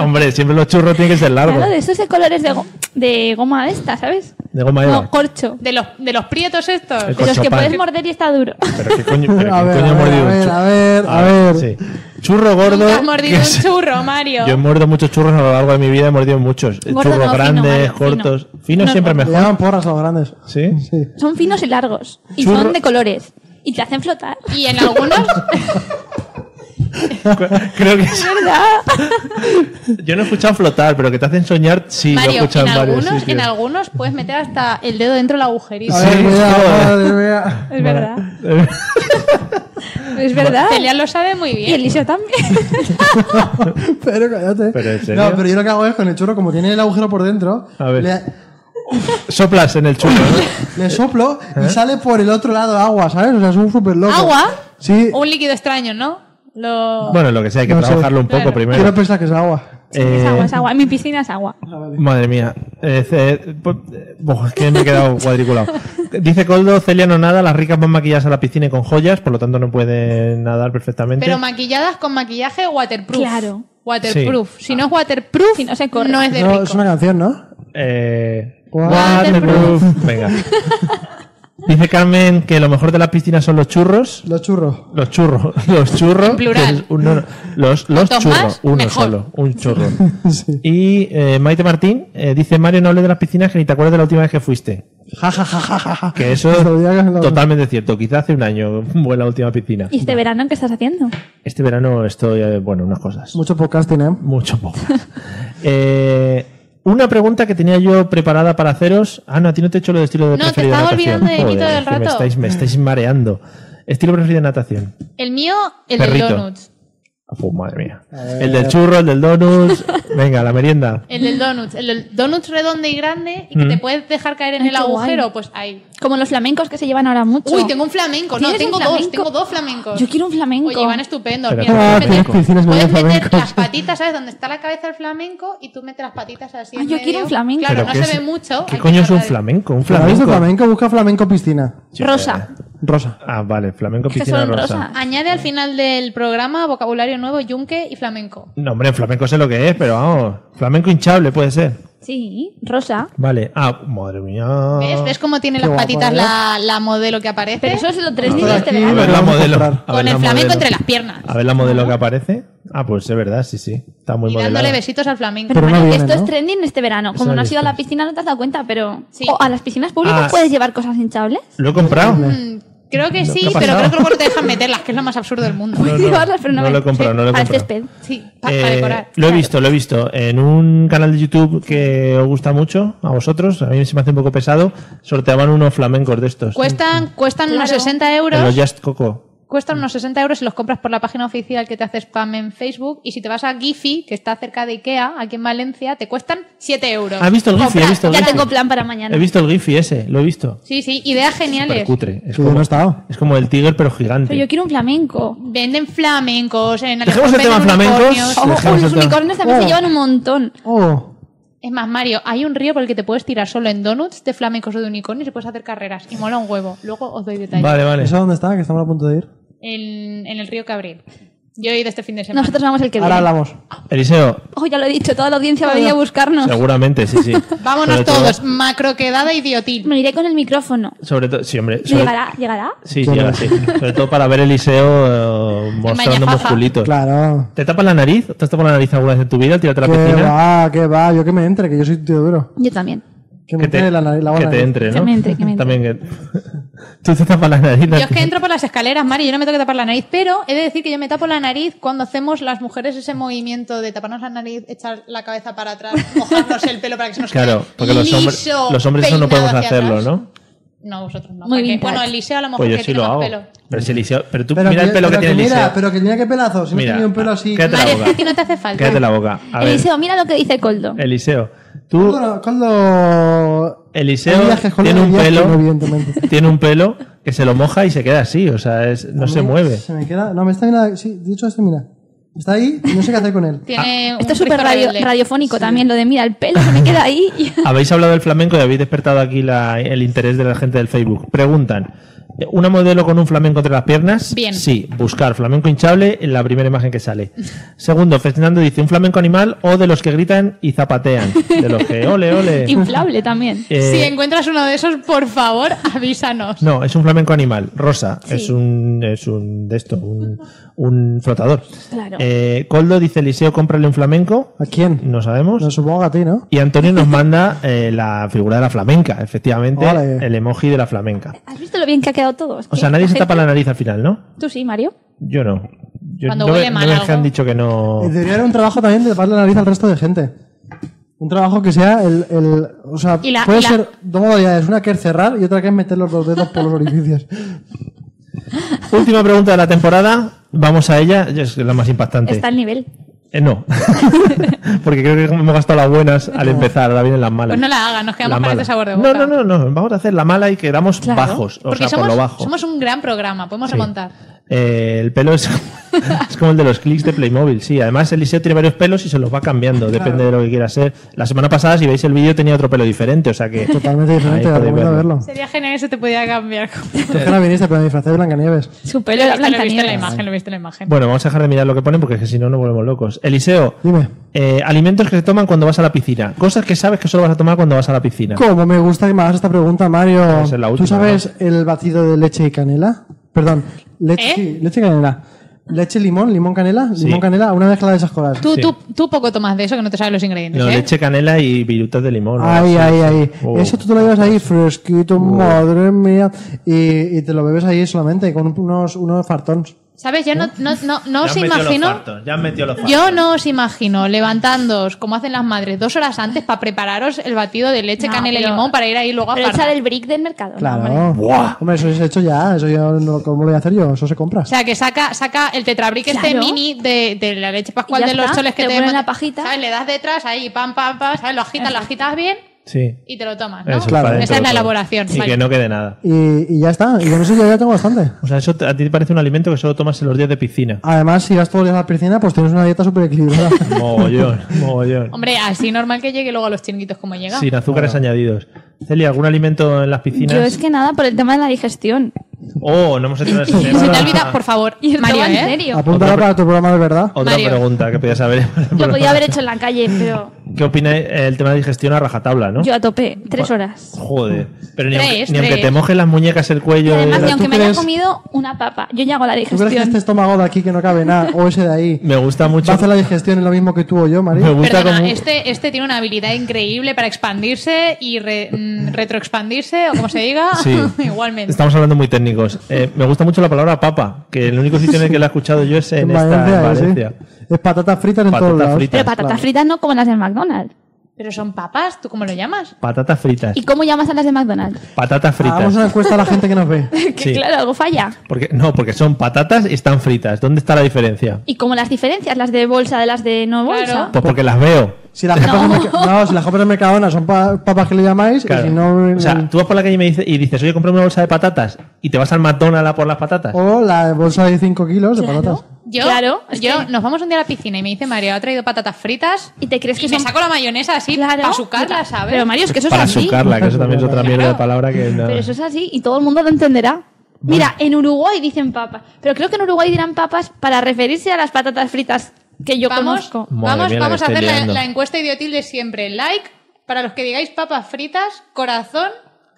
[SPEAKER 1] Hombre, siempre los churros tienen que ser largos.
[SPEAKER 8] Claro, de esos de colores de, go- de goma de esta, ¿sabes?
[SPEAKER 1] De goma eva.
[SPEAKER 8] No, corcho.
[SPEAKER 2] De los, de los prietos estos.
[SPEAKER 1] El
[SPEAKER 8] De los que
[SPEAKER 1] corchopán.
[SPEAKER 8] puedes morder y está duro.
[SPEAKER 1] Pero qué coño,
[SPEAKER 4] *laughs*
[SPEAKER 1] pero
[SPEAKER 4] A
[SPEAKER 1] qué
[SPEAKER 4] ver,
[SPEAKER 1] coño ha
[SPEAKER 4] a ver,
[SPEAKER 1] mordido
[SPEAKER 4] a
[SPEAKER 1] un
[SPEAKER 4] ver,
[SPEAKER 1] churro.
[SPEAKER 4] a ver, a ver.
[SPEAKER 1] sí. Churro gordo.
[SPEAKER 2] Nunca has mordido
[SPEAKER 1] que
[SPEAKER 2] un
[SPEAKER 1] se-
[SPEAKER 2] churro, Mario.
[SPEAKER 1] Yo he mordido muchos churros a lo largo de mi vida, he mordido muchos. Eh,
[SPEAKER 8] Gordo
[SPEAKER 1] churros
[SPEAKER 8] no, fino,
[SPEAKER 1] grandes,
[SPEAKER 8] Mario, fino.
[SPEAKER 1] cortos. Fino
[SPEAKER 8] No,
[SPEAKER 1] siempre
[SPEAKER 8] no.
[SPEAKER 4] Me
[SPEAKER 1] mejor.
[SPEAKER 4] llaman porras los grandes.
[SPEAKER 1] ¿Sí?
[SPEAKER 4] Sí.
[SPEAKER 8] *laughs* Son finos y largos. Y
[SPEAKER 1] Churro.
[SPEAKER 8] son de colores. Y te hacen flotar.
[SPEAKER 2] Y en
[SPEAKER 1] *laughs*
[SPEAKER 2] algunos,
[SPEAKER 1] *laughs* Creo que sí. *laughs* Yo no he escuchado flotar, pero que te hacen soñar, sí, lo he
[SPEAKER 2] Mario,
[SPEAKER 1] escuchado
[SPEAKER 2] en
[SPEAKER 1] en varios
[SPEAKER 2] algunos, en
[SPEAKER 1] sitios.
[SPEAKER 2] algunos puedes meter hasta el dedo dentro del agujerito.
[SPEAKER 4] A ver, cuidado,
[SPEAKER 1] joder.
[SPEAKER 4] madre mía.
[SPEAKER 8] Es verdad. es verdad.
[SPEAKER 2] Celia lo sabe muy
[SPEAKER 8] Y
[SPEAKER 2] bien.
[SPEAKER 8] Eliseo también.
[SPEAKER 4] *laughs* Pero cállate.
[SPEAKER 1] Pero, ¿en serio?
[SPEAKER 4] No, pero yo lo que hago es con el churro, como tiene el agujero por dentro,
[SPEAKER 1] A ver.
[SPEAKER 4] Le,
[SPEAKER 1] Soplas en el churro,
[SPEAKER 2] *laughs*
[SPEAKER 1] ¿no?
[SPEAKER 4] le soplo
[SPEAKER 1] ¿Eh?
[SPEAKER 4] y sale por el otro lado agua, ¿sabes? O sea, es un súper loco.
[SPEAKER 2] ¿Agua?
[SPEAKER 4] Sí.
[SPEAKER 2] Un líquido extraño, ¿no? Lo...
[SPEAKER 1] Bueno, lo que sea, hay que
[SPEAKER 4] No sé.
[SPEAKER 1] trabajarlo un poco
[SPEAKER 2] Claro.
[SPEAKER 1] primero.
[SPEAKER 4] Quiero pensar que es agua.
[SPEAKER 8] Es
[SPEAKER 1] *laughs* Eh,
[SPEAKER 8] agua, es agua. En mi piscina es agua.
[SPEAKER 1] Madre mía. Eh, ce- po- eh, bo, es que me he
[SPEAKER 2] *laughs*
[SPEAKER 1] quedado cuadriculado. Dice Coldo, Celia no nada, las ricas van maquilladas a la piscina y con joyas, por lo tanto no pueden nadar perfectamente.
[SPEAKER 2] Pero maquilladas con maquillaje waterproof.
[SPEAKER 8] Claro.
[SPEAKER 2] Waterproof. Si no es waterproof,
[SPEAKER 8] Si no se corre.
[SPEAKER 2] no es de
[SPEAKER 4] No,
[SPEAKER 2] rico.
[SPEAKER 4] es una canción, ¿no?
[SPEAKER 1] Eh,
[SPEAKER 4] Waterproof.
[SPEAKER 1] waterproof.
[SPEAKER 4] *laughs*
[SPEAKER 1] Venga. Dice Carmen que lo mejor de las piscinas son los churros.
[SPEAKER 4] Los churros. *laughs*
[SPEAKER 1] Los churros. *laughs* Los churros.
[SPEAKER 2] En plural.
[SPEAKER 1] que es un- no, no, los los
[SPEAKER 2] Cuantos
[SPEAKER 1] churros.
[SPEAKER 2] más,
[SPEAKER 1] uno
[SPEAKER 2] mejor.
[SPEAKER 1] solo. Un
[SPEAKER 2] *laughs*
[SPEAKER 1] churro.
[SPEAKER 4] Sí.
[SPEAKER 1] Y eh, Maite Martín eh, dice: Mario, no hable de las piscinas que ni te acuerdas de la última vez que fuiste.
[SPEAKER 4] Ja, ja, ja, ja, ja, ja. *laughs*
[SPEAKER 1] Que eso
[SPEAKER 4] Pues lo diría que
[SPEAKER 1] es
[SPEAKER 4] lo-
[SPEAKER 1] totalmente cierto. Quizá hace un año *laughs* fue la última piscina.
[SPEAKER 8] ¿Y este verano qué estás haciendo?
[SPEAKER 1] Este verano estoy, eh, bueno, unas cosas.
[SPEAKER 4] Mucho podcasting, ¿eh?
[SPEAKER 1] Mucho poco. *laughs* Eh, una pregunta que tenía yo preparada para haceros. Ah, no, a ti no te he hecho lo de estilo de
[SPEAKER 2] No, te
[SPEAKER 1] preferido de
[SPEAKER 2] estaba
[SPEAKER 1] natación.
[SPEAKER 2] olvidando de mí
[SPEAKER 1] Joder, es
[SPEAKER 2] todo el
[SPEAKER 1] que Me
[SPEAKER 2] rato.
[SPEAKER 1] estáis, me estáis mareando. Estilo preferido de natación.
[SPEAKER 2] El mío, el
[SPEAKER 1] Perrito.
[SPEAKER 2] del donuts.
[SPEAKER 1] Uf, madre mía. El del churro, el del donuts. Venga, la merienda.
[SPEAKER 2] El del donuts. El del donuts redondo y grande y que
[SPEAKER 1] Mm.
[SPEAKER 2] te puedes dejar caer en
[SPEAKER 8] Ay,
[SPEAKER 2] el
[SPEAKER 8] qué guay.
[SPEAKER 2] agujero, pues ahí.
[SPEAKER 8] Como los flamencos que se llevan ahora mucho.
[SPEAKER 2] Uy, tengo un flamenco. No,
[SPEAKER 8] ¿Tienes un
[SPEAKER 2] tengo
[SPEAKER 8] flamenco?
[SPEAKER 2] dos. Tengo dos flamencos.
[SPEAKER 8] Yo quiero un flamenco.
[SPEAKER 2] Oye, van estupendo.
[SPEAKER 8] Pero
[SPEAKER 2] Mira,
[SPEAKER 8] ¿cómo
[SPEAKER 2] puedes
[SPEAKER 8] que
[SPEAKER 2] meter-
[SPEAKER 8] tienes piscinas
[SPEAKER 2] puedes
[SPEAKER 8] medias
[SPEAKER 2] meter
[SPEAKER 8] flamencos?
[SPEAKER 2] las patitas, ¿sabes? Donde está la cabeza del flamenco y tú metes las patitas así.
[SPEAKER 8] Ah,
[SPEAKER 2] en
[SPEAKER 8] yo quiero
[SPEAKER 2] medio.
[SPEAKER 8] un flamenco.
[SPEAKER 2] Claro,
[SPEAKER 1] ¿Pero
[SPEAKER 2] no
[SPEAKER 1] qué
[SPEAKER 2] se
[SPEAKER 1] es-
[SPEAKER 2] ve mucho.
[SPEAKER 1] ¿Qué coño es un flamenco? Un
[SPEAKER 4] ¿Habéis de
[SPEAKER 1] flamenco.
[SPEAKER 4] flamenco? Busca flamenco piscina.
[SPEAKER 2] Rosa.
[SPEAKER 1] Rosa. Ah, vale, flamenco piscina rosa.
[SPEAKER 8] Ah,
[SPEAKER 2] Añade al final del programa vocabulario nuevo, yunque y flamenco.
[SPEAKER 1] No, hombre, flamenco sé lo que es, pero vamos. Flamenco hinchable puede ser.
[SPEAKER 2] Sí, rosa.
[SPEAKER 1] Vale. Ah, madre mía.
[SPEAKER 2] ¿Ves, ¿Ves cómo tiene
[SPEAKER 1] Ah, Qué
[SPEAKER 2] las
[SPEAKER 1] guapo,
[SPEAKER 2] patitas
[SPEAKER 1] ¿eh?
[SPEAKER 2] la, la modelo que aparece? Pero eso es los tres
[SPEAKER 8] este
[SPEAKER 1] A ver la modelo. a ver
[SPEAKER 2] este Con
[SPEAKER 1] la
[SPEAKER 2] el flamenco
[SPEAKER 1] modelo.
[SPEAKER 2] entre las piernas.
[SPEAKER 1] A ver la modelo que aparece. Ah, pues es verdad, sí, sí. Está muy
[SPEAKER 2] Y
[SPEAKER 1] modelada.
[SPEAKER 2] dándole besitos al flamenco.
[SPEAKER 8] Pero, bueno, que esto es trending este verano.
[SPEAKER 1] Eso
[SPEAKER 8] Como no has
[SPEAKER 1] es
[SPEAKER 8] ido a la piscina, no te has dado cuenta, pero. O a las piscinas públicas
[SPEAKER 1] Ah.
[SPEAKER 8] puedes llevar cosas *laughs* hinchables.
[SPEAKER 1] Lo he comprado.
[SPEAKER 2] Mm, Creo que
[SPEAKER 1] No,
[SPEAKER 2] sí,
[SPEAKER 1] ¿qué ha
[SPEAKER 2] pero
[SPEAKER 1] pasado?
[SPEAKER 2] creo que luego no te dejan meterlas, que es lo más absurdo del mundo.
[SPEAKER 1] Puedes no, llevarlas, pero no no me- lo he comprado, sí, no lo he para el comprado.
[SPEAKER 2] Sí, pa- para
[SPEAKER 1] Eh,
[SPEAKER 2] decorar.
[SPEAKER 1] lo he visto, lo he visto. En un canal de YouTube que os gusta mucho, a vosotros, a mí se me hace un poco pesado, sorteaban unos flamencos de estos.
[SPEAKER 2] Cuestan, cuestan unos
[SPEAKER 8] Claro.
[SPEAKER 2] 60
[SPEAKER 1] En los
[SPEAKER 2] euros.
[SPEAKER 1] Just Coco.
[SPEAKER 2] Cuestan unos 60 euros si los compras por la página oficial que te hace spam en Facebook. Y si te vas a Giphy, que está cerca de Ikea, aquí en Valencia, te cuestan 7 euros.
[SPEAKER 1] Ah, he visto el Giphy, he visto el
[SPEAKER 2] ya
[SPEAKER 1] Giphy.
[SPEAKER 2] tengo plan para mañana.
[SPEAKER 1] He visto el Giphy ese, lo he visto.
[SPEAKER 2] Sí, sí, ideas geniales.
[SPEAKER 1] Supercutre. Es como, es como el Tiger, pero gigante.
[SPEAKER 2] yo quiero un flamenco.
[SPEAKER 1] Pues
[SPEAKER 2] Venden flamencos. En
[SPEAKER 1] Dejemos el
[SPEAKER 2] venden
[SPEAKER 1] tema flamencos,
[SPEAKER 2] unicornios. Oh.
[SPEAKER 1] dejemos Oh. Ojo, el los tema.
[SPEAKER 8] unicornios también se llevan un montón.
[SPEAKER 4] Oh,
[SPEAKER 2] Es más, Mario, hay un río por el que te puedes tirar solo en donuts de flamencos o de unicornios y puedes hacer carreras. Y mola un huevo. Luego os doy detalles.
[SPEAKER 1] vale.
[SPEAKER 4] ¿Eso dónde está? Que estamos a punto de ir.
[SPEAKER 2] En, en el río Cabril. Yo he ido este fin de semana.
[SPEAKER 8] Nosotros vamos el que
[SPEAKER 4] Ahora
[SPEAKER 8] viene.
[SPEAKER 4] hablamos.
[SPEAKER 1] Eliseo,
[SPEAKER 8] Ojo, ya lo he dicho, toda la audiencia va a venir a buscarnos.
[SPEAKER 1] seguramente, sí, sí.
[SPEAKER 2] *laughs* Vámonos
[SPEAKER 1] Sobre todo-
[SPEAKER 2] todos. e Macroquedada idiotil.
[SPEAKER 8] Me iré con el micrófono.
[SPEAKER 1] Sobre todo, sí, hombre. sobre-
[SPEAKER 8] ¿Llegará? ¿Llegará?
[SPEAKER 1] Sí, llega, sí. Sobre todo para ver Eliseo eh, mostrando
[SPEAKER 8] Mañafaja.
[SPEAKER 1] musculitos.
[SPEAKER 4] Claro.
[SPEAKER 1] ¿Te tapas la nariz? ¿Te has tapado la nariz alguna vez en tu vida? Tírate a la
[SPEAKER 4] Que
[SPEAKER 1] piscina.
[SPEAKER 4] va, que va, yo que me entre, que yo soy tío duro.
[SPEAKER 8] Yo también.
[SPEAKER 4] Que me
[SPEAKER 1] Que te,
[SPEAKER 4] entre la nariz, la
[SPEAKER 1] que
[SPEAKER 4] bola.
[SPEAKER 1] te entre, ¿no?
[SPEAKER 8] Que me entre, que me entre.
[SPEAKER 1] También que... *laughs* Tú te tapas la nariz.
[SPEAKER 2] Yo es que entro por las escaleras, Mario, yo no me tengo que tapar la nariz, pero he de decir que yo me tapo la nariz cuando hacemos las mujeres ese movimiento de taparnos la nariz, echar la cabeza
[SPEAKER 1] *laughs*
[SPEAKER 2] para atrás, mojarnos el pelo para que se nos quede
[SPEAKER 1] Claro, porque los,
[SPEAKER 2] liso,
[SPEAKER 1] hombres los hombres eso no
[SPEAKER 2] peinado
[SPEAKER 1] podemos
[SPEAKER 2] hacia
[SPEAKER 1] hacerlo,
[SPEAKER 2] atrás.
[SPEAKER 1] ¿no?
[SPEAKER 2] No, vosotros no.
[SPEAKER 8] Muy
[SPEAKER 2] ¿para qué?
[SPEAKER 8] vintage.
[SPEAKER 2] Bueno, el liceo a lo mejor
[SPEAKER 1] Pues yo
[SPEAKER 2] que
[SPEAKER 1] sí
[SPEAKER 2] tiene
[SPEAKER 1] lo
[SPEAKER 2] más
[SPEAKER 1] hago.
[SPEAKER 2] pelo.
[SPEAKER 1] Pero, si Eliseo- pero tú
[SPEAKER 4] Pero
[SPEAKER 1] mira el pelo que,
[SPEAKER 4] pero
[SPEAKER 1] tiene
[SPEAKER 4] mira,
[SPEAKER 1] Eliseo.
[SPEAKER 4] Pero que mira qué pelazo. Si no
[SPEAKER 1] Mira,
[SPEAKER 4] tenía un pelo así.
[SPEAKER 1] cállate la
[SPEAKER 8] *laughs*
[SPEAKER 1] boca.
[SPEAKER 2] A ti no te hace falta.
[SPEAKER 1] Cállate la boca. A ver,
[SPEAKER 8] Eliseo, mira lo que dice Coldo.
[SPEAKER 1] Eliseo. Tú,
[SPEAKER 4] Coldo- Coldo- Hay
[SPEAKER 1] Eliseo,
[SPEAKER 4] viajes, Coldo,
[SPEAKER 1] tiene
[SPEAKER 4] hay
[SPEAKER 1] un
[SPEAKER 4] viajes, no,
[SPEAKER 1] pelo, *laughs*
[SPEAKER 4] evidentemente.
[SPEAKER 1] tiene un pelo que se lo moja y se queda así, o sea, es- no se
[SPEAKER 4] A mí
[SPEAKER 1] mueve.
[SPEAKER 4] Se me queda. No, me está mirando. Sí, dicho esto, mira. Está ahí y no sé qué hacer con él.
[SPEAKER 2] Tiene
[SPEAKER 1] Ah.
[SPEAKER 2] un
[SPEAKER 8] Esto es súper
[SPEAKER 2] rizo
[SPEAKER 8] radio-
[SPEAKER 2] rebelde.
[SPEAKER 8] radiofónico también, lo de mira el pelo que me queda ahí.
[SPEAKER 1] Habéis hablado del flamenco y habéis despertado aquí la- el interés de la gente del Facebook. Preguntan, ¿una modelo con un flamenco entre las piernas?
[SPEAKER 2] Bien.
[SPEAKER 1] Sí, buscar flamenco hinchable en la primera imagen que sale. Segundo, Fernando dice, ¿un flamenco animal o de los que gritan y zapatean? De los que, ole,
[SPEAKER 2] *laughs*
[SPEAKER 1] ole.
[SPEAKER 8] *laughs* Inflable también.
[SPEAKER 1] Eh,
[SPEAKER 2] Si encuentras uno de esos, por favor, *laughs* avísanos.
[SPEAKER 1] No, es un flamenco animal, rosa.
[SPEAKER 2] Sí.
[SPEAKER 1] Es un es un de esto, un, un flotador.
[SPEAKER 2] Claro.
[SPEAKER 1] Eh, Coldo dice Eliseo, cómprale un flamenco.
[SPEAKER 4] ¿A quién?
[SPEAKER 1] No sabemos.
[SPEAKER 4] No supongo que a ti, ¿no?
[SPEAKER 1] Y Antonio nos manda eh, la figura de la flamenca, efectivamente,
[SPEAKER 4] Ole.
[SPEAKER 1] el emoji de la flamenca.
[SPEAKER 8] ¿Has visto lo bien que ha quedado todo? Es
[SPEAKER 1] O
[SPEAKER 8] que
[SPEAKER 1] sea, nadie se
[SPEAKER 8] gente-
[SPEAKER 1] tapa la nariz al final, ¿no?
[SPEAKER 8] Tú sí, Mario.
[SPEAKER 1] Yo no. Yo
[SPEAKER 8] Cuando
[SPEAKER 1] no
[SPEAKER 8] huele
[SPEAKER 1] me-
[SPEAKER 8] mal
[SPEAKER 1] no me
[SPEAKER 8] algo.
[SPEAKER 1] han dicho que no.
[SPEAKER 4] Debería haber un trabajo también de taparle la nariz al resto de gente. Un trabajo que sea el. el o sea,
[SPEAKER 8] Y la-
[SPEAKER 4] puede
[SPEAKER 8] y la-
[SPEAKER 4] ser dos modalidades: una que es cerrar y otra que es meter los dos dedos por los
[SPEAKER 1] *laughs*
[SPEAKER 4] orificios.
[SPEAKER 1] Última pregunta de la temporada. Vamos a ella. Es la más impactante.
[SPEAKER 8] Está al nivel.
[SPEAKER 1] Eh, no. *laughs* Porque creo que hemos gastado las buenas al empezar. Ahora vienen las malas.
[SPEAKER 2] Pues no la hagas, nos
[SPEAKER 1] La
[SPEAKER 2] quedamos con
[SPEAKER 1] mala.
[SPEAKER 2] este sabor de boca.
[SPEAKER 1] no, no, no, no. Vamos a hacer la mala y quedamos bajos. O
[SPEAKER 2] Porque
[SPEAKER 1] sea,
[SPEAKER 2] somos,
[SPEAKER 1] por lo bajo.
[SPEAKER 2] somos un gran programa, podemos
[SPEAKER 1] Sí.
[SPEAKER 2] remontar.
[SPEAKER 1] Eh, el pelo es, *laughs* es como el de los clics de Playmobil, sí. Además, Eliseo tiene varios pelos y se los va cambiando, depende de lo que quiera ser. La semana pasada, si veis el vídeo, tenía otro pelo diferente, o sea que.
[SPEAKER 4] Totalmente diferente,
[SPEAKER 1] Ahí podéis
[SPEAKER 4] recomiendo
[SPEAKER 1] verlo.
[SPEAKER 4] verlo.
[SPEAKER 2] Sería genial que se te pudiera cambiar.
[SPEAKER 4] ¿Por qué no viniste? Pero me disfrazé de Blancanieves.
[SPEAKER 8] Su pelo era
[SPEAKER 2] Lo he visto en la
[SPEAKER 8] Blancanieves.
[SPEAKER 2] imagen, lo he visto en la imagen.
[SPEAKER 1] Bueno, vamos a dejar de mirar lo que ponen porque es que si no, nos volvemos locos. Eliseo, eh, alimentos que se toman cuando vas a la piscina. Cosas que sabes que solo vas a tomar cuando vas a la piscina.
[SPEAKER 4] Como me gusta que me hagas esta pregunta, Mario.
[SPEAKER 1] ser la
[SPEAKER 4] ¿Tú
[SPEAKER 1] última,
[SPEAKER 4] sabes el batido de leche y canela? Perdón, leche, sí, leche y canela. Leche, limón, limón, canela,
[SPEAKER 1] Sí.
[SPEAKER 4] limón, canela, una mezcla de esas cosas.
[SPEAKER 2] Tú, tú, tú poco tomas de eso, que no te sabes los ingredientes.
[SPEAKER 1] No,
[SPEAKER 2] ¿eh?
[SPEAKER 1] leche, canela y virutas de limón. ¿no?
[SPEAKER 4] Ahí,
[SPEAKER 1] Sí,
[SPEAKER 4] ahí,
[SPEAKER 1] sí.
[SPEAKER 4] ahí.
[SPEAKER 1] Oh.
[SPEAKER 4] Eso tú te lo llevas ahí fresquito, madre mía. Y, y te lo bebes ahí solamente con unos, unos fartons.
[SPEAKER 2] ¿Sabes? Yo no, no, no,
[SPEAKER 1] Ya
[SPEAKER 2] no
[SPEAKER 1] han
[SPEAKER 2] os
[SPEAKER 1] metido los
[SPEAKER 2] imagino.
[SPEAKER 1] fartos, ya han metido los fartos.
[SPEAKER 2] Yo no os imagino levantándoos, como hacen las madres, dos horas antes para prepararos el batido de leche,
[SPEAKER 8] No,
[SPEAKER 2] canela y
[SPEAKER 8] pero-
[SPEAKER 2] limón para ir ahí luego a
[SPEAKER 8] Pero
[SPEAKER 2] farra.
[SPEAKER 8] echar el brick del mercado.
[SPEAKER 4] Claro. Hombre, eso es hecho ya. Eso yo no, ¿Cómo lo voy a hacer yo? Eso se compra.
[SPEAKER 2] O sea, que saca, saca el tetrabric este
[SPEAKER 8] Claro.
[SPEAKER 2] mini de, de la leche pascual
[SPEAKER 8] Y ya
[SPEAKER 2] de los
[SPEAKER 8] está,
[SPEAKER 2] choles que
[SPEAKER 8] te
[SPEAKER 2] te
[SPEAKER 8] ponen
[SPEAKER 2] manda-
[SPEAKER 8] la pajita.
[SPEAKER 2] ¿sabes? Le das detrás ahí, pam, pam, pam, ¿sabes? Lo agitas, lo agitas bien
[SPEAKER 1] Sí.
[SPEAKER 2] y te lo tomas, ¿no?
[SPEAKER 1] Eso, para
[SPEAKER 2] Esa
[SPEAKER 1] dentro
[SPEAKER 2] es la
[SPEAKER 1] todo.
[SPEAKER 2] elaboración.
[SPEAKER 1] Y
[SPEAKER 2] vale.
[SPEAKER 1] que no quede nada.
[SPEAKER 4] Y, y ya está. Y con eso yo ya tengo bastante.
[SPEAKER 1] O sea, eso te- a ti te parece un alimento que solo tomas en los días de
[SPEAKER 4] *laughs*
[SPEAKER 1] piscina.
[SPEAKER 4] Además, si vas todos los días a la piscina, pues tienes una dieta
[SPEAKER 1] *laughs*
[SPEAKER 4] súper equilibrada.
[SPEAKER 1] Mogollón, mogollón.
[SPEAKER 2] Hombre, así normal que llegue luego a los chinguitos como llega.
[SPEAKER 1] Sin azúcares añadidos. Celia, ¿algún alimento en las piscinas?
[SPEAKER 8] Yo es que nada por el tema de la digestión.
[SPEAKER 1] Oh, no hemos hecho
[SPEAKER 8] *laughs*
[SPEAKER 1] ese
[SPEAKER 2] Y
[SPEAKER 1] tema.
[SPEAKER 2] se te olvida, por favor,
[SPEAKER 8] Y el
[SPEAKER 2] Mario,
[SPEAKER 8] tema en
[SPEAKER 2] ¿eh?
[SPEAKER 1] Ah,
[SPEAKER 8] serio.
[SPEAKER 4] Apúntala para tu programa de verdad.
[SPEAKER 1] Otra
[SPEAKER 8] Mario.
[SPEAKER 1] pregunta que podías saber.
[SPEAKER 8] Lo podía haber hecho en la calle, pero
[SPEAKER 1] ¿Qué opináis eh, el tema de digestión a rajatabla, no?
[SPEAKER 8] yo a tope. Tres horas.
[SPEAKER 1] Joder. Pero ni,
[SPEAKER 8] Tres,
[SPEAKER 1] aunque, ni
[SPEAKER 8] tres.
[SPEAKER 1] aunque te mojes las muñecas, el cuello.
[SPEAKER 8] Además,
[SPEAKER 1] el-
[SPEAKER 8] y aunque
[SPEAKER 1] eh, ¿Tú
[SPEAKER 8] me haya
[SPEAKER 1] crees-
[SPEAKER 8] comido una papa, yo ya hago la
[SPEAKER 4] ¿Tú crees que
[SPEAKER 8] digestión.
[SPEAKER 4] este estómago de aquí que no cabe nada o ese de ahí
[SPEAKER 1] Me gusta mucho.
[SPEAKER 4] va a hacer la digestión en lo mismo que tú o yo, María?
[SPEAKER 1] Me gusta
[SPEAKER 2] Perdona,
[SPEAKER 1] como-
[SPEAKER 2] este, este tiene una habilidad increíble para expandirse y re- mm, retroexpandirse, o como se diga,
[SPEAKER 1] *laughs* Sí.
[SPEAKER 2] *laughs* igualmente.
[SPEAKER 1] Estamos hablando muy técnicos. Eh, me gusta mucho la palabra papa, que el único sitio en el que la he escuchado yo es en, esta
[SPEAKER 4] Valencia,
[SPEAKER 1] en
[SPEAKER 4] ¿eh? Sí.
[SPEAKER 1] Valencia.
[SPEAKER 4] Es patatas fritas en
[SPEAKER 1] Patatas
[SPEAKER 4] todos lados.
[SPEAKER 1] fritas.
[SPEAKER 8] Pero patatas fritas no como las de McDonald's.
[SPEAKER 2] Pero son papas, ¿tú cómo lo llamas?
[SPEAKER 1] Patatas fritas.
[SPEAKER 8] ¿Y cómo llamas a las de McDonald's?
[SPEAKER 1] Patatas fritas.
[SPEAKER 4] Hagamos una encuesta Ah, a la gente que nos ve.
[SPEAKER 8] *laughs* que
[SPEAKER 1] Sí.
[SPEAKER 8] claro, algo falla.
[SPEAKER 1] Porque, no, porque son patatas y están fritas. ¿Dónde está la diferencia?
[SPEAKER 8] ¿Y como las diferencias? ¿Las de bolsa de las de no bolsa?
[SPEAKER 1] Pues porque las veo.
[SPEAKER 4] Si las compras, en, Merca- no, si las compras en Mercadona son pa- papas que le llamáis
[SPEAKER 1] Claro.
[SPEAKER 4] y si no... eh,
[SPEAKER 1] O sea, tú vas por la calle y, me dices, y dices, oye, compré una bolsa de patatas y te vas al McDonald's a por las patatas.
[SPEAKER 4] o la bolsa de 5 kilos de patatas.
[SPEAKER 2] Yo, claro, yo nos vamos un día a la piscina y me dice Mario, ha traído patatas fritas y te crees que me saco la mayonesa así para sucarla, ¿sabes?
[SPEAKER 8] Pero Mario, es que eso es
[SPEAKER 1] Para
[SPEAKER 8] así.
[SPEAKER 1] sucarla, que eso también es otra mierda de
[SPEAKER 8] *laughs*
[SPEAKER 1] palabra que... no-
[SPEAKER 8] Pero eso es así y todo el mundo lo entenderá. Mira, en Uruguay dicen papas, pero creo que en Uruguay dirán papas para referirse a las patatas fritas que yo
[SPEAKER 2] Vamos,
[SPEAKER 8] conozco.
[SPEAKER 1] Madre mía,
[SPEAKER 2] vamos,
[SPEAKER 1] la que
[SPEAKER 2] vamos a
[SPEAKER 1] estoy
[SPEAKER 2] hacer la,
[SPEAKER 1] liando.
[SPEAKER 2] la encuesta idiotil de siempre. Like para los que digáis papas fritas, corazón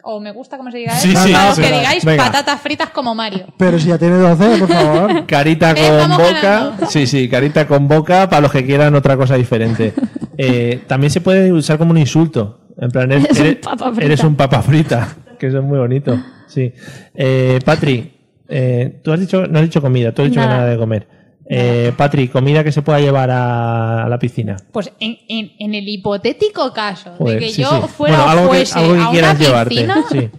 [SPEAKER 2] o me gusta como se diga
[SPEAKER 1] Sí,
[SPEAKER 2] eso,
[SPEAKER 1] sí,
[SPEAKER 2] para los
[SPEAKER 1] sí,
[SPEAKER 2] que
[SPEAKER 1] vale.
[SPEAKER 2] digáis
[SPEAKER 1] Venga.
[SPEAKER 2] patatas fritas como Mario.
[SPEAKER 4] Pero si ya tiene 12, por
[SPEAKER 1] *laughs*
[SPEAKER 4] favor.
[SPEAKER 1] Carita
[SPEAKER 2] Eh,
[SPEAKER 1] con
[SPEAKER 2] vamos
[SPEAKER 1] boca.
[SPEAKER 2] ganando.
[SPEAKER 1] Sí, sí, carita con boca para los que quieran otra cosa
[SPEAKER 2] *laughs*
[SPEAKER 1] diferente. Eh, también se puede usar como un insulto. En plan, eres,
[SPEAKER 8] Eres un
[SPEAKER 1] eres-
[SPEAKER 8] papa frita.
[SPEAKER 1] eres un papa frita, que eso es muy bonito. Sí. Eh, Patri, eh, tú has dicho, no has dicho comida, tú has dicho que
[SPEAKER 2] Nada.
[SPEAKER 1] nada de comer. Eh, Patri, comida que se pueda llevar a, a la piscina.
[SPEAKER 2] Pues en, en- en el hipotético caso
[SPEAKER 1] Joder,
[SPEAKER 2] de que
[SPEAKER 1] sí,
[SPEAKER 2] yo
[SPEAKER 1] sí.
[SPEAKER 2] fuera
[SPEAKER 1] Bueno,
[SPEAKER 2] o
[SPEAKER 1] algo que-
[SPEAKER 2] fuese
[SPEAKER 1] algo que
[SPEAKER 2] a una
[SPEAKER 1] quieras llevarte,
[SPEAKER 2] piscina,
[SPEAKER 1] sí.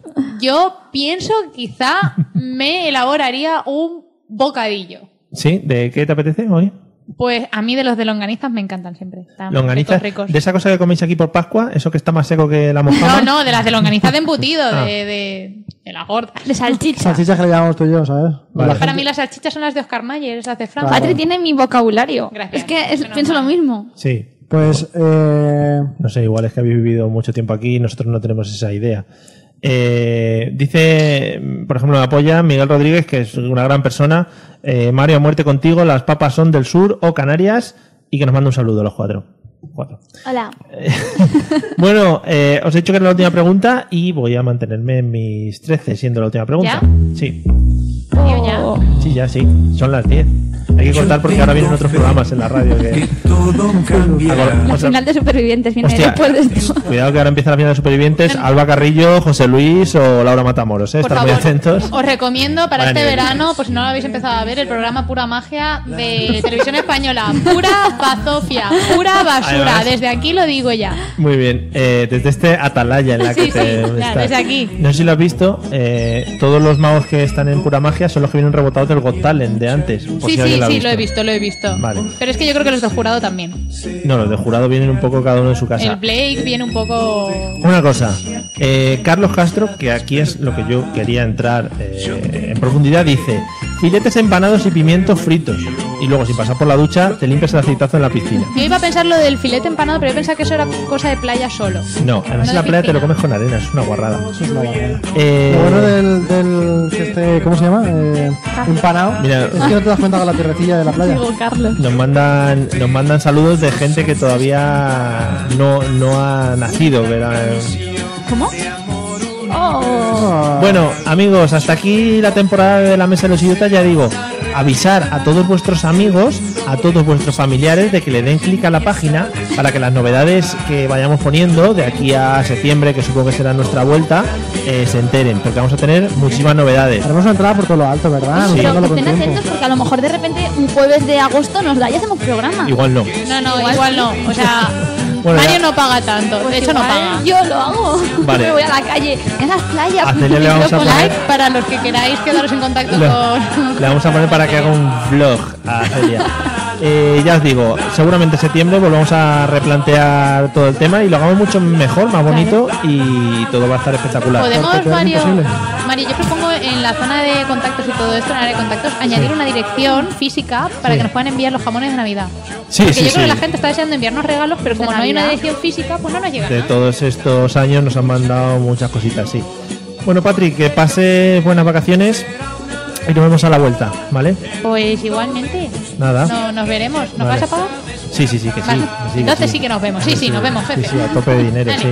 [SPEAKER 2] *laughs* yo pienso quizá me elaboraría un bocadillo.
[SPEAKER 1] ¿Sí? ¿De qué te apetece hoy?
[SPEAKER 2] Pues a mí de los de longanizas me encantan siempre. Están
[SPEAKER 1] Longaniza.
[SPEAKER 2] ricos, ricos.
[SPEAKER 1] ¿De esa cosa que coméis aquí por Pascua? ¿Eso que está más seco que la mojama?
[SPEAKER 2] No, no, de las de longanizas de embutido,
[SPEAKER 1] *laughs* Ah.
[SPEAKER 2] de, de, de las gordas.
[SPEAKER 8] De salchicha.
[SPEAKER 4] Salchichas que le llamamos tú y yo, ¿sabes?
[SPEAKER 1] Vale.
[SPEAKER 4] La
[SPEAKER 2] Para
[SPEAKER 4] gente-
[SPEAKER 2] mí las salchichas son las de Oscar Mayer, esas de Francia.
[SPEAKER 8] Patri tiene mi vocabulario.
[SPEAKER 2] Gracias.
[SPEAKER 8] es que es- pienso lo mismo.
[SPEAKER 1] Sí.
[SPEAKER 4] Pues, eh,
[SPEAKER 1] No sé, igual es que habéis vivido mucho tiempo aquí y nosotros no tenemos esa idea. Eh, dice, por ejemplo, me apoya Miguel Rodríguez, que es una gran persona. eh, Mario, a muerte contigo, las papas son del sur o Canarias y que nos manda un saludo a los cuatro. Cuatro.
[SPEAKER 8] Hola.
[SPEAKER 1] Bueno, eh, os he dicho que era la última pregunta y voy a mantenerme en mis 13 siendo la última pregunta. Sí,
[SPEAKER 2] Tío, ya.
[SPEAKER 1] sí, ya sí. Son las 10. Hay que cortar porque ahora vienen otros programas en la radio.
[SPEAKER 4] *laughs*
[SPEAKER 1] Que... Acor-
[SPEAKER 8] La
[SPEAKER 1] o sea,
[SPEAKER 8] final de supervivientes viene
[SPEAKER 1] Hostia.
[SPEAKER 8] después de esto.
[SPEAKER 1] Cuidado que ahora empieza la final de supervivientes. Alba Carrillo, José Luis o Laura Matamoros, ¿eh?
[SPEAKER 2] Por
[SPEAKER 1] Están muy
[SPEAKER 2] favor.
[SPEAKER 1] atentos.
[SPEAKER 2] Os recomiendo para
[SPEAKER 1] Vaya
[SPEAKER 2] este
[SPEAKER 1] nivel.
[SPEAKER 2] verano, por si no lo habéis empezado a ver, el programa Pura Magia de Televisión Española. Pura bazofia, pura basura.
[SPEAKER 1] Además-
[SPEAKER 2] Desde aquí lo digo ya.
[SPEAKER 1] Muy bien. Eh, desde este atalaya en la que
[SPEAKER 2] Sí, sí,
[SPEAKER 1] te
[SPEAKER 2] ya,
[SPEAKER 1] estás.
[SPEAKER 2] desde aquí.
[SPEAKER 1] No sé si lo has visto. eh, todos los magos que están en pura magia son los que vienen rebotados del Got Talent de antes. por si
[SPEAKER 2] sí, sí,
[SPEAKER 1] alguien
[SPEAKER 2] sí,
[SPEAKER 1] lo ha
[SPEAKER 2] lo he visto, lo he visto.
[SPEAKER 1] Vale.
[SPEAKER 2] Pero es que yo creo que los de jurado también.
[SPEAKER 1] No, los de jurado vienen un poco cada uno en su casa.
[SPEAKER 2] El Blake viene un poco.
[SPEAKER 1] Una cosa, eh, Carlos Castro, que aquí es lo que yo quería entrar eh, en profundidad, dice: filetes empanados y pimientos fritos. Y luego, si pasas por la ducha, te limpias el aceitazo en la piscina.
[SPEAKER 2] Yo iba a pensar lo del filete empanado, pero yo pensaba que eso era cosa de playa solo.
[SPEAKER 1] No, además
[SPEAKER 2] No
[SPEAKER 1] en la
[SPEAKER 2] de
[SPEAKER 1] playa te lo
[SPEAKER 2] piscina.
[SPEAKER 1] comes con arena, es una guarrada.
[SPEAKER 4] lo
[SPEAKER 1] Eh,
[SPEAKER 4] bueno del, del que este, ¿cómo se llama? Eh, empanado.
[SPEAKER 1] Mira.
[SPEAKER 4] Es que no te das cuenta con la tierrecilla de la playa.
[SPEAKER 8] Carlos.
[SPEAKER 1] Nos mandan, nos mandan saludos de gente que todavía no, no ha nacido. ¿verdad?
[SPEAKER 8] ¿Cómo?
[SPEAKER 4] Ah.
[SPEAKER 1] Bueno, amigos, hasta aquí la temporada de la Mesa de los Idiotas. Ya digo, avisar a todos vuestros amigos, a todos vuestros familiares de que le den clic a la página para que las novedades que vayamos poniendo de aquí a septiembre, que supongo que será nuestra vuelta, eh, se enteren, porque vamos a tener muchísimas novedades.
[SPEAKER 4] Haremos una entrada por todo lo alto, ¿verdad?
[SPEAKER 8] Pero
[SPEAKER 4] Nosotros
[SPEAKER 8] que
[SPEAKER 4] lo con
[SPEAKER 8] estén
[SPEAKER 4] tiempo.
[SPEAKER 8] atentos porque a lo mejor de repente un jueves de agosto nos da y hacemos programa.
[SPEAKER 1] Igual no.
[SPEAKER 2] No, no, igual, no. O sea,
[SPEAKER 1] Bueno,
[SPEAKER 2] Mario
[SPEAKER 1] ya-
[SPEAKER 2] no paga tanto.
[SPEAKER 8] Pues
[SPEAKER 2] de hecho, no
[SPEAKER 8] igual
[SPEAKER 2] paga.
[SPEAKER 8] Yo lo hago. *laughs*
[SPEAKER 1] Vale.
[SPEAKER 8] Me voy a la calle, en las playas.
[SPEAKER 1] A Celia le vamos a
[SPEAKER 2] Con
[SPEAKER 1] poner-
[SPEAKER 2] like para los que queráis quedaros en contacto
[SPEAKER 1] Le,
[SPEAKER 2] con.
[SPEAKER 1] le vamos a poner para que haga un vlog a Celia. Eh, ya os digo, seguramente en septiembre volvamos a replantear todo el tema y lo hagamos mucho mejor, más bonito y todo va a estar espectacular.
[SPEAKER 2] Podemos, Mario, Mario, yo propongo en la zona de contactos y todo esto, en la área de contactos, añadir una dirección física para
[SPEAKER 1] Sí.
[SPEAKER 2] que nos puedan enviar los jamones de Navidad.
[SPEAKER 1] Sí,
[SPEAKER 2] Porque
[SPEAKER 1] sí,
[SPEAKER 2] yo creo
[SPEAKER 1] sí.
[SPEAKER 2] que la gente está deseando enviarnos regalos, pero como no hay una dirección física, pues no nos llega.
[SPEAKER 1] De
[SPEAKER 2] nada.
[SPEAKER 1] todos estos años nos han mandado muchas cositas, sí. Bueno, Patrick, que pases buenas vacaciones y nos vemos a la vuelta, ¿vale?
[SPEAKER 2] Pues igualmente.
[SPEAKER 1] Nada.
[SPEAKER 2] No, nos veremos. ¿Nos
[SPEAKER 1] Vale.
[SPEAKER 2] vas a pagar?
[SPEAKER 1] Sí, sí, sí, que sí.
[SPEAKER 2] Vale.
[SPEAKER 1] que que
[SPEAKER 2] Entonces sí que nos vemos. Sí, sí, nos vemos,
[SPEAKER 1] Sí,
[SPEAKER 2] jefe.
[SPEAKER 1] sí, a tope de dinero,
[SPEAKER 2] Dale.
[SPEAKER 1] sí.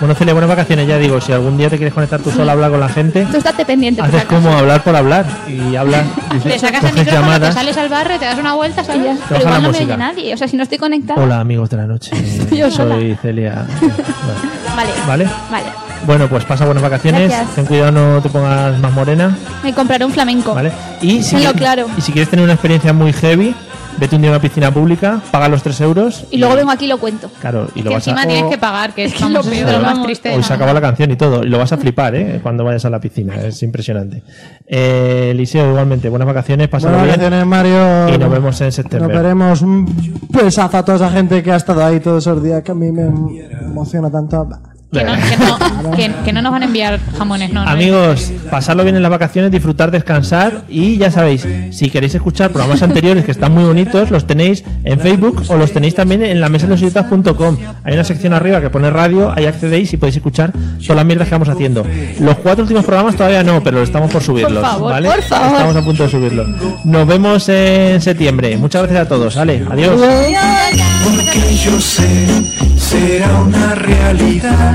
[SPEAKER 1] Bueno, Celia, buenas vacaciones, ya digo, si algún día te quieres conectar tú sola a hablar con la gente,
[SPEAKER 8] Tú estate pendiente. por
[SPEAKER 1] haces
[SPEAKER 8] si acaso.
[SPEAKER 1] como hablar por hablar y
[SPEAKER 2] *laughs*
[SPEAKER 1] hablas,
[SPEAKER 2] Te
[SPEAKER 1] dices,
[SPEAKER 2] sacas el
[SPEAKER 1] coges
[SPEAKER 2] micrófono, te
[SPEAKER 1] llamadas.
[SPEAKER 2] sales al barrio, te das una vuelta, ¿sabes?
[SPEAKER 1] Te baja
[SPEAKER 8] Pero igual
[SPEAKER 1] la
[SPEAKER 8] no me
[SPEAKER 1] música.
[SPEAKER 8] oye nadie. O sea, si no estoy conectada.
[SPEAKER 1] Hola, amigos de la
[SPEAKER 2] *laughs*
[SPEAKER 1] noche.
[SPEAKER 8] yo sola.
[SPEAKER 1] Soy Celia.
[SPEAKER 8] Vale.
[SPEAKER 1] ¿Vale?
[SPEAKER 8] Vale.
[SPEAKER 1] Bueno, pues pasa buenas vacaciones.
[SPEAKER 8] Gracias.
[SPEAKER 1] Ten cuidado, no te pongas más morena.
[SPEAKER 8] Me compraré un flamenco.
[SPEAKER 1] ¿Vale? Y si,
[SPEAKER 8] Tenlo
[SPEAKER 1] quieres-
[SPEAKER 8] claro.
[SPEAKER 1] y si quieres tener una experiencia muy heavy, vete un día a una piscina pública, paga los 3 euros.
[SPEAKER 8] Y luego vengo aquí y lo cuento.
[SPEAKER 1] Claro, y lo
[SPEAKER 2] Que
[SPEAKER 1] vas a. Oh.
[SPEAKER 2] encima tienes que pagar, que es,
[SPEAKER 8] lo
[SPEAKER 2] vamos, es
[SPEAKER 1] Claro,
[SPEAKER 2] lo más triste. de
[SPEAKER 1] Hoy se
[SPEAKER 2] nada.
[SPEAKER 1] acaba la canción y todo. Y lo vas a flipar, ¿eh? Cuando vayas a la piscina. Es impresionante. Eh, Eliseo, igualmente, buenas vacaciones. Pásalo
[SPEAKER 4] Buenas
[SPEAKER 1] bien.
[SPEAKER 4] vacaciones, Mario.
[SPEAKER 1] Y nos vemos en
[SPEAKER 4] Nos
[SPEAKER 1] septiembre.
[SPEAKER 4] veremos un besazo a toda esa gente que ha estado ahí todos esos días que a mí me emociona tanto.
[SPEAKER 2] Que no, que no- que- que no nos van a enviar jamones, no. no.
[SPEAKER 1] Amigos, pasarlo bien en las vacaciones, disfrutar, descansar y ya sabéis, si queréis escuchar programas anteriores que están muy bonitos, los tenéis en Facebook o los tenéis también en la mesa de los Hay una sección arriba que pone radio, ahí accedéis y podéis escuchar todas las mierdas que vamos haciendo. Los cuatro últimos programas todavía no, pero estamos por subirlos,
[SPEAKER 8] favor,
[SPEAKER 1] ¿vale?
[SPEAKER 8] por favor.
[SPEAKER 1] Estamos a punto de subirlos. Nos vemos en septiembre. Muchas gracias a todos, Ale. Adiós.
[SPEAKER 12] Porque yo sé, será una realidad.